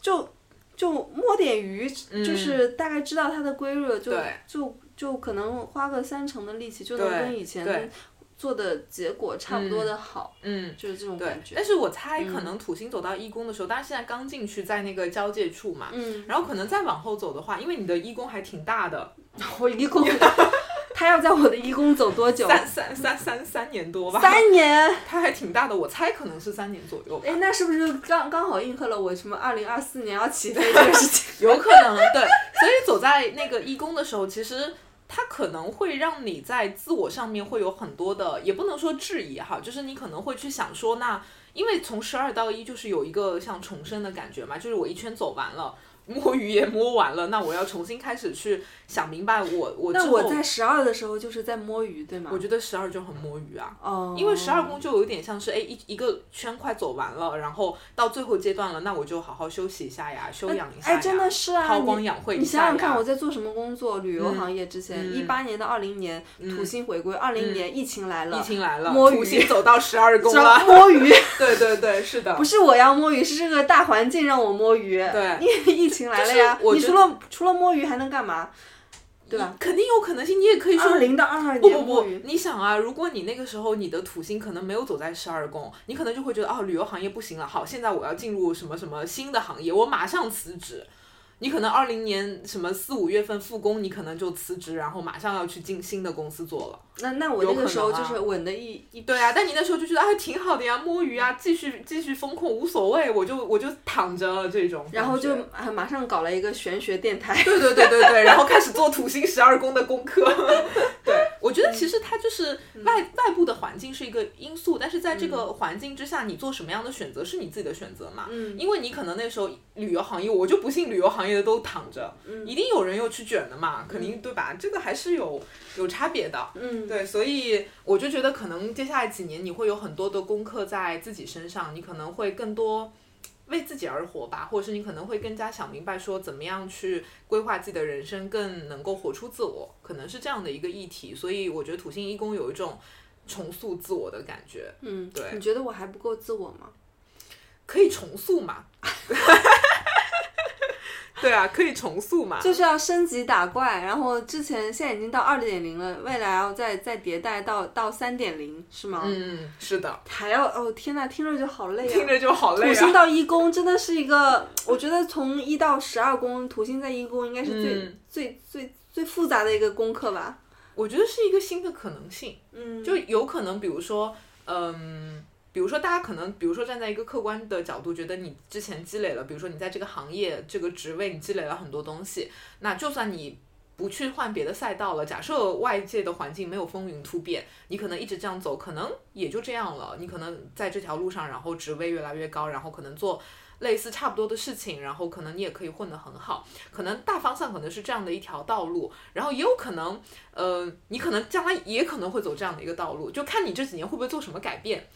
Speaker 3: 就就摸点鱼，
Speaker 2: 嗯
Speaker 3: 就是大概知道它的规律了，就
Speaker 2: 对
Speaker 3: 就就可能花个三成的力气，就能
Speaker 2: 对
Speaker 3: 跟以
Speaker 2: 对
Speaker 3: 前做的结果差不多的好，
Speaker 2: 嗯，
Speaker 3: 就是这种
Speaker 2: 对
Speaker 3: 感，觉。嗯
Speaker 2: 但是我猜可能土星走到一宫的时候，当然现在刚进去，在那个交界处嘛。 [laughs]
Speaker 3: 嗯，
Speaker 2: 然后可能再往后走的话，因为你的一宫还挺大的，
Speaker 3: 我一共， [laughs] 他要在我的一宫走多久？
Speaker 2: 三三三三三年多吧，
Speaker 3: 三年。
Speaker 2: 它还挺大的，我猜可能是三年左右吧
Speaker 3: 哎，那是不是刚刚好应和了我什么二零二四年要起
Speaker 2: [laughs]
Speaker 3: 飞这个事情？
Speaker 2: 有可能啊对。所以走在那个一宫的时候，其实它可能会让你在自我上面会有很多的，也不能说质疑哈，就是你可能会去想说，那因为从十二到一就是有一个像重生的感觉嘛，就是我一圈走完了。摸鱼也摸完了，那我要重新开始去想明白我我之
Speaker 3: 那
Speaker 2: 后，
Speaker 3: 我在十二的时候就是在摸鱼，对吗
Speaker 2: 我？觉得十二就很摸鱼啊，
Speaker 3: 哦，
Speaker 2: 因为十二宫就有点像是哎一一个圈快走完了，然后到最后阶段了，那我就好好休息一下呀，休养一下呀，
Speaker 3: 哎，真的是啊，
Speaker 2: 韬光
Speaker 3: 你
Speaker 2: 养晦一
Speaker 3: 你
Speaker 2: 下
Speaker 3: 想
Speaker 2: 呀。
Speaker 3: 想看，我在做什么工作？旅游行业之前，
Speaker 2: 嗯
Speaker 3: 一八年到二零年土星回归，二零年疫情来了，
Speaker 2: 嗯疫情来了，
Speaker 3: 摸鱼
Speaker 2: 土星走到十二宫
Speaker 3: 知道
Speaker 2: 了。
Speaker 3: 摸鱼， [laughs]
Speaker 2: 对对对，是的，
Speaker 3: 不是我要摸鱼，是这个大环境让我摸鱼。[laughs]
Speaker 2: 对
Speaker 3: 因为疫情来了呀，
Speaker 2: 就是我
Speaker 3: 你
Speaker 2: 觉
Speaker 3: 除了除了摸鱼还能干嘛？对吧？
Speaker 2: 肯定有可能性，你也可以说
Speaker 3: 二零到二二
Speaker 2: 不
Speaker 3: 年
Speaker 2: 不
Speaker 3: 木
Speaker 2: 不
Speaker 3: 鱼，
Speaker 2: 你想啊，如果你那个时候你的土星可能没有走在十二宫，你可能就会觉得哦，旅游行业不行了，好，现在我要进入什么什么新的行业，我马上辞职。你可能二零年什么四五月份复工，你可能就辞职，然后马上要去进新的公司做了。
Speaker 3: 那那我
Speaker 2: 有
Speaker 3: 那
Speaker 2: 可
Speaker 3: 个时候
Speaker 2: 能
Speaker 3: 就
Speaker 2: 啊
Speaker 3: 是稳的一一
Speaker 2: 对啊，但你那时候就觉得哎挺好的呀，摸鱼啊，继续继续风控无所谓，我就我就躺着了这种感觉。
Speaker 3: 然后就啊马上搞了一个玄学电
Speaker 2: [laughs]
Speaker 3: 台，
Speaker 2: 对对对对对，然后开始做土星十二宫的功课。 [laughs] 对，我觉得其实它就是
Speaker 3: 嗯
Speaker 2: 外外部的环境是一个因素，但是在这个环境之下，你做什么样的选择是你自己的选择嘛？
Speaker 3: 嗯
Speaker 2: 因为你可能那时候旅游行业，我就不信旅游行业的都躺着，
Speaker 3: 嗯
Speaker 2: 一定有人又去卷的嘛，肯定对吧？这个还是有有差别的。
Speaker 3: 嗯，
Speaker 2: 对，所以我就觉得可能接下来几年你会有很多的功课在自己身上，你可能会更多为自己而活吧，或者是你可能会更加想明白说怎么样去规划自己的人生，更能够活出自我，可能是这样的一个议题。所以我觉得土星一宫有一种重塑自我的感觉，
Speaker 3: 嗯，
Speaker 2: 对
Speaker 3: 你觉得我还不够自我吗？
Speaker 2: 可以重塑嘛？ [laughs] 对啊，可以重塑嘛？
Speaker 3: 就是要升级打怪，然后之前现在已经到二点零了，未来要再再迭代到到三点零是吗？，
Speaker 2: 嗯，是的，
Speaker 3: 还要哦天呐，听着就好累
Speaker 2: 听
Speaker 3: 啊。
Speaker 2: 着就好累
Speaker 3: 土星
Speaker 2: 啊。
Speaker 3: 到一宫真的是一个，我觉得从一到十二宫，土星在一宫应该是最、
Speaker 2: 嗯
Speaker 3: 最最最复杂的一个功课吧。
Speaker 2: 我觉得是一个新的可能性。
Speaker 3: 嗯，
Speaker 2: 就有可能，比如说，嗯，比如说大家可能，比如说站在一个客观的角度，觉得你之前积累了，比如说你在这个行业、这个职位，你积累了很多东西，那就算你。不去换别的赛道了。假设外界的环境没有风云突变，你可能一直这样走，可能也就这样了。你可能在这条路上，然后职位越来越高，然后可能做类似差不多的事情，然后可能你也可以混得很好。可能大方向可能是这样的一条道路，然后也有可能呃，你可能将来也可能会走这样的一个道路，就看你这几年会不会做什么改变。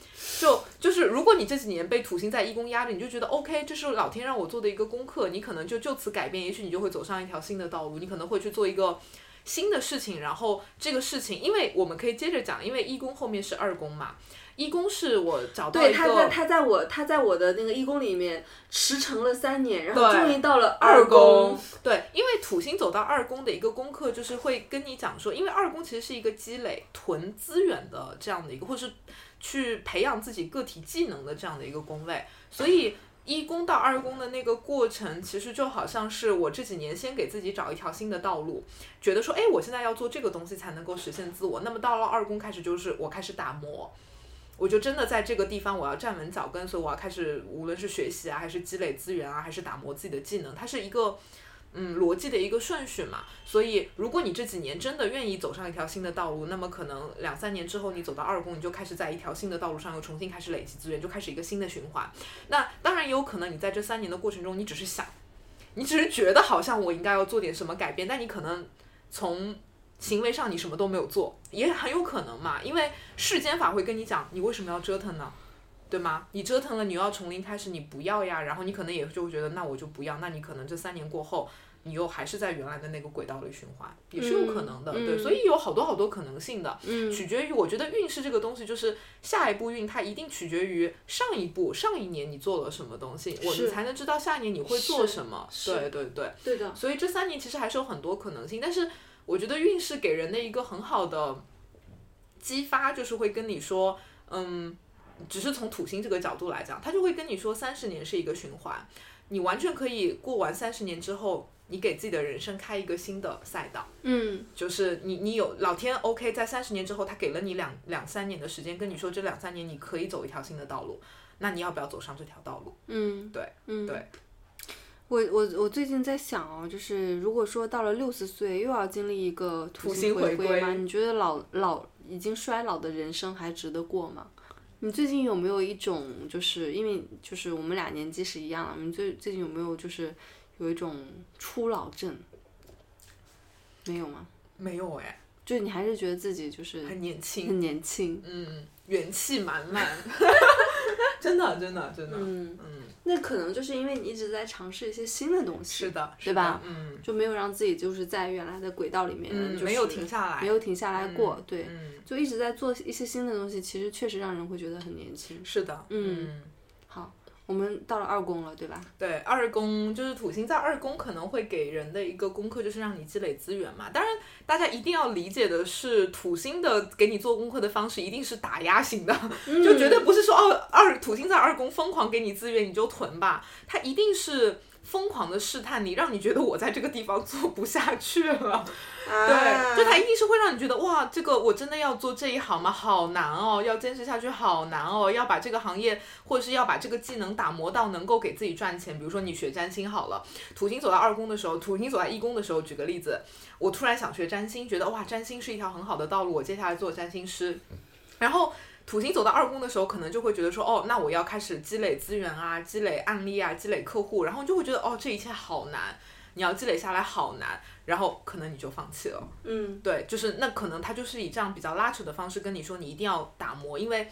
Speaker 2: 就就是如果你这几年被土星在一宫压着，你就觉得 OK，这是老天让我做的一个功课，你可能就就此改变，也许你就会走上一条新的道路，你可能会去做一个。新的事情，然后这个事情，因为我们可以接着讲，因为一宫后面是二宫嘛，一宫是我找到
Speaker 3: 对，
Speaker 2: 一
Speaker 3: 他在
Speaker 2: 个
Speaker 3: 他在我他在我的那个一宫里面驰骋了三年，然后
Speaker 2: 对
Speaker 3: 终于到了
Speaker 2: 二
Speaker 3: 宫
Speaker 2: 宫。，对，因为土星走到二宫的一个功课，就是会跟你讲说，因为二宫其实是一个积累、囤资源的这样的一个，或是去培养自己个体技能的这样的一个宫位，所以。一宫到二宫的那个过程，其实就好像是我这几年先给自己找一条新的道路，觉得说，哎，我现在要做这个东西才能够实现自我。那么到了二宫开始，就是我开始打磨，我就真的在这个地方我要站稳脚跟，所以我要开始，无论是学习啊，还是积累资源啊，还是打磨自己的技能，它是一个。嗯，逻辑的一个顺序嘛，所以如果你这几年真的愿意走上一条新的道路，那么可能两三年之后你走到二宫，你就开始在一条新的道路上又重新开始累积资源，就开始一个新的循环。那当然也有可能你在这三年的过程中，你只是想，你只是觉得好像我应该要做点什么改变，但你可能从行为上你什么都没有做，也很有可能嘛，因为世间法会跟你讲，你为什么要折腾呢？对吗？你折腾了，你又要从零开始，你不要呀。然后你可能也就会觉得，那我就不要。那你可能这三年过后，你又还是在原来的那个轨道里循环，也是有可能的。
Speaker 3: 嗯
Speaker 2: 对，
Speaker 3: 嗯
Speaker 2: 所以有好多好多可能性的。
Speaker 3: 嗯
Speaker 2: 取决于我觉得运势这个东西，就是下一步运它一定取决于上一步上一年你做了什么东西，我
Speaker 3: 是
Speaker 2: 们才能知道下一年你会做
Speaker 3: 是
Speaker 2: 什么。
Speaker 3: 是
Speaker 2: 对对对。
Speaker 3: 对的，
Speaker 2: 嗯所以这三年其实还是有很多可能性，但是我觉得运势给人的一个很好的激发，就是会跟你说，嗯，只是从土星这个角度来讲，他就会跟你说，三十年是一个循环，你完全可以过完三十年之后，你给自己的人生开一个新的赛道。
Speaker 3: 嗯，
Speaker 2: 就是你，你有老天 OK，在三十年之后，他给了你两两三年的时间，跟你说这两三年你可以走一条新的道路，那你要不要走上这条道路？
Speaker 3: 嗯，
Speaker 2: 对，
Speaker 3: 嗯，
Speaker 2: 对。
Speaker 3: 我我我最近在想哦，就是如果说到了六十岁又要经历一个土
Speaker 2: 土
Speaker 3: 星
Speaker 2: 星
Speaker 3: 回
Speaker 2: 回
Speaker 3: 归吗？
Speaker 2: 归
Speaker 3: 你觉得老老已经衰老的人生还值得过吗？你最近有没有一种就是因为就是我们俩年纪是一样的，你最最近有没有就是有一种初老症？没有吗？
Speaker 2: 没有哎，
Speaker 3: 就你还是觉得自己就是
Speaker 2: 很年轻，
Speaker 3: 很年轻？
Speaker 2: 嗯，元气满满， [laughs] 真的，真的，真的，
Speaker 3: 嗯，
Speaker 2: 嗯，
Speaker 3: 那可能就是因为你一直在尝试一些新的东西，
Speaker 2: 是的，是
Speaker 3: 对吧
Speaker 2: 的？嗯
Speaker 3: 就没有让自己就是在原来的轨道里面，
Speaker 2: 嗯，
Speaker 3: 就是
Speaker 2: 没有停下来，
Speaker 3: 没有停下来过，
Speaker 2: 嗯
Speaker 3: 对，
Speaker 2: 嗯，
Speaker 3: 就
Speaker 2: 嗯
Speaker 3: 一直在做一些新的东西，其实确实让人会觉得很年轻。
Speaker 2: 是的，
Speaker 3: 嗯好，我们到了二宫了，对吧？
Speaker 2: 对，二宫就是土星在二宫可能会给人的一个功课，就是让你积累资源嘛。当然，大家一定要理解的是，土星的给你做功课的方式一定是打压型的，就绝对不是说哦二土星在二宫疯狂给你资源你就囤吧，它一定是。疯狂的试探你，让你觉得我在这个地方做不下去了，对，就它一定是会让你觉得哇，这个我真的要做这一行吗？好难哦，要坚持下去好难哦，要把这个行业或者是要把这个技能打磨到能够给自己赚钱。比如说你学占星好了，土星走到二宫的时候，土星走到一宫的时候，举个例子，我突然想学占星，觉得哇，占星是一条很好的道路，我接下来做占星师，然后。土星走到二宫的时候，可能就会觉得说，哦，那我要开始积累资源啊，积累案例啊，积累客户，然后你就会觉得，哦，这一切好难，你要积累下来好难，然后可能你就放弃了。
Speaker 3: 嗯，
Speaker 2: 对，就是那可能他就是以这样比较拉扯的方式跟你说，你一定要打磨，因为，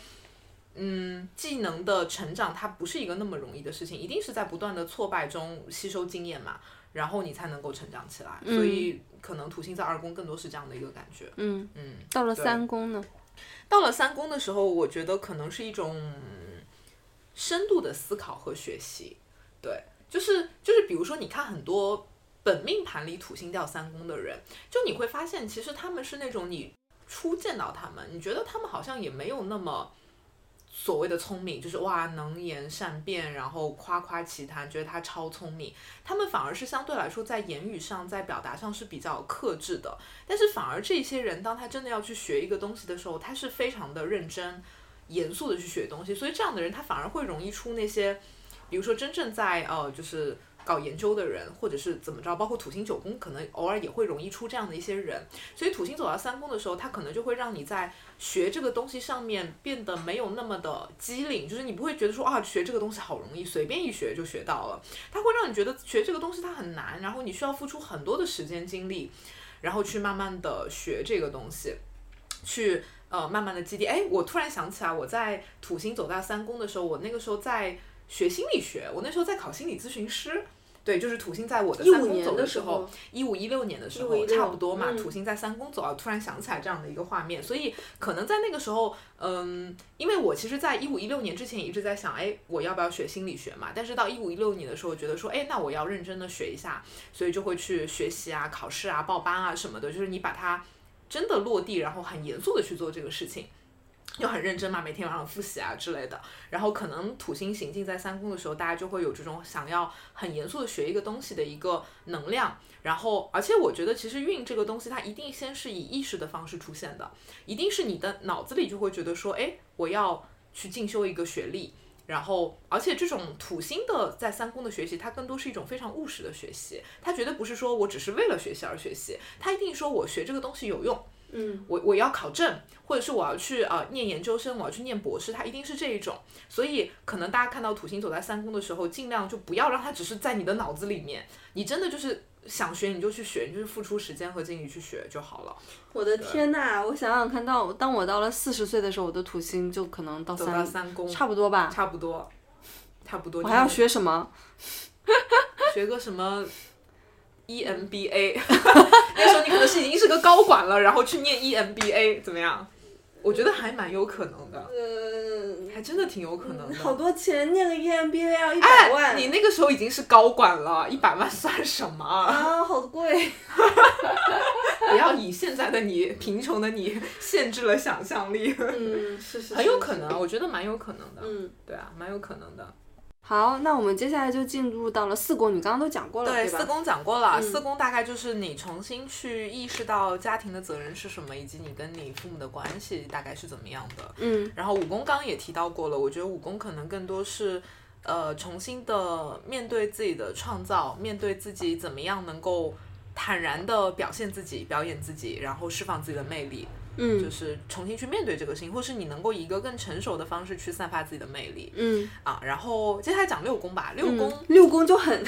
Speaker 2: 嗯，技能的成长它不是一个那么容易的事情，一定是在不断的挫败中吸收经验嘛，然后你才能够成长起来。所以可能土星在二宫更多是这样的一个感觉。
Speaker 3: 嗯
Speaker 2: 嗯，
Speaker 3: 到了
Speaker 2: 对
Speaker 3: 三宫呢？
Speaker 2: 到了三宫的时候，我觉得可能是一种深度的思考和学习。对，就是就是，比如说，你看很多本命盘里土星掉三宫的人，就你会发现，其实他们是那种你初见到他们，你觉得他们好像也没有那么。所谓的聪明，就是哇，能言善辩，然后夸夸其谈，觉得他超聪明。他们反而是相对来说在言语上、在表达上是比较克制的，但是反而这些人，当他真的要去学一个东西的时候，他是非常的认真、严肃的去学东西，所以这样的人他反而会容易出那些，比如说真正在呃就是搞研究的人，或者是怎么着，包括土星九宫，可能偶尔也会容易出这样的一些人。所以土星走到三宫的时候，它可能就会让你在学这个东西上面变得没有那么的机灵，就是你不会觉得说啊学这个东西好容易，随便一学就学到了，它会让你觉得学这个东西它很难，然后你需要付出很多的时间精力。然后去慢慢的学这个东西，去呃慢慢的积淀。哎，我突然想起来，我在土星走到三宫的时候，我那个时候在学心理学，我那时候在考心理咨询师。对，就是土星在我的
Speaker 3: 15
Speaker 2: 三宫
Speaker 3: 年
Speaker 2: 走
Speaker 3: 的
Speaker 2: 时
Speaker 3: 时
Speaker 2: 候
Speaker 3: 候，
Speaker 2: 一五一六年的时候
Speaker 3: 1516
Speaker 2: 差不多嘛，
Speaker 3: 嗯
Speaker 2: 土星在三宫走到，突然想起来这样的一个画面，所以可能在那个时候，嗯，因为我其实，在一五一六年之前一直在想，哎，我要不要学心理学嘛？但是到一五一六年的时候，觉得说，哎，那我要认真的学一下，所以就会去学习啊、考试啊、报班啊什么的，就是你把它真的落地，然后很严肃的去做这个事情。就很认真嘛，每天晚上复习啊之类的。然后可能土星行进在三宫的时候，大家就会有这种想要很严肃的学一个东西的一个能量。然后，而且我觉得其实运这个东西，它一定先是以意识的方式出现的，一定是你的脑子里就会觉得说，哎，我要去进修一个学历。然后，而且这种土星的在三宫的学习，它更多是一种非常务实的学习，它绝对不是说我只是为了学习而学习，它一定说我学这个东西有用，
Speaker 3: 嗯，
Speaker 2: 我我要考证，或者是我要去呃念研究生，我要去念博士，它一定是这一种。所以可能大家看到土星走在三宫的时候，尽量就不要让它只是在你的脑子里面，你真的就是想学你就去学，你就是付出时间和精力去学就好了。
Speaker 3: 我的天呐，我想想看到，当我到了四十岁的时候，我的土星就可能到
Speaker 2: 走到
Speaker 3: 哦三，
Speaker 2: 三宫，
Speaker 3: 差不多吧。
Speaker 2: 差不多，差不多。
Speaker 3: 我还要学什么？
Speaker 2: 学个什么 E EMBA，那 [laughs] 时候你可能是已经是个高管了，然后去念 E EMBA 怎么样？我觉得还蛮有可能的，
Speaker 3: 呃，
Speaker 2: 还真的挺有可能的。
Speaker 3: 多钱，念个 E EMBA 要一百
Speaker 2: 哎你那个时候已经是高管了，一百万算什么？ [laughs]
Speaker 3: 啊，好贵。
Speaker 2: 不要以现在的你、贫穷的你限制了想象
Speaker 3: [laughs]
Speaker 2: 力，
Speaker 3: 嗯，是是，
Speaker 2: 很有可能，我觉得蛮有可能的。
Speaker 3: 嗯，
Speaker 2: 对啊，蛮有可能的。
Speaker 3: 好，那我们接下来就进入到了四宫，你刚刚都讲过了，
Speaker 2: 对，
Speaker 3: 吧？嗯
Speaker 2: 四宫讲过了，四宫大概就是你重新去意识到家庭的责任是什么，以及你跟你父母的关系大概是怎么样的。
Speaker 3: 嗯
Speaker 2: 然后武功刚刚也提到过了，我觉得武功可能更多是，呃，重新的面对自己的创造，面对自己怎么样能够坦然的表现自己、表演自己，然后释放自己的魅力，就
Speaker 3: 嗯
Speaker 2: 是重新去面对这个事情，或是你能够以一个更成熟的方式去散发自己的魅力
Speaker 3: 嗯，
Speaker 2: 啊。然后接下来讲六宫吧，六宫、 [laughs]
Speaker 3: 嗯六宫就很，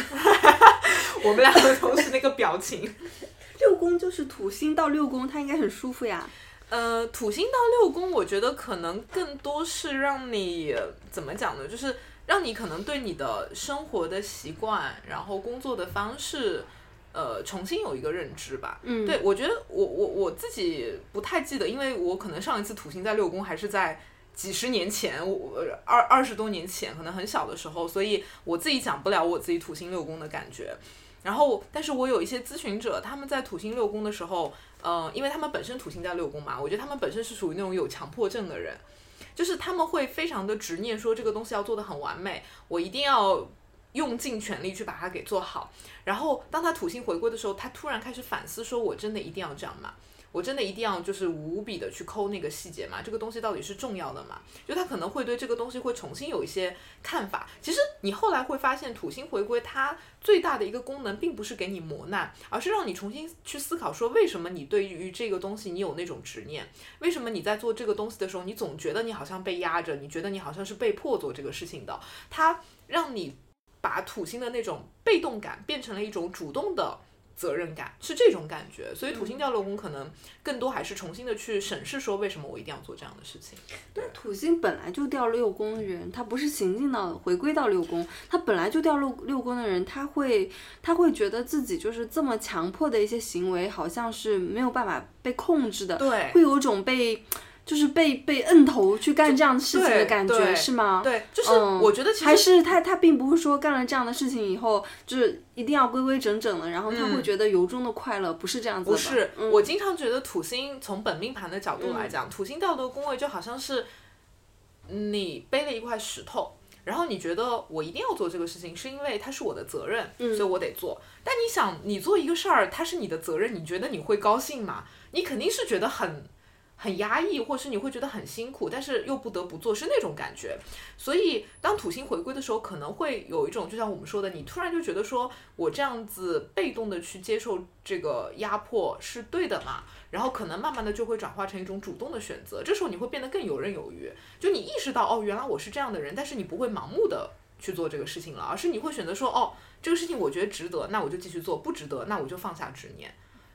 Speaker 3: [laughs]
Speaker 2: 我们两个都是那个表情。
Speaker 3: 六宫就是土星到六宫，它应该很舒服呀。
Speaker 2: 呃，土星到六宫，我觉得可能更多是让你呃怎么讲呢？就是让你可能对你的生活的习惯，然后工作的方式，呃，重新有一个认知吧。
Speaker 3: 嗯
Speaker 2: 对，我觉得我我我自己不太记得，因为我可能上一次土星在六宫还是在几十年前，我二二十多年前，可能很小的时候，所以我自己讲不了我自己土星六宫的感觉。然后，但是我有一些咨询者，他们在土星六宫的时候，呃，因为他们本身土星在六宫嘛，我觉得他们本身是属于那种有强迫症的人，就是他们会非常的执念，说这个东西要做的很完美，我一定要用尽全力去把它给做好。然后，当他土星回归的时候，他突然开始反思，说我真的一定要这样吗？我真的一定要就是无比的去抠那个细节嘛？这个东西到底是重要的嘛？就他可能会对这个东西会重新有一些看法。其实你后来会发现，土星回归它最大的一个功能，并不是给你磨难，而是让你重新去思考说，为什么你对于这个东西你有那种执念？为什么你在做这个东西的时候，你总觉得你好像被压着，你觉得你好像是被迫做这个事情的？它让你把土星的那种被动感变成了一种主动的。责任感是这种感觉，所以土星掉落宫可能更多还是重新的去审视说为什么我一定要做这样的事情。
Speaker 3: 那土星本来就掉六宫的人，他不是行进到回归到六宫，他本来就掉六六宫的人，他会他会觉得自己就是这么强迫的一些行为，好像是没有办法被控制的，
Speaker 2: 对
Speaker 3: 会有一种被就是被被摁头去干这样的事情的
Speaker 2: 对
Speaker 3: 感觉，
Speaker 2: 对
Speaker 3: 是吗？
Speaker 2: 对，就是
Speaker 3: 嗯
Speaker 2: 我觉得其
Speaker 3: 还
Speaker 2: 实
Speaker 3: 是他他并不是说干了这样的事情以后，就是一定要规规整整的，然后他
Speaker 2: 嗯
Speaker 3: 会觉得由衷的快乐，不是这样子的
Speaker 2: 不
Speaker 3: 吧。
Speaker 2: 是，
Speaker 3: 嗯、
Speaker 2: 我经常觉得土星从本命盘的角度来讲，土星掉落宫位就好像是你背了一块石头。然后你觉得我一定要做这个事情，是因为它是我的责任，
Speaker 3: 嗯
Speaker 2: 所以我得做。但你想，你做一个事儿，它是你的责任，你觉得你会高兴吗？你肯定是觉得很很压抑，或是你会觉得很辛苦，但是又不得不做，是那种感觉。所以当土星回归的时候，可能会有一种，就像我们说的，你突然就觉得说我这样子被动的去接受这个压迫是对的嘛？然后可能慢慢的就会转化成一种主动的选择，这时候你会变得更游刃有余，就你意识到哦，原来我是这样的人，但是你不会盲目的。去做这个事情了，而是你会选择说，哦，这个事情我觉得值得，那我就继续做；不值得，那我就放下执念。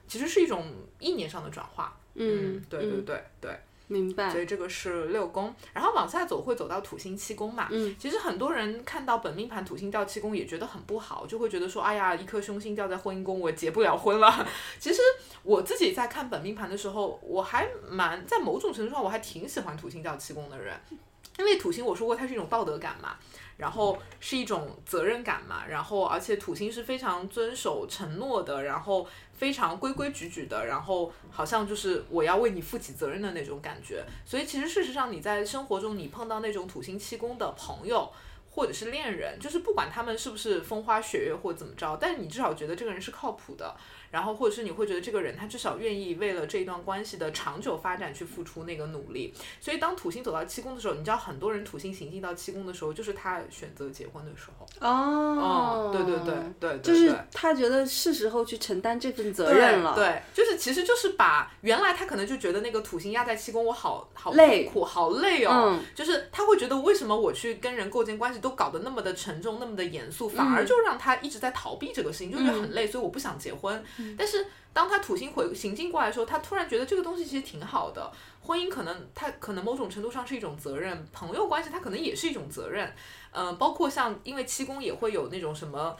Speaker 2: 其实是一种意念上的转化。
Speaker 3: 嗯，
Speaker 2: 对对
Speaker 3: 嗯，
Speaker 2: 对对，
Speaker 3: 明白
Speaker 2: 所。以这个是六宫，然后往下走会走到土星七宫嘛。
Speaker 3: 嗯，
Speaker 2: 其实很多人看到本命盘土星掉七宫也觉得很不好，就会觉得说，哎呀，一颗凶星掉在婚姻宫，我结不了婚了。 [laughs] 其实我自己在看本命盘的时候，我还蛮在某种程度上我还挺喜欢土星掉七宫的人，因为土星我说过它是一种道德感嘛。然后是一种责任感嘛，然后而且土星是非常遵守承诺的，然后非常规规矩矩的，然后好像就是我要为你负起责任的那种感觉。所以其实事实上你在生活中你碰到那种土星七宫的朋友。或者是恋人，就是不管他们是不是风花雪月或怎么着，但你至少觉得这个人是靠谱的，然后或者是你会觉得这个人他至少愿意为了这一段关系的长久发展去付出那个努力。所以当土星走到七宫的时候，你知道很多人土星行进到七宫的时候，就是他选择结婚的时候。
Speaker 3: 哦
Speaker 2: 嗯，对对对对对，
Speaker 3: 就是
Speaker 2: 对
Speaker 3: 他觉得是时候去承担这份责
Speaker 2: 对
Speaker 3: 任了。
Speaker 2: 对，就是其实就是把原来他可能就觉得那个土星压在七宫，我好好
Speaker 3: 累
Speaker 2: 痛苦，好累哦。
Speaker 3: 嗯
Speaker 2: 就是他会觉得为什么我去跟人构建关系都搞得那么的沉重，那么的严肃，反而就让他一直在逃避这个事情，就觉得很累，所以我不想结婚。但是当他土星回行进过来的时候，他突然觉得这个东西其实挺好的。婚姻可能它可能某种程度上是一种责任，朋友关系它可能也是一种责任，嗯、包括像因为七宫也会有那种什么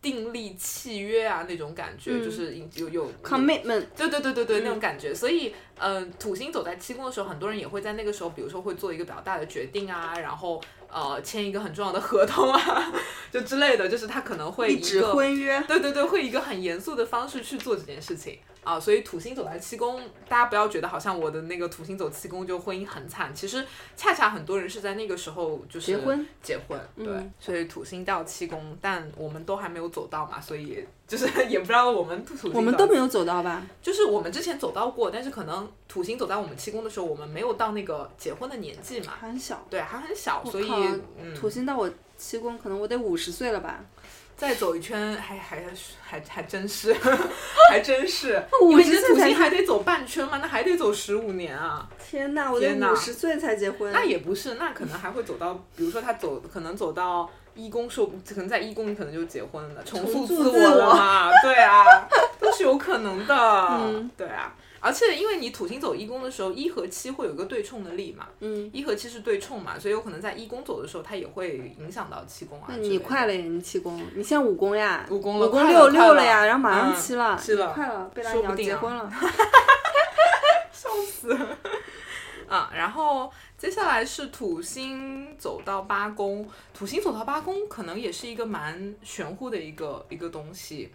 Speaker 2: 订立契约啊那种感觉，
Speaker 3: 嗯
Speaker 2: 就是有有
Speaker 3: Commitment，
Speaker 2: 对对对对对，那种感觉。所以，嗯、土星走在七宫的时候，很多人也会在那个时候，比如说会做一个比较大的决定啊，然后呃签一个很重要的合同啊， [laughs] 就之类的，就是他可能会
Speaker 3: 一
Speaker 2: 一
Speaker 3: 纸
Speaker 2: 个
Speaker 3: 婚约。
Speaker 2: 对对对，会以一个很严肃的方式去做这件事情啊，所以土星走在七宫，大家不要觉得好像我的那个土星走七宫就婚姻很惨，其实恰恰很多人是在那个时候就是
Speaker 3: 结婚，
Speaker 2: 结婚，对，
Speaker 3: 嗯
Speaker 2: 所以土星到七宫，但我们都还没有走到嘛，所以就是 [laughs] 也不知道我们土星
Speaker 3: 我们
Speaker 2: 走
Speaker 3: 都
Speaker 2: 到
Speaker 3: 没有走到吧？
Speaker 2: 就是我们之前走到过，但是可能土星走在我们七宫的时候，我们没有到那个结婚的年纪嘛，
Speaker 3: 很小，
Speaker 2: 对，还很小，
Speaker 3: 我
Speaker 2: 所以
Speaker 3: 靠
Speaker 2: 嗯，
Speaker 3: 土星到我七宫，可能我得五十岁了吧？
Speaker 2: 再走一圈，还还还还真是， [laughs] 还真是，因
Speaker 3: 五
Speaker 2: 为
Speaker 3: 十
Speaker 2: 这
Speaker 3: 岁
Speaker 2: 土
Speaker 3: 才
Speaker 2: 星还得走半圈嘛，那还得走十五年啊。
Speaker 3: 天呐，我得
Speaker 2: 天呐
Speaker 3: 五十岁才结婚。
Speaker 2: 那也不是，那可能还会走到，比如说他走，可能走到一宫受，可能在一宫你可能就结婚了，重
Speaker 3: 重
Speaker 2: 塑
Speaker 3: 塑
Speaker 2: 自
Speaker 3: 自
Speaker 2: 了
Speaker 3: 我
Speaker 2: 嘛，对啊，都是有可能的，
Speaker 3: 嗯
Speaker 2: [laughs] 对啊。而且因为你土星走一宫的时候，一和七会有一个对冲的力嘛，
Speaker 3: 嗯，
Speaker 2: 一和七是对冲嘛，所以有可能在一宫走的时候，它也会影响到七宫啊之
Speaker 3: 那
Speaker 2: 类的。
Speaker 3: 你快了耶，你七宫，你现在五宫呀，
Speaker 2: 五宫了
Speaker 3: 五宫
Speaker 2: 快
Speaker 3: 六
Speaker 2: 了
Speaker 3: 六
Speaker 2: 快了
Speaker 3: 呀，然后马上
Speaker 2: 嗯
Speaker 3: 七了，
Speaker 2: 七了啊
Speaker 3: 快了，贝拉
Speaker 2: 说
Speaker 3: 你
Speaker 2: 不
Speaker 3: 要
Speaker 2: 定
Speaker 3: 结
Speaker 2: 啊
Speaker 3: 婚了。
Speaker 2: 笑死。啊，然后接下来是土星走到八宫，土星走到八宫可能也是一个蛮玄乎的一个一个东西。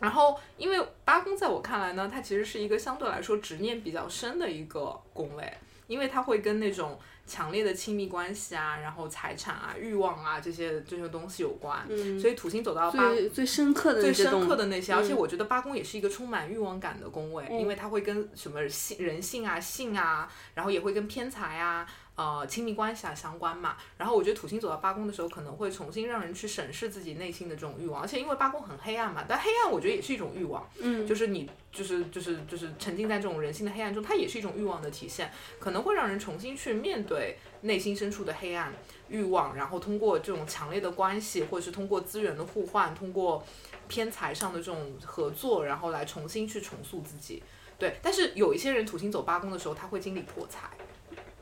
Speaker 2: 然后，因为八宫在我看来呢，它其实是一个相对来说执念比较深的一个宫位，因为它会跟那种强烈的亲密关系啊，然后财产啊、欲望啊这些这些东西有关。
Speaker 3: 嗯
Speaker 2: 所以土星走到八
Speaker 3: 最最深刻的
Speaker 2: 最
Speaker 3: 那些
Speaker 2: 深
Speaker 3: 东
Speaker 2: 刻的那些，而且
Speaker 3: 嗯
Speaker 2: 我觉得八宫也是一个充满欲望感的宫位，
Speaker 3: 嗯
Speaker 2: 因为它会跟什么性、人性啊、性啊，然后也会跟偏财啊、呃亲密关系啊相关嘛。然后我觉得土星走到八宫的时候，可能会重新让人去审视自己内心的这种欲望，而且因为八宫很黑暗嘛，但黑暗我觉得也是一种欲望，
Speaker 3: 嗯
Speaker 2: 就是你就是就是就是沉浸在这种人性的黑暗中，它也是一种欲望的体现，可能会让人重新去面对内心深处的黑暗欲望，然后通过这种强烈的关系，或者是通过资源的互换，通过偏财上的这种合作，然后来重新去重塑自己。对，但是有一些人土星走八宫的时候，他会经历破财，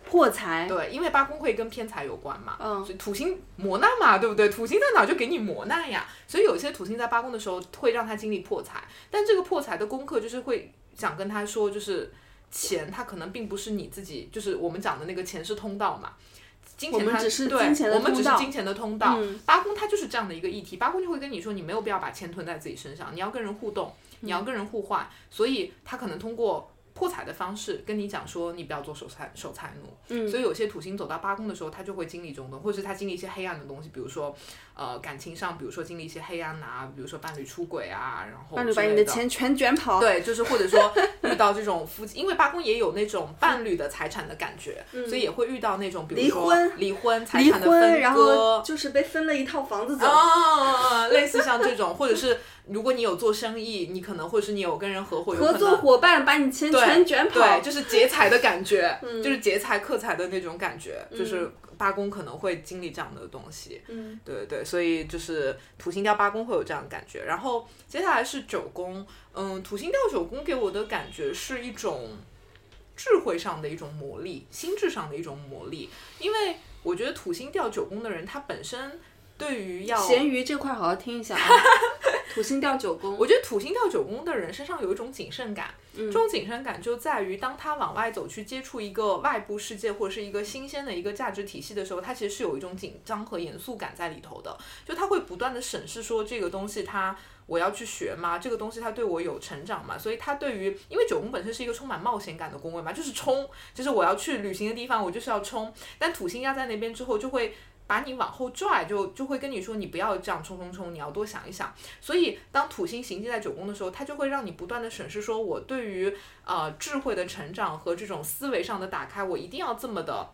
Speaker 3: 破财，
Speaker 2: 对，因为八宫会跟偏财有关嘛，
Speaker 3: 嗯
Speaker 2: 所以土星磨难嘛，对不对？土星在哪儿就给你磨难呀，所以有些土星在八宫的时候会让他经历破财，但这个破财的功课就是会想跟他说，就是钱它可能并不是你自己，就是我们讲的那个钱是通道嘛。金钱
Speaker 3: 我们
Speaker 2: 它
Speaker 3: 只是
Speaker 2: 对
Speaker 3: 金钱的
Speaker 2: 我们
Speaker 3: 通
Speaker 2: 只是
Speaker 3: 道
Speaker 2: 金钱的通道。
Speaker 3: 嗯
Speaker 2: 八宫它就是这样的一个议题，八宫就会跟你说，你没有必要把钱囤在自己身上，你要跟人互动，你
Speaker 3: 嗯
Speaker 2: 要跟人互换，所以他可能通过破财的方式跟你讲说，你不要做守财守财奴。
Speaker 3: 嗯
Speaker 2: 所以有些土星走到八宫的时候，他就会经历这种东西，或者是他经历一些黑暗的东西，比如说，呃，感情上，比如说经历一些黑暗啊，比如说伴侣出轨啊，然后
Speaker 3: 伴侣
Speaker 2: 之
Speaker 3: 把你的
Speaker 2: 类
Speaker 3: 钱全卷跑，，
Speaker 2: 对，就是或者说遇到这种夫妻，因为八宫也有那种伴侣的财产的感觉，所以也会遇到那种比如
Speaker 3: 嗯离
Speaker 2: 说
Speaker 3: 婚
Speaker 2: 离婚、财
Speaker 3: 离
Speaker 2: 产的分割，
Speaker 3: 婚，然后就是被分了一套房子走，
Speaker 2: 啊，类似像这种，或者是如果你有做生意，你可能或者是你有跟人合伙，有可
Speaker 3: 合
Speaker 2: 能
Speaker 3: 作伙伴把你钱
Speaker 2: 对
Speaker 3: 全卷跑，嗯
Speaker 2: 对，就是劫财的感觉， [laughs] 就是劫财克财的那种感觉，就是八宫可能会经历这样的东西。
Speaker 3: 嗯，
Speaker 2: 对对对，所以就是土星掉八宫会有这样的感觉。然后接下来是九宫，嗯，土星掉九宫给我的感觉是一种智慧上的一种磨砺，心智上的一种磨砺，因为我觉得土星掉九宫的人，他本身对于要
Speaker 3: 咸鱼这块好好听一 [laughs] 下啊，土星掉九宫，
Speaker 2: 我觉得土星掉九宫的人身上有一种谨慎感，这种谨慎感就在于当他往外走去接触一个外部世界或者是一个新鲜的一个价值体系的时候，他其实是有一种紧张和严肃感在里头的，就他会不断的审视说这个东西它。我要去学吗？这个东西它对我有成长吗？所以它对于，因为九宫本身是一个充满冒险感的宫位嘛，就是冲，就是我要去旅行的地方，我就是要冲。但土星压在那边之后，就会把你往后拽，就就会跟你说，你不要这样冲冲冲，你要多想一想。所以，当土星行进在九宫的时候，它就会让你不断的审视，说我对于呃智慧的成长和这种思维上的打开，我一定要这么的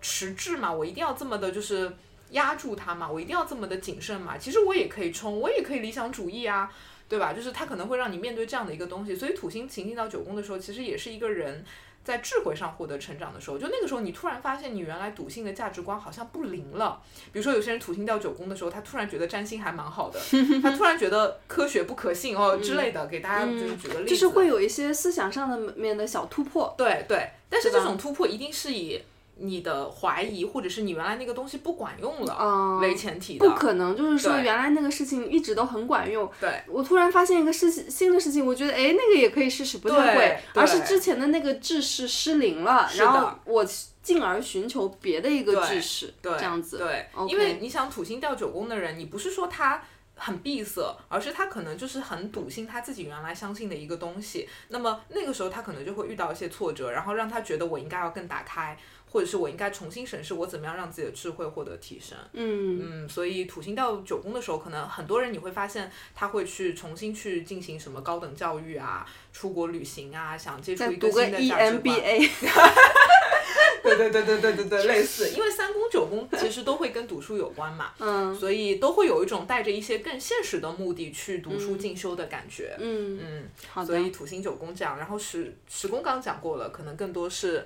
Speaker 2: 迟滞嘛，我一定要这么的就是压住它嘛，我一定要这么的谨慎嘛。其实我也可以冲，我也可以理想主义啊，对吧？就是它可能会让你面对这样的一个东西。所以土星行进到九宫的时候，其实也是一个人。在智慧上获得成长的时候，就那个时候，你突然发现你原来笃信的价值观好像不灵了。比如说，有些人土星掉九宫的时候，他突然觉得占星还蛮好的，他突然觉得科学不可信哦之类的。给大家就是举个
Speaker 3: 嗯
Speaker 2: 例子，
Speaker 3: 就是会有一些思想上的面的小突破，
Speaker 2: 对对，但是
Speaker 3: 对
Speaker 2: 这
Speaker 3: 吧
Speaker 2: 种突破一定是以你的怀疑或者是你原来那个东西不管用了
Speaker 3: 嗯，
Speaker 2: 为前提的。
Speaker 3: 不可能，就是说
Speaker 2: 对
Speaker 3: 原来那个事情一直都很管用。
Speaker 2: 对
Speaker 3: 我突然发现一个事情，新的事情，我觉得哎，那个也可以试试，不太
Speaker 2: 对
Speaker 3: 会，而是
Speaker 2: 对
Speaker 3: 之前的那个知识失灵了，
Speaker 2: 是的
Speaker 3: 然后我进而寻求别的一个知识，
Speaker 2: 对，
Speaker 3: 这样子，
Speaker 2: 对
Speaker 3: OK
Speaker 2: 因为你想土星掉九宫的人，你不是说他。很闭塞，而是他可能就是很笃信他自己原来相信的一个东西。那么那个时候，他可能就会遇到一些挫折，然后让他觉得我应该要更打开，或者是我应该重新审视我怎么样让自己的智慧获得提升。
Speaker 3: 嗯，
Speaker 2: 嗯，所以土星到九宫的时候，可能很多人你会发现他会去重新去进行什么高等教育啊、出国旅行啊，想接触
Speaker 3: 再
Speaker 2: 一
Speaker 3: 读
Speaker 2: 个
Speaker 3: 个 E
Speaker 2: 新的价值观。
Speaker 3: EMBA，
Speaker 2: 对对对对对对对，类似，因为三宫九宫其实都会跟读书有关嘛，
Speaker 3: 嗯
Speaker 2: 所以都会有一种带着一些更现实的目的去读书进修的感觉。
Speaker 3: 嗯，
Speaker 2: 嗯，
Speaker 3: 好
Speaker 2: 所
Speaker 3: 的，
Speaker 2: 以土星九宫这样，然后十十宫刚讲过了，可能更多是。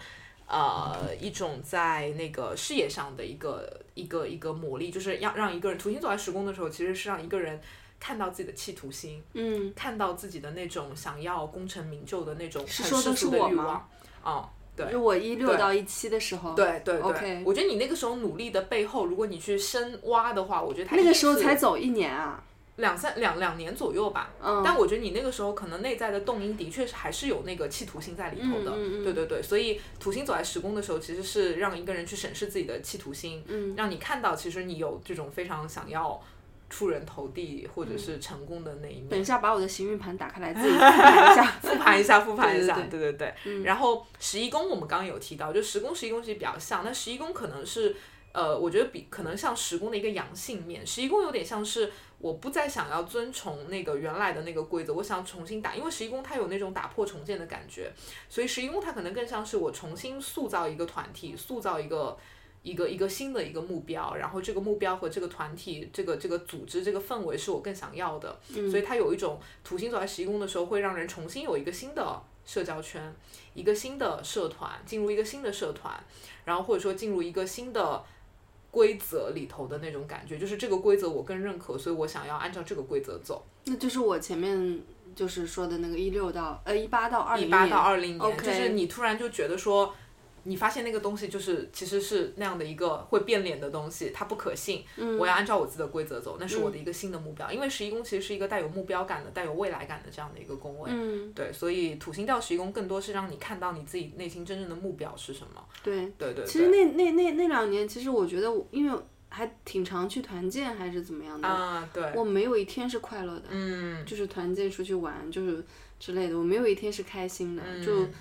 Speaker 2: 呃，一种在那个事业上的一个一个一个磨砺，就是要让一个人土星走在十宫的时候，其实是让一个人看到自己的企图心，
Speaker 3: 嗯，
Speaker 2: 看到自己的那种想要功成名就的那种
Speaker 3: 是
Speaker 2: 很
Speaker 3: 说的
Speaker 2: 世俗
Speaker 3: 是我
Speaker 2: 欲
Speaker 3: 吗
Speaker 2: 望。哦、对
Speaker 3: 就我一六
Speaker 2: 对
Speaker 3: 到一七的时候，，
Speaker 2: 对对对
Speaker 3: OK
Speaker 2: 我觉得你那个时候努力的背后，如果你去深挖的话，我觉得他
Speaker 3: 那个时候才走一年啊，
Speaker 2: 两三两两年左右吧。
Speaker 3: 嗯，
Speaker 2: 但我觉得你那个时候可能内在的动因的确是还是有那个企图心在里头的，
Speaker 3: 嗯嗯嗯
Speaker 2: 对对对，所以土星走在十宫的时候，其实是让一个人去审视自己的企图心，
Speaker 3: 嗯
Speaker 2: 让你看到其实你有这种非常想要出人头地或者是成功的那一面。
Speaker 3: 等一下把我的行运盘打开来自
Speaker 2: [laughs]
Speaker 3: 己看一下。
Speaker 2: 复盘一下，复盘一下，
Speaker 3: 对嗯
Speaker 2: 对对对。然后十一宫我们刚刚有提到，就十宫十一宫其实比较像，那十一宫可能是。呃，我觉得比可能像十宫的一个阳性面，十一宫有点像是我不再想要遵从那个原来的那个规则，我想重新打，因为十一宫它有那种打破重建的感觉，所以十一宫它可能更像是我重新塑造一个团体，塑造一个一个一个新的一个目标，然后这个目标和这个团体、这个这个组织、这个氛围是我更想要的，
Speaker 3: 嗯
Speaker 2: 所以它有一种土星走在十一宫的时候，会让人重新有一个新的社交圈，一个新的社团，进入一个新的社团，然后或者说进入一个新的规则里头的那种感觉，就是这个规则我更认可，所以我想要按照这个规则走。
Speaker 3: 那就是我前面就是说的那个一六到呃一八到二
Speaker 2: 一
Speaker 3: 零
Speaker 2: 八到二零年
Speaker 3: OK
Speaker 2: 就是你突然就觉得说。你发现那个东西就是其实是那样的一个会变脸的东西，它不可信。我要按照我自己的规则走，那是我的一个新的目标。因为十一宫其实是一个带有目标感的、带有未来感的这样的一个宫位。
Speaker 3: 嗯
Speaker 2: 对，所以土星掉十一宫更多是让你看到你自己内心真正的目标是什么。
Speaker 3: 对。
Speaker 2: 对对对。
Speaker 3: 其实那那那那两年，其实我觉得我因为还挺常去团建还是怎么样的，
Speaker 2: 啊，对，
Speaker 3: 我没有一天是快乐的，
Speaker 2: 嗯，
Speaker 3: 就是团建出去玩就是之类的，我没有一天是开心的，嗯就
Speaker 2: 嗯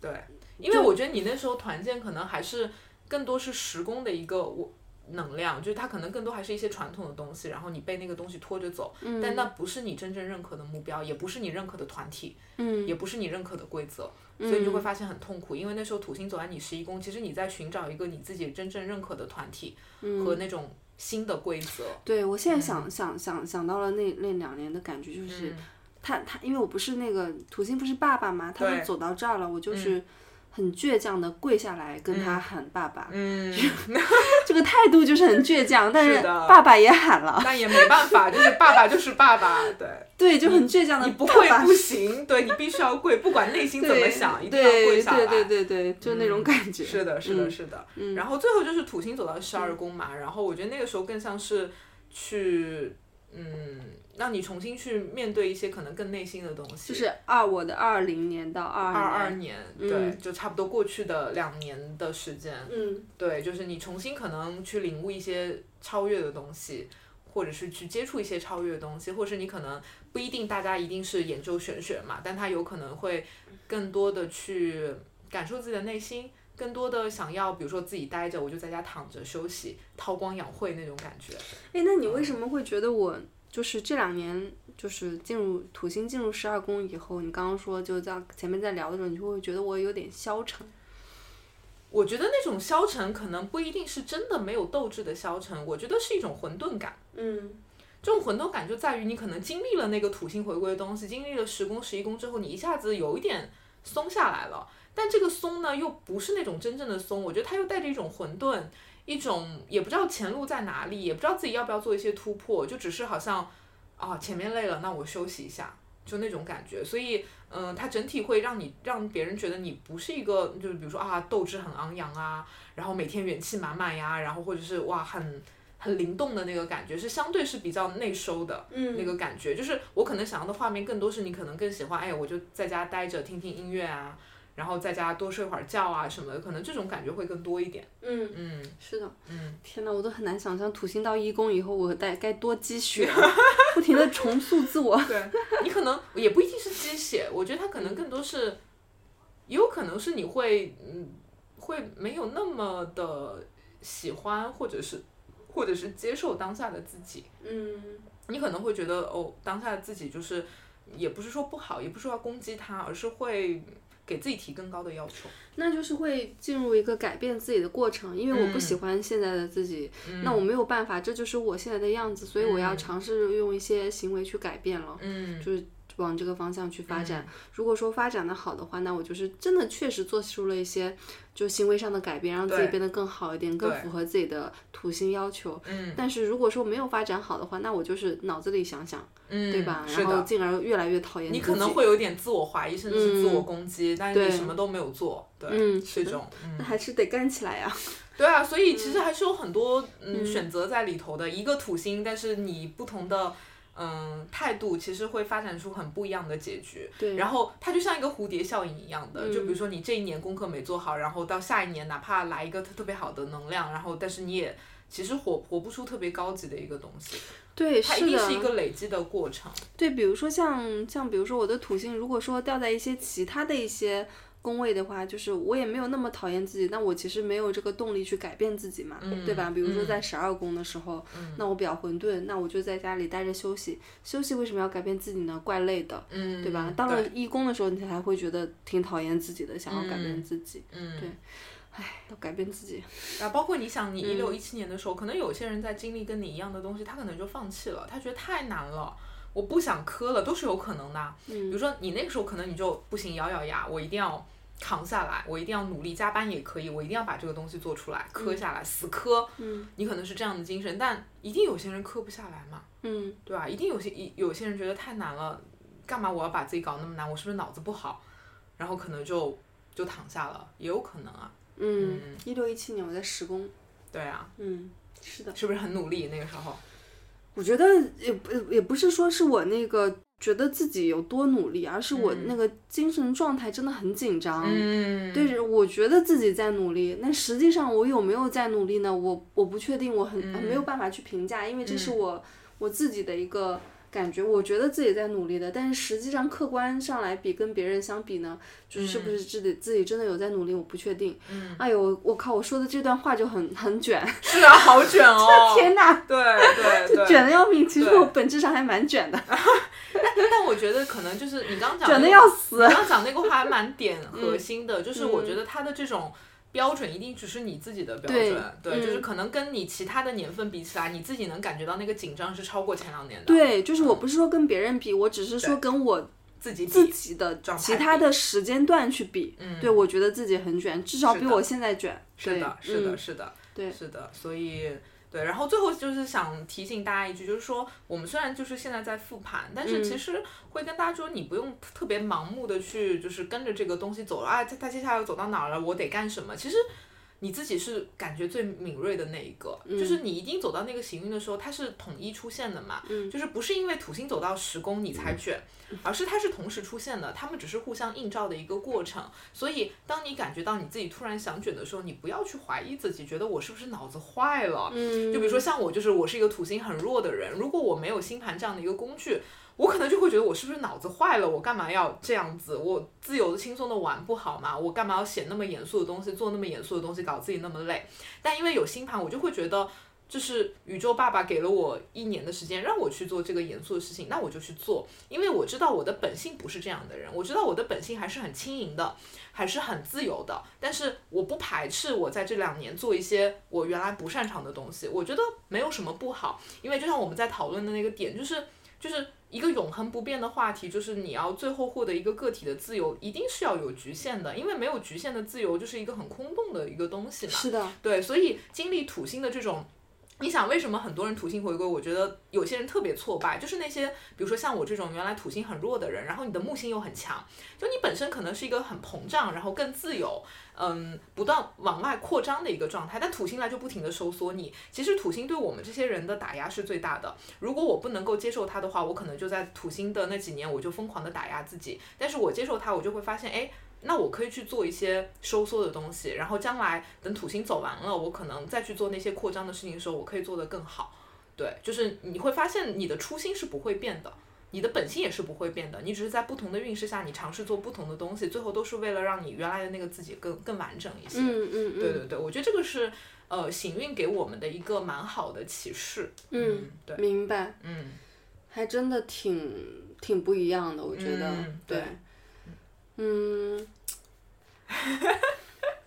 Speaker 2: 对，因为我觉得你那时候团建可能还是更多是时宫的一个我。能量就是它可能更多还是一些传统的东西，然后你被那个东西拖着走，
Speaker 3: 嗯
Speaker 2: 但那不是你真正认可的目标，也不是你认可的团体，
Speaker 3: 嗯
Speaker 2: 也不是你认可的规则，所以你就会发现很痛苦。因为那时候土星走在你十一宫，其实你在寻找一个你自己真正认可的团体
Speaker 3: 嗯
Speaker 2: 和那种新的规则。
Speaker 3: 对我
Speaker 2: 嗯
Speaker 3: 现在想、想想想到了那那两年的感觉，就是、他他因为我不是那个土星不是爸爸嘛，他
Speaker 2: 对嗯
Speaker 3: 都走到这儿了，我就是很倔强的跪下来跟他喊爸爸，
Speaker 2: 嗯，
Speaker 3: [laughs] 这个态度就是很倔强，但
Speaker 2: 是的
Speaker 3: 爸爸也喊了，
Speaker 2: 但也没办法，就是爸爸就是爸爸，对，
Speaker 3: 对，就很倔强的
Speaker 2: 嗯你不跪
Speaker 3: 嗯爸爸
Speaker 2: 不行，对你必须要跪，不管内心怎么
Speaker 3: 对
Speaker 2: 想，一定要跪
Speaker 3: 对
Speaker 2: 下来。嗯
Speaker 3: 对对对对，就那种感觉。
Speaker 2: 是的，是的，
Speaker 3: 嗯
Speaker 2: 是的。然后最后就是土星走到十二宫嘛，然后我觉得那个时候更像是去，嗯，让你重新去面对一些可能更内心的东西。
Speaker 3: 就是二我的二零年到二
Speaker 2: 二二
Speaker 3: 年，
Speaker 2: 年，
Speaker 3: 嗯
Speaker 2: 对，就差不多过去的两年的时间，
Speaker 3: 嗯，
Speaker 2: 对，就是你重新可能去领悟一些超越的东西，或者是去接触一些超越的东西，或是你可能不一定大家一定是研究玄学嘛，但他有可能会更多的去感受自己的内心，更多的想要，比如说自己待着，我就在家躺着休息，韬光养晦那种感觉。
Speaker 3: 哎，那你为什么会觉得我就是这两年就是进入土星进入十二宫以后，你刚刚说就在前面在聊的时候，你就会觉得我有点消沉，
Speaker 2: 我觉得那种消沉可能不一定是真的没有斗志的消沉，我觉得是一种混沌感。
Speaker 3: 嗯
Speaker 2: 这种混沌感就在于你可能经历了那个土星回归的东西，经历了十宫、十一宫之后，你一下子有一点松下来了。但这个松呢，又不是那种真正的松，我觉得它又带着一种混沌，一种也不知道前路在哪里，也不知道自己要不要做一些突破，就只是好像啊前面累了，那我休息一下，就那种感觉。所以，嗯、它整体会让你让别人觉得你不是一个，就是比如说啊斗志很昂扬啊，然后每天元气满满呀，然后或者是哇很很灵动的那个感觉，是相对是比较内收的。那
Speaker 3: 嗯
Speaker 2: 个感觉，就是我可能想要的画面更多是你可能更喜欢，哎，我就在家待着听听音乐啊，然后在家多睡会儿觉啊什么的，可能这种感觉会更多一点。
Speaker 3: 嗯，
Speaker 2: 嗯
Speaker 3: 是的，
Speaker 2: 嗯，
Speaker 3: 天哪，我都很难想象土星到一宫以后，我该该多积雪， [laughs] 不停的重塑自我。
Speaker 2: 对你可能也不一定是鸡血，我觉得它可能更多是，也有可能是你会嗯会没有那么的喜欢或者是或者是接受当下的自己，
Speaker 3: 嗯
Speaker 2: 你可能会觉得哦，当下的自己就是也不是说不好，也不是说要攻击他，而是会给自己提更高的要求。
Speaker 3: 那就是会进入一个改变自己的过程，因为我不喜欢现在的自己，那我没有办法，这就是我现在的样子，所以我要
Speaker 2: 嗯
Speaker 3: 尝试用一些行为去改变了，
Speaker 2: 嗯，
Speaker 3: 就是往这个方向去发展。如果说发展的好的话，那我就是真的确实做出了一些就行为上的改变，让自己
Speaker 2: 对
Speaker 3: 变得更好一点，更
Speaker 2: 对
Speaker 3: 符合自己的土星要求。
Speaker 2: 嗯
Speaker 3: 但是如果说没有发展好的话，那我就是脑子里想想，
Speaker 2: 嗯，
Speaker 3: 对吧？
Speaker 2: 是
Speaker 3: 然后
Speaker 2: 的，
Speaker 3: 进而越来越讨厌
Speaker 2: 你
Speaker 3: 自
Speaker 2: 可能
Speaker 3: 己嗯
Speaker 2: 会有一点自我怀疑，甚至是自我攻击，但是你
Speaker 3: 对
Speaker 2: 什么都没有做，对，
Speaker 3: 嗯
Speaker 2: 这
Speaker 3: 是的
Speaker 2: 种，嗯，
Speaker 3: 还是得干起来呀、
Speaker 2: 对啊，嗯
Speaker 3: 嗯
Speaker 2: 所以其实还是有很多嗯选择在里头的，一个土星，但是你不同的。嗯态度，其实会发展出很不一样的结局。
Speaker 3: 对
Speaker 2: 然后它就像一个蝴蝶效应一样的，
Speaker 3: 嗯
Speaker 2: 就比如说你这一年功课没做好，然后到下一年哪怕来一个特特别好的能量，然后但是你也其实活活不出特别高级的一个东西，
Speaker 3: 对，
Speaker 2: 它一
Speaker 3: 是
Speaker 2: 定
Speaker 3: 的，
Speaker 2: 是一个累积的过程。
Speaker 3: 对，比如说像像比如说我的土星，如果说掉在一些其他的一些宫位的话，就是我也没有那么讨厌自己，那我其实没有这个动力去改变自己嘛，对吧？比如说在十二宫的时候，那我比较混沌，那我就在家里待着休息，休息为什么要改变自己呢？怪累的，
Speaker 2: 嗯，
Speaker 3: 对吧？到了一宫的时候，你才会觉得挺讨厌自己的，想要改变自己，
Speaker 2: 嗯，
Speaker 3: 对要改变自己，
Speaker 2: 然后包括你想，你一六一七年的时候，可能有些人在经历跟你一样的东西，他可能就放弃了，他觉得太难了，我不想磕了，都是有可能的啊。
Speaker 3: 嗯
Speaker 2: 比如说你那个时候可能你就不行，咬咬牙，我一定要扛下来，我一定要努力加班也可以，我一定要把这个东西做出来，磕下来，死磕。
Speaker 3: 嗯
Speaker 2: 你可能是这样的精神，但一定有些人磕不下来嘛，
Speaker 3: 嗯，
Speaker 2: 对吧？一定有些一有些人觉得太难了，干嘛我要把自己搞那么难？我是不是脑子不好？然后可能就就躺下了，也有可能啊。
Speaker 3: 嗯，一六一七年我在十宫，
Speaker 2: 对啊，
Speaker 3: 嗯，是的。
Speaker 2: 是不是很努力那个时候？
Speaker 3: 我觉得也不也不是说是我那个觉得自己有多努力，而是我
Speaker 2: 嗯
Speaker 3: 那个精神状态真的很紧张。
Speaker 2: 嗯，
Speaker 3: 对，我觉得自己在努力，那实际上我有没有在努力呢？我我不确定，我很、
Speaker 2: 嗯
Speaker 3: 很没有办法去评价，因为这是我、我自己的一个感觉，我觉得自己在努力的，但是实际上客观上来比，跟别人相比呢，就是是不是自己、自己真的有在努力，我不确定。
Speaker 2: 嗯
Speaker 3: 哎呦，我靠，我说的这段话就很很卷，！
Speaker 2: 是啊，好卷哦
Speaker 3: 天哪，
Speaker 2: 对对对，
Speaker 3: 卷的要命。其实
Speaker 2: 对
Speaker 3: 我本质上还蛮卷的。
Speaker 2: 但我觉得可能就是嗯你刚刚讲
Speaker 3: 卷
Speaker 2: 那
Speaker 3: 的
Speaker 2: 个
Speaker 3: 要死嗯
Speaker 2: 你。刚讲那个话还蛮点核
Speaker 3: [laughs]
Speaker 2: 心的，就是我觉得他的这种。标准一定只是你自己的标准，
Speaker 3: 对
Speaker 2: 对，
Speaker 3: 嗯
Speaker 2: 就是可能跟你其他的年份比起来，你自己能感觉到那个紧张是超过前两年的，，
Speaker 3: 对，就是我不是说跟别人比，我只是说跟我
Speaker 2: 自己比
Speaker 3: 自己的
Speaker 2: 状态
Speaker 3: 其他的时间段去比。
Speaker 2: 嗯
Speaker 3: 对，我觉得自己很卷，至少比
Speaker 2: 是的
Speaker 3: 我现在卷。
Speaker 2: 是的，
Speaker 3: 对
Speaker 2: 是的，
Speaker 3: 嗯
Speaker 2: 是的，
Speaker 3: 对
Speaker 2: 是的，所以对，然后最后就是想提醒大家一句，就是说我们虽然就是现在在复盘，但
Speaker 3: 嗯
Speaker 2: 是其实会跟大家说，你不用特别盲目的去就是跟着这个东西走啊，它它接下来走到哪儿了，我得干什么，其实。你自己是感觉最敏锐的那一个，就是你一定走到那个行运的时候，它是统一出现的嘛，
Speaker 3: 嗯
Speaker 2: 就是不是因为土星走到十宫你才卷，而是它是同时出现的，它们只是互相映照的一个过程。所以，当你感觉到你自己突然想卷的时候，你不要去怀疑自己，觉得我是不是脑子坏了？
Speaker 3: 嗯
Speaker 2: 就比如说像我，就是我是一个土星很弱的人，如果我没有星盘这样的一个工具，我可能就会觉得我是不是脑子坏了？我干嘛要这样子？我自由的、轻松的玩不好吗？我干嘛要写那么严肃的东西，做那么严肃的东西，搞自己那么累？但因为有星盘，我就会觉得。就是宇宙爸爸给了我一年的时间，让我去做这个严肃的事情，那我就去做，因为我知道我的本性不是这样的人，我知道我的本性还是很轻盈的，还是很自由的，但是我不排斥我在这两年做一些我原来不擅长的东西，我觉得没有什么不好，因为就像我们在讨论的那个点，就是就是一个永恒不变的话题，就是你要最后获得一个个体的自由，一定是要有局限的，因为没有局限的自由就是一个很空洞的一个东西嘛。
Speaker 3: 是的，
Speaker 2: 对，所以经历土星的这种。你想为什么很多人土星回归？我觉得有些人特别挫败，就是那些比如说像我这种原来土星很弱的人，然后你的木星又很强，就你本身可能是一个很膨胀，然后更自由，嗯，不断往外扩张的一个状态。但土星来就不停的收缩你。其实土星对我们这些人的打压是最大的。如果我不能够接受它的话，我可能就在土星的那几年我就疯狂的打压自己。但是我接受它，我就会发现，哎，那我可以去做一些收缩的东西，然后将来等土星走完了，我可能再去做那些扩张的事情的时候，我可以做得更好。对，就是你会发现你的初心是不会变的，你的本性也是不会变的，你只是在不同的运势下，你尝试做不同的东西，最后都是为了让你原来的那个自己更更完整一些。
Speaker 3: 嗯嗯
Speaker 2: 对
Speaker 3: 嗯
Speaker 2: 对对，我觉得这个是呃行运给我们的一个蛮好的启示。
Speaker 3: 嗯，
Speaker 2: 对，
Speaker 3: 明白，
Speaker 2: 嗯，
Speaker 3: 还真的挺挺不一样的，我觉得
Speaker 2: 嗯。
Speaker 3: 对
Speaker 2: 对，
Speaker 3: 嗯。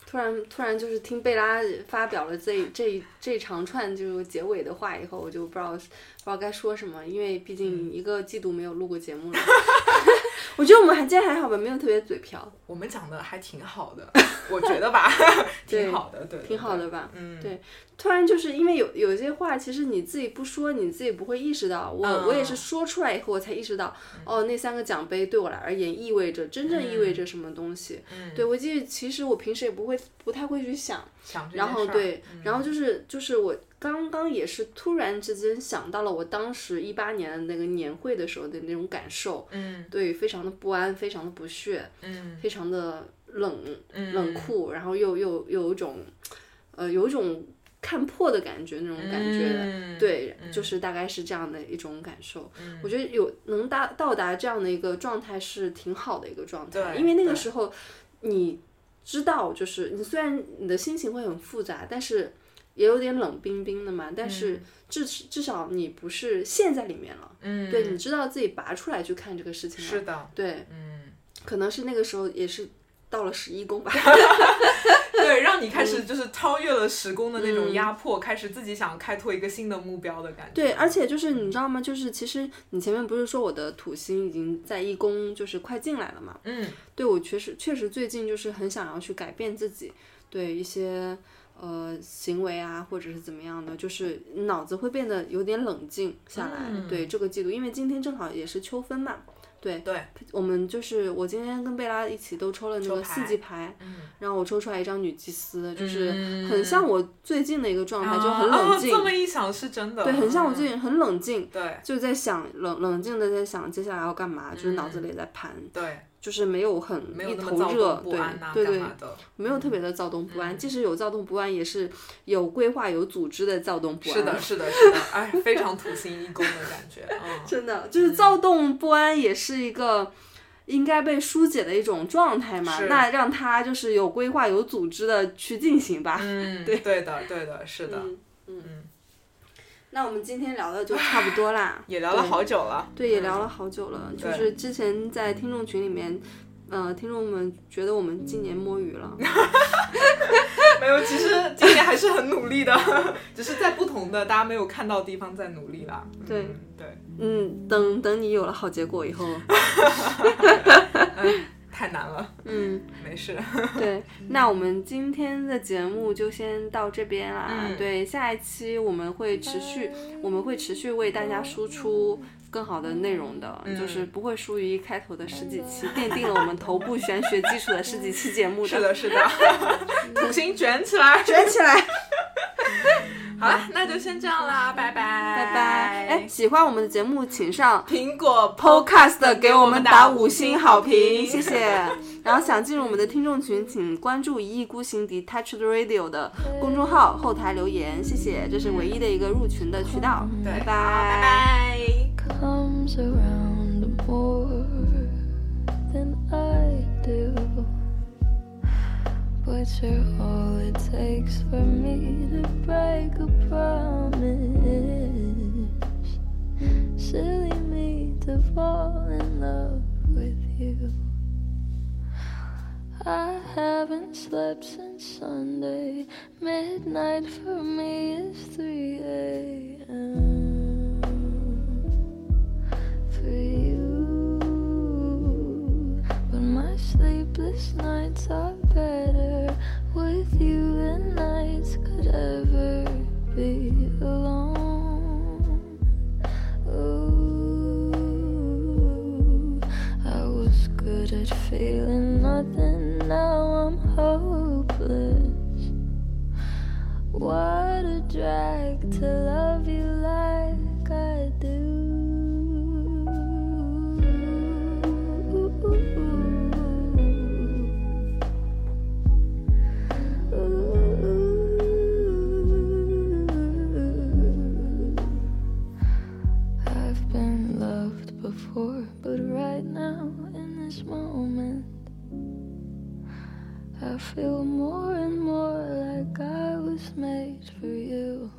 Speaker 3: 突然，突然就是听贝拉发表了这这这长串就是结尾的话以后，我就不知道不知道该说什么，因为毕
Speaker 2: 嗯
Speaker 3: 竟一个季度没有录过节目了。 [laughs] 我觉得我们还今天还好吧，没有特别嘴瓢，
Speaker 2: 我们讲的还挺好的，我觉得吧，
Speaker 3: 对 [laughs]
Speaker 2: 挺好的，对，对
Speaker 3: 挺好的。吧。
Speaker 2: 对嗯，
Speaker 3: 对突然就是因为有有些话，其实你自己不说，你自己不会意识到。我、
Speaker 2: 嗯
Speaker 3: 我也是说出来以后，我才意识到，哦，那三个奖杯对我来而言意味着真正意味着什么东西。
Speaker 2: 嗯，
Speaker 3: 对我记得，其实我平时也不会不太会去想。
Speaker 2: 想这件
Speaker 3: 然后
Speaker 2: 事儿
Speaker 3: 对，然后
Speaker 2: 嗯
Speaker 3: 就是就是我刚刚也是突然之间想到了我当时一八年的那个年会的时候的那种感受，
Speaker 2: 嗯
Speaker 3: 对，非常的不安，非常的不屑，
Speaker 2: 嗯
Speaker 3: 非常的冷
Speaker 2: 嗯
Speaker 3: 冷酷，然后又又又有一种，呃，有一种看破的感觉那种感觉，
Speaker 2: 嗯
Speaker 3: 对，
Speaker 2: 嗯
Speaker 3: 就是大概是这样的一种感受。
Speaker 2: 嗯
Speaker 3: 我觉得有能达到达这样的一个状态是挺好的一个状态，
Speaker 2: 对
Speaker 3: 因为那个
Speaker 2: 对
Speaker 3: 时候你知道，就是你虽然你的心情会很复杂，但是也有点冷冰冰的嘛，但是至至少你不是陷在里面了，
Speaker 2: 嗯
Speaker 3: 对，你知道自己拔出来去看这个事情了，[laughs]
Speaker 2: 是的，
Speaker 3: 对，
Speaker 2: 嗯，
Speaker 3: 可能是那个时候也是到了十一宫吧，
Speaker 2: 对，让你开始就是超越了时宫的那种
Speaker 3: 嗯
Speaker 2: 压迫，开始自己想开拓一个新的目标的感觉。
Speaker 3: 对，而且就是你知道吗？就是其实你前面不是说我的土星已经在一宫，就是快进来了嘛，
Speaker 2: 嗯
Speaker 3: 对我确实确实最近就是很想要去改变自己，对一些呃行为啊，或者是怎么样的，就是脑子会变得有点冷静下来。
Speaker 2: 嗯
Speaker 3: 对这个季度，因为今天正好也是秋分嘛，对
Speaker 2: 对，
Speaker 3: 我们就是我今天跟贝拉一起都抽了那
Speaker 2: 抽
Speaker 3: 个
Speaker 2: 牌
Speaker 3: 四季牌，
Speaker 2: 嗯，
Speaker 3: 然后我抽出来一张女祭司，就是
Speaker 2: 嗯
Speaker 3: 很像我最近的一个状态，就很
Speaker 2: 啊
Speaker 3: 冷
Speaker 2: 哦
Speaker 3: 静，
Speaker 2: 这么一想是真的，
Speaker 3: 对，很像我最
Speaker 2: 嗯
Speaker 3: 近很冷静。
Speaker 2: 对
Speaker 3: 就在想冷冷静的在想接下来要干嘛，就是脑子
Speaker 2: 嗯
Speaker 3: 里在盘，
Speaker 2: 对，
Speaker 3: 就是没有很
Speaker 2: 没有
Speaker 3: 嗯一
Speaker 2: 那么
Speaker 3: 头
Speaker 2: 躁
Speaker 3: 热
Speaker 2: 动，不安呐、
Speaker 3: 对对对，
Speaker 2: 干嘛的？
Speaker 3: 没有特别的躁动不安，
Speaker 2: 嗯
Speaker 3: 即使有躁动不安，也是有规划、有组织的躁动不安。
Speaker 2: 是
Speaker 3: [laughs]
Speaker 2: 的，，是的，是的，哎，非常土星一宫的感觉，嗯，
Speaker 3: 真的就是躁动不安也是一个应该被疏解的一种状态嘛
Speaker 2: 是。
Speaker 3: 那让它就是有规划、有组织的去进行吧。
Speaker 2: 嗯，
Speaker 3: 啊对
Speaker 2: 对的，对的，是的，
Speaker 3: 嗯
Speaker 2: 嗯，
Speaker 3: 那我们今天聊的就差不多啦
Speaker 2: [laughs] ，也聊了好久了，
Speaker 3: 对，也聊了好久了。就
Speaker 2: 嗯对
Speaker 3: 是之前在听众群里面，呃，听众们觉得我们今年摸鱼
Speaker 2: [laughs]
Speaker 3: 了，
Speaker 2: 没有，其实今年还是很努力的， [laughs] 只是在不同的大家没有看到的地方在努力啦，嗯
Speaker 3: 对
Speaker 2: 对，
Speaker 3: 嗯，等等你有了好结果以
Speaker 2: [laughs]
Speaker 3: 后，
Speaker 2: 太难了，
Speaker 3: 嗯。
Speaker 2: 没事，
Speaker 3: 对，那我们今天的节目就先到这边啦。
Speaker 2: 嗯
Speaker 3: 对，下一期我们会持续，我们会持续为大家输出更好的内容的，
Speaker 2: 嗯
Speaker 3: 就是不会输于一开头的十几期，奠定了我们头部玄学基础的十几期节目
Speaker 2: 是的，
Speaker 3: [laughs]
Speaker 2: 是的，土星卷起来，
Speaker 3: 卷起来，
Speaker 2: [laughs] 好了，那就先这样啦，拜拜，
Speaker 3: 拜
Speaker 2: 拜
Speaker 3: 拜！哎，，喜欢我们的节目，请
Speaker 2: [laughs]
Speaker 3: 上
Speaker 2: 苹果 PO。
Speaker 3: Podcast 给我们打五星好评，谢谢。然后想进入我们的听众群，请关注一意孤行 Detached Radio 的公众号，后台留言，谢谢，这是唯一的一个入群的渠道。
Speaker 2: 嗯对，
Speaker 3: 拜
Speaker 2: 好
Speaker 3: 拜
Speaker 2: 拜拜。
Speaker 4: comes around more than I do. But you're all it takes for me to break a promise. Silly me to fall in love with you. I haven't slept since Sunday. Midnight for me is 3 a.m. for you. But my sleepless nights are better with you than nights could ever be alone. Ooh, I was good at feeling nothing, now I'm hopeless. What a drag to love you like I do. Ooh. I've been loved before, but right now, in this moment, I feel more and more like I was made for you.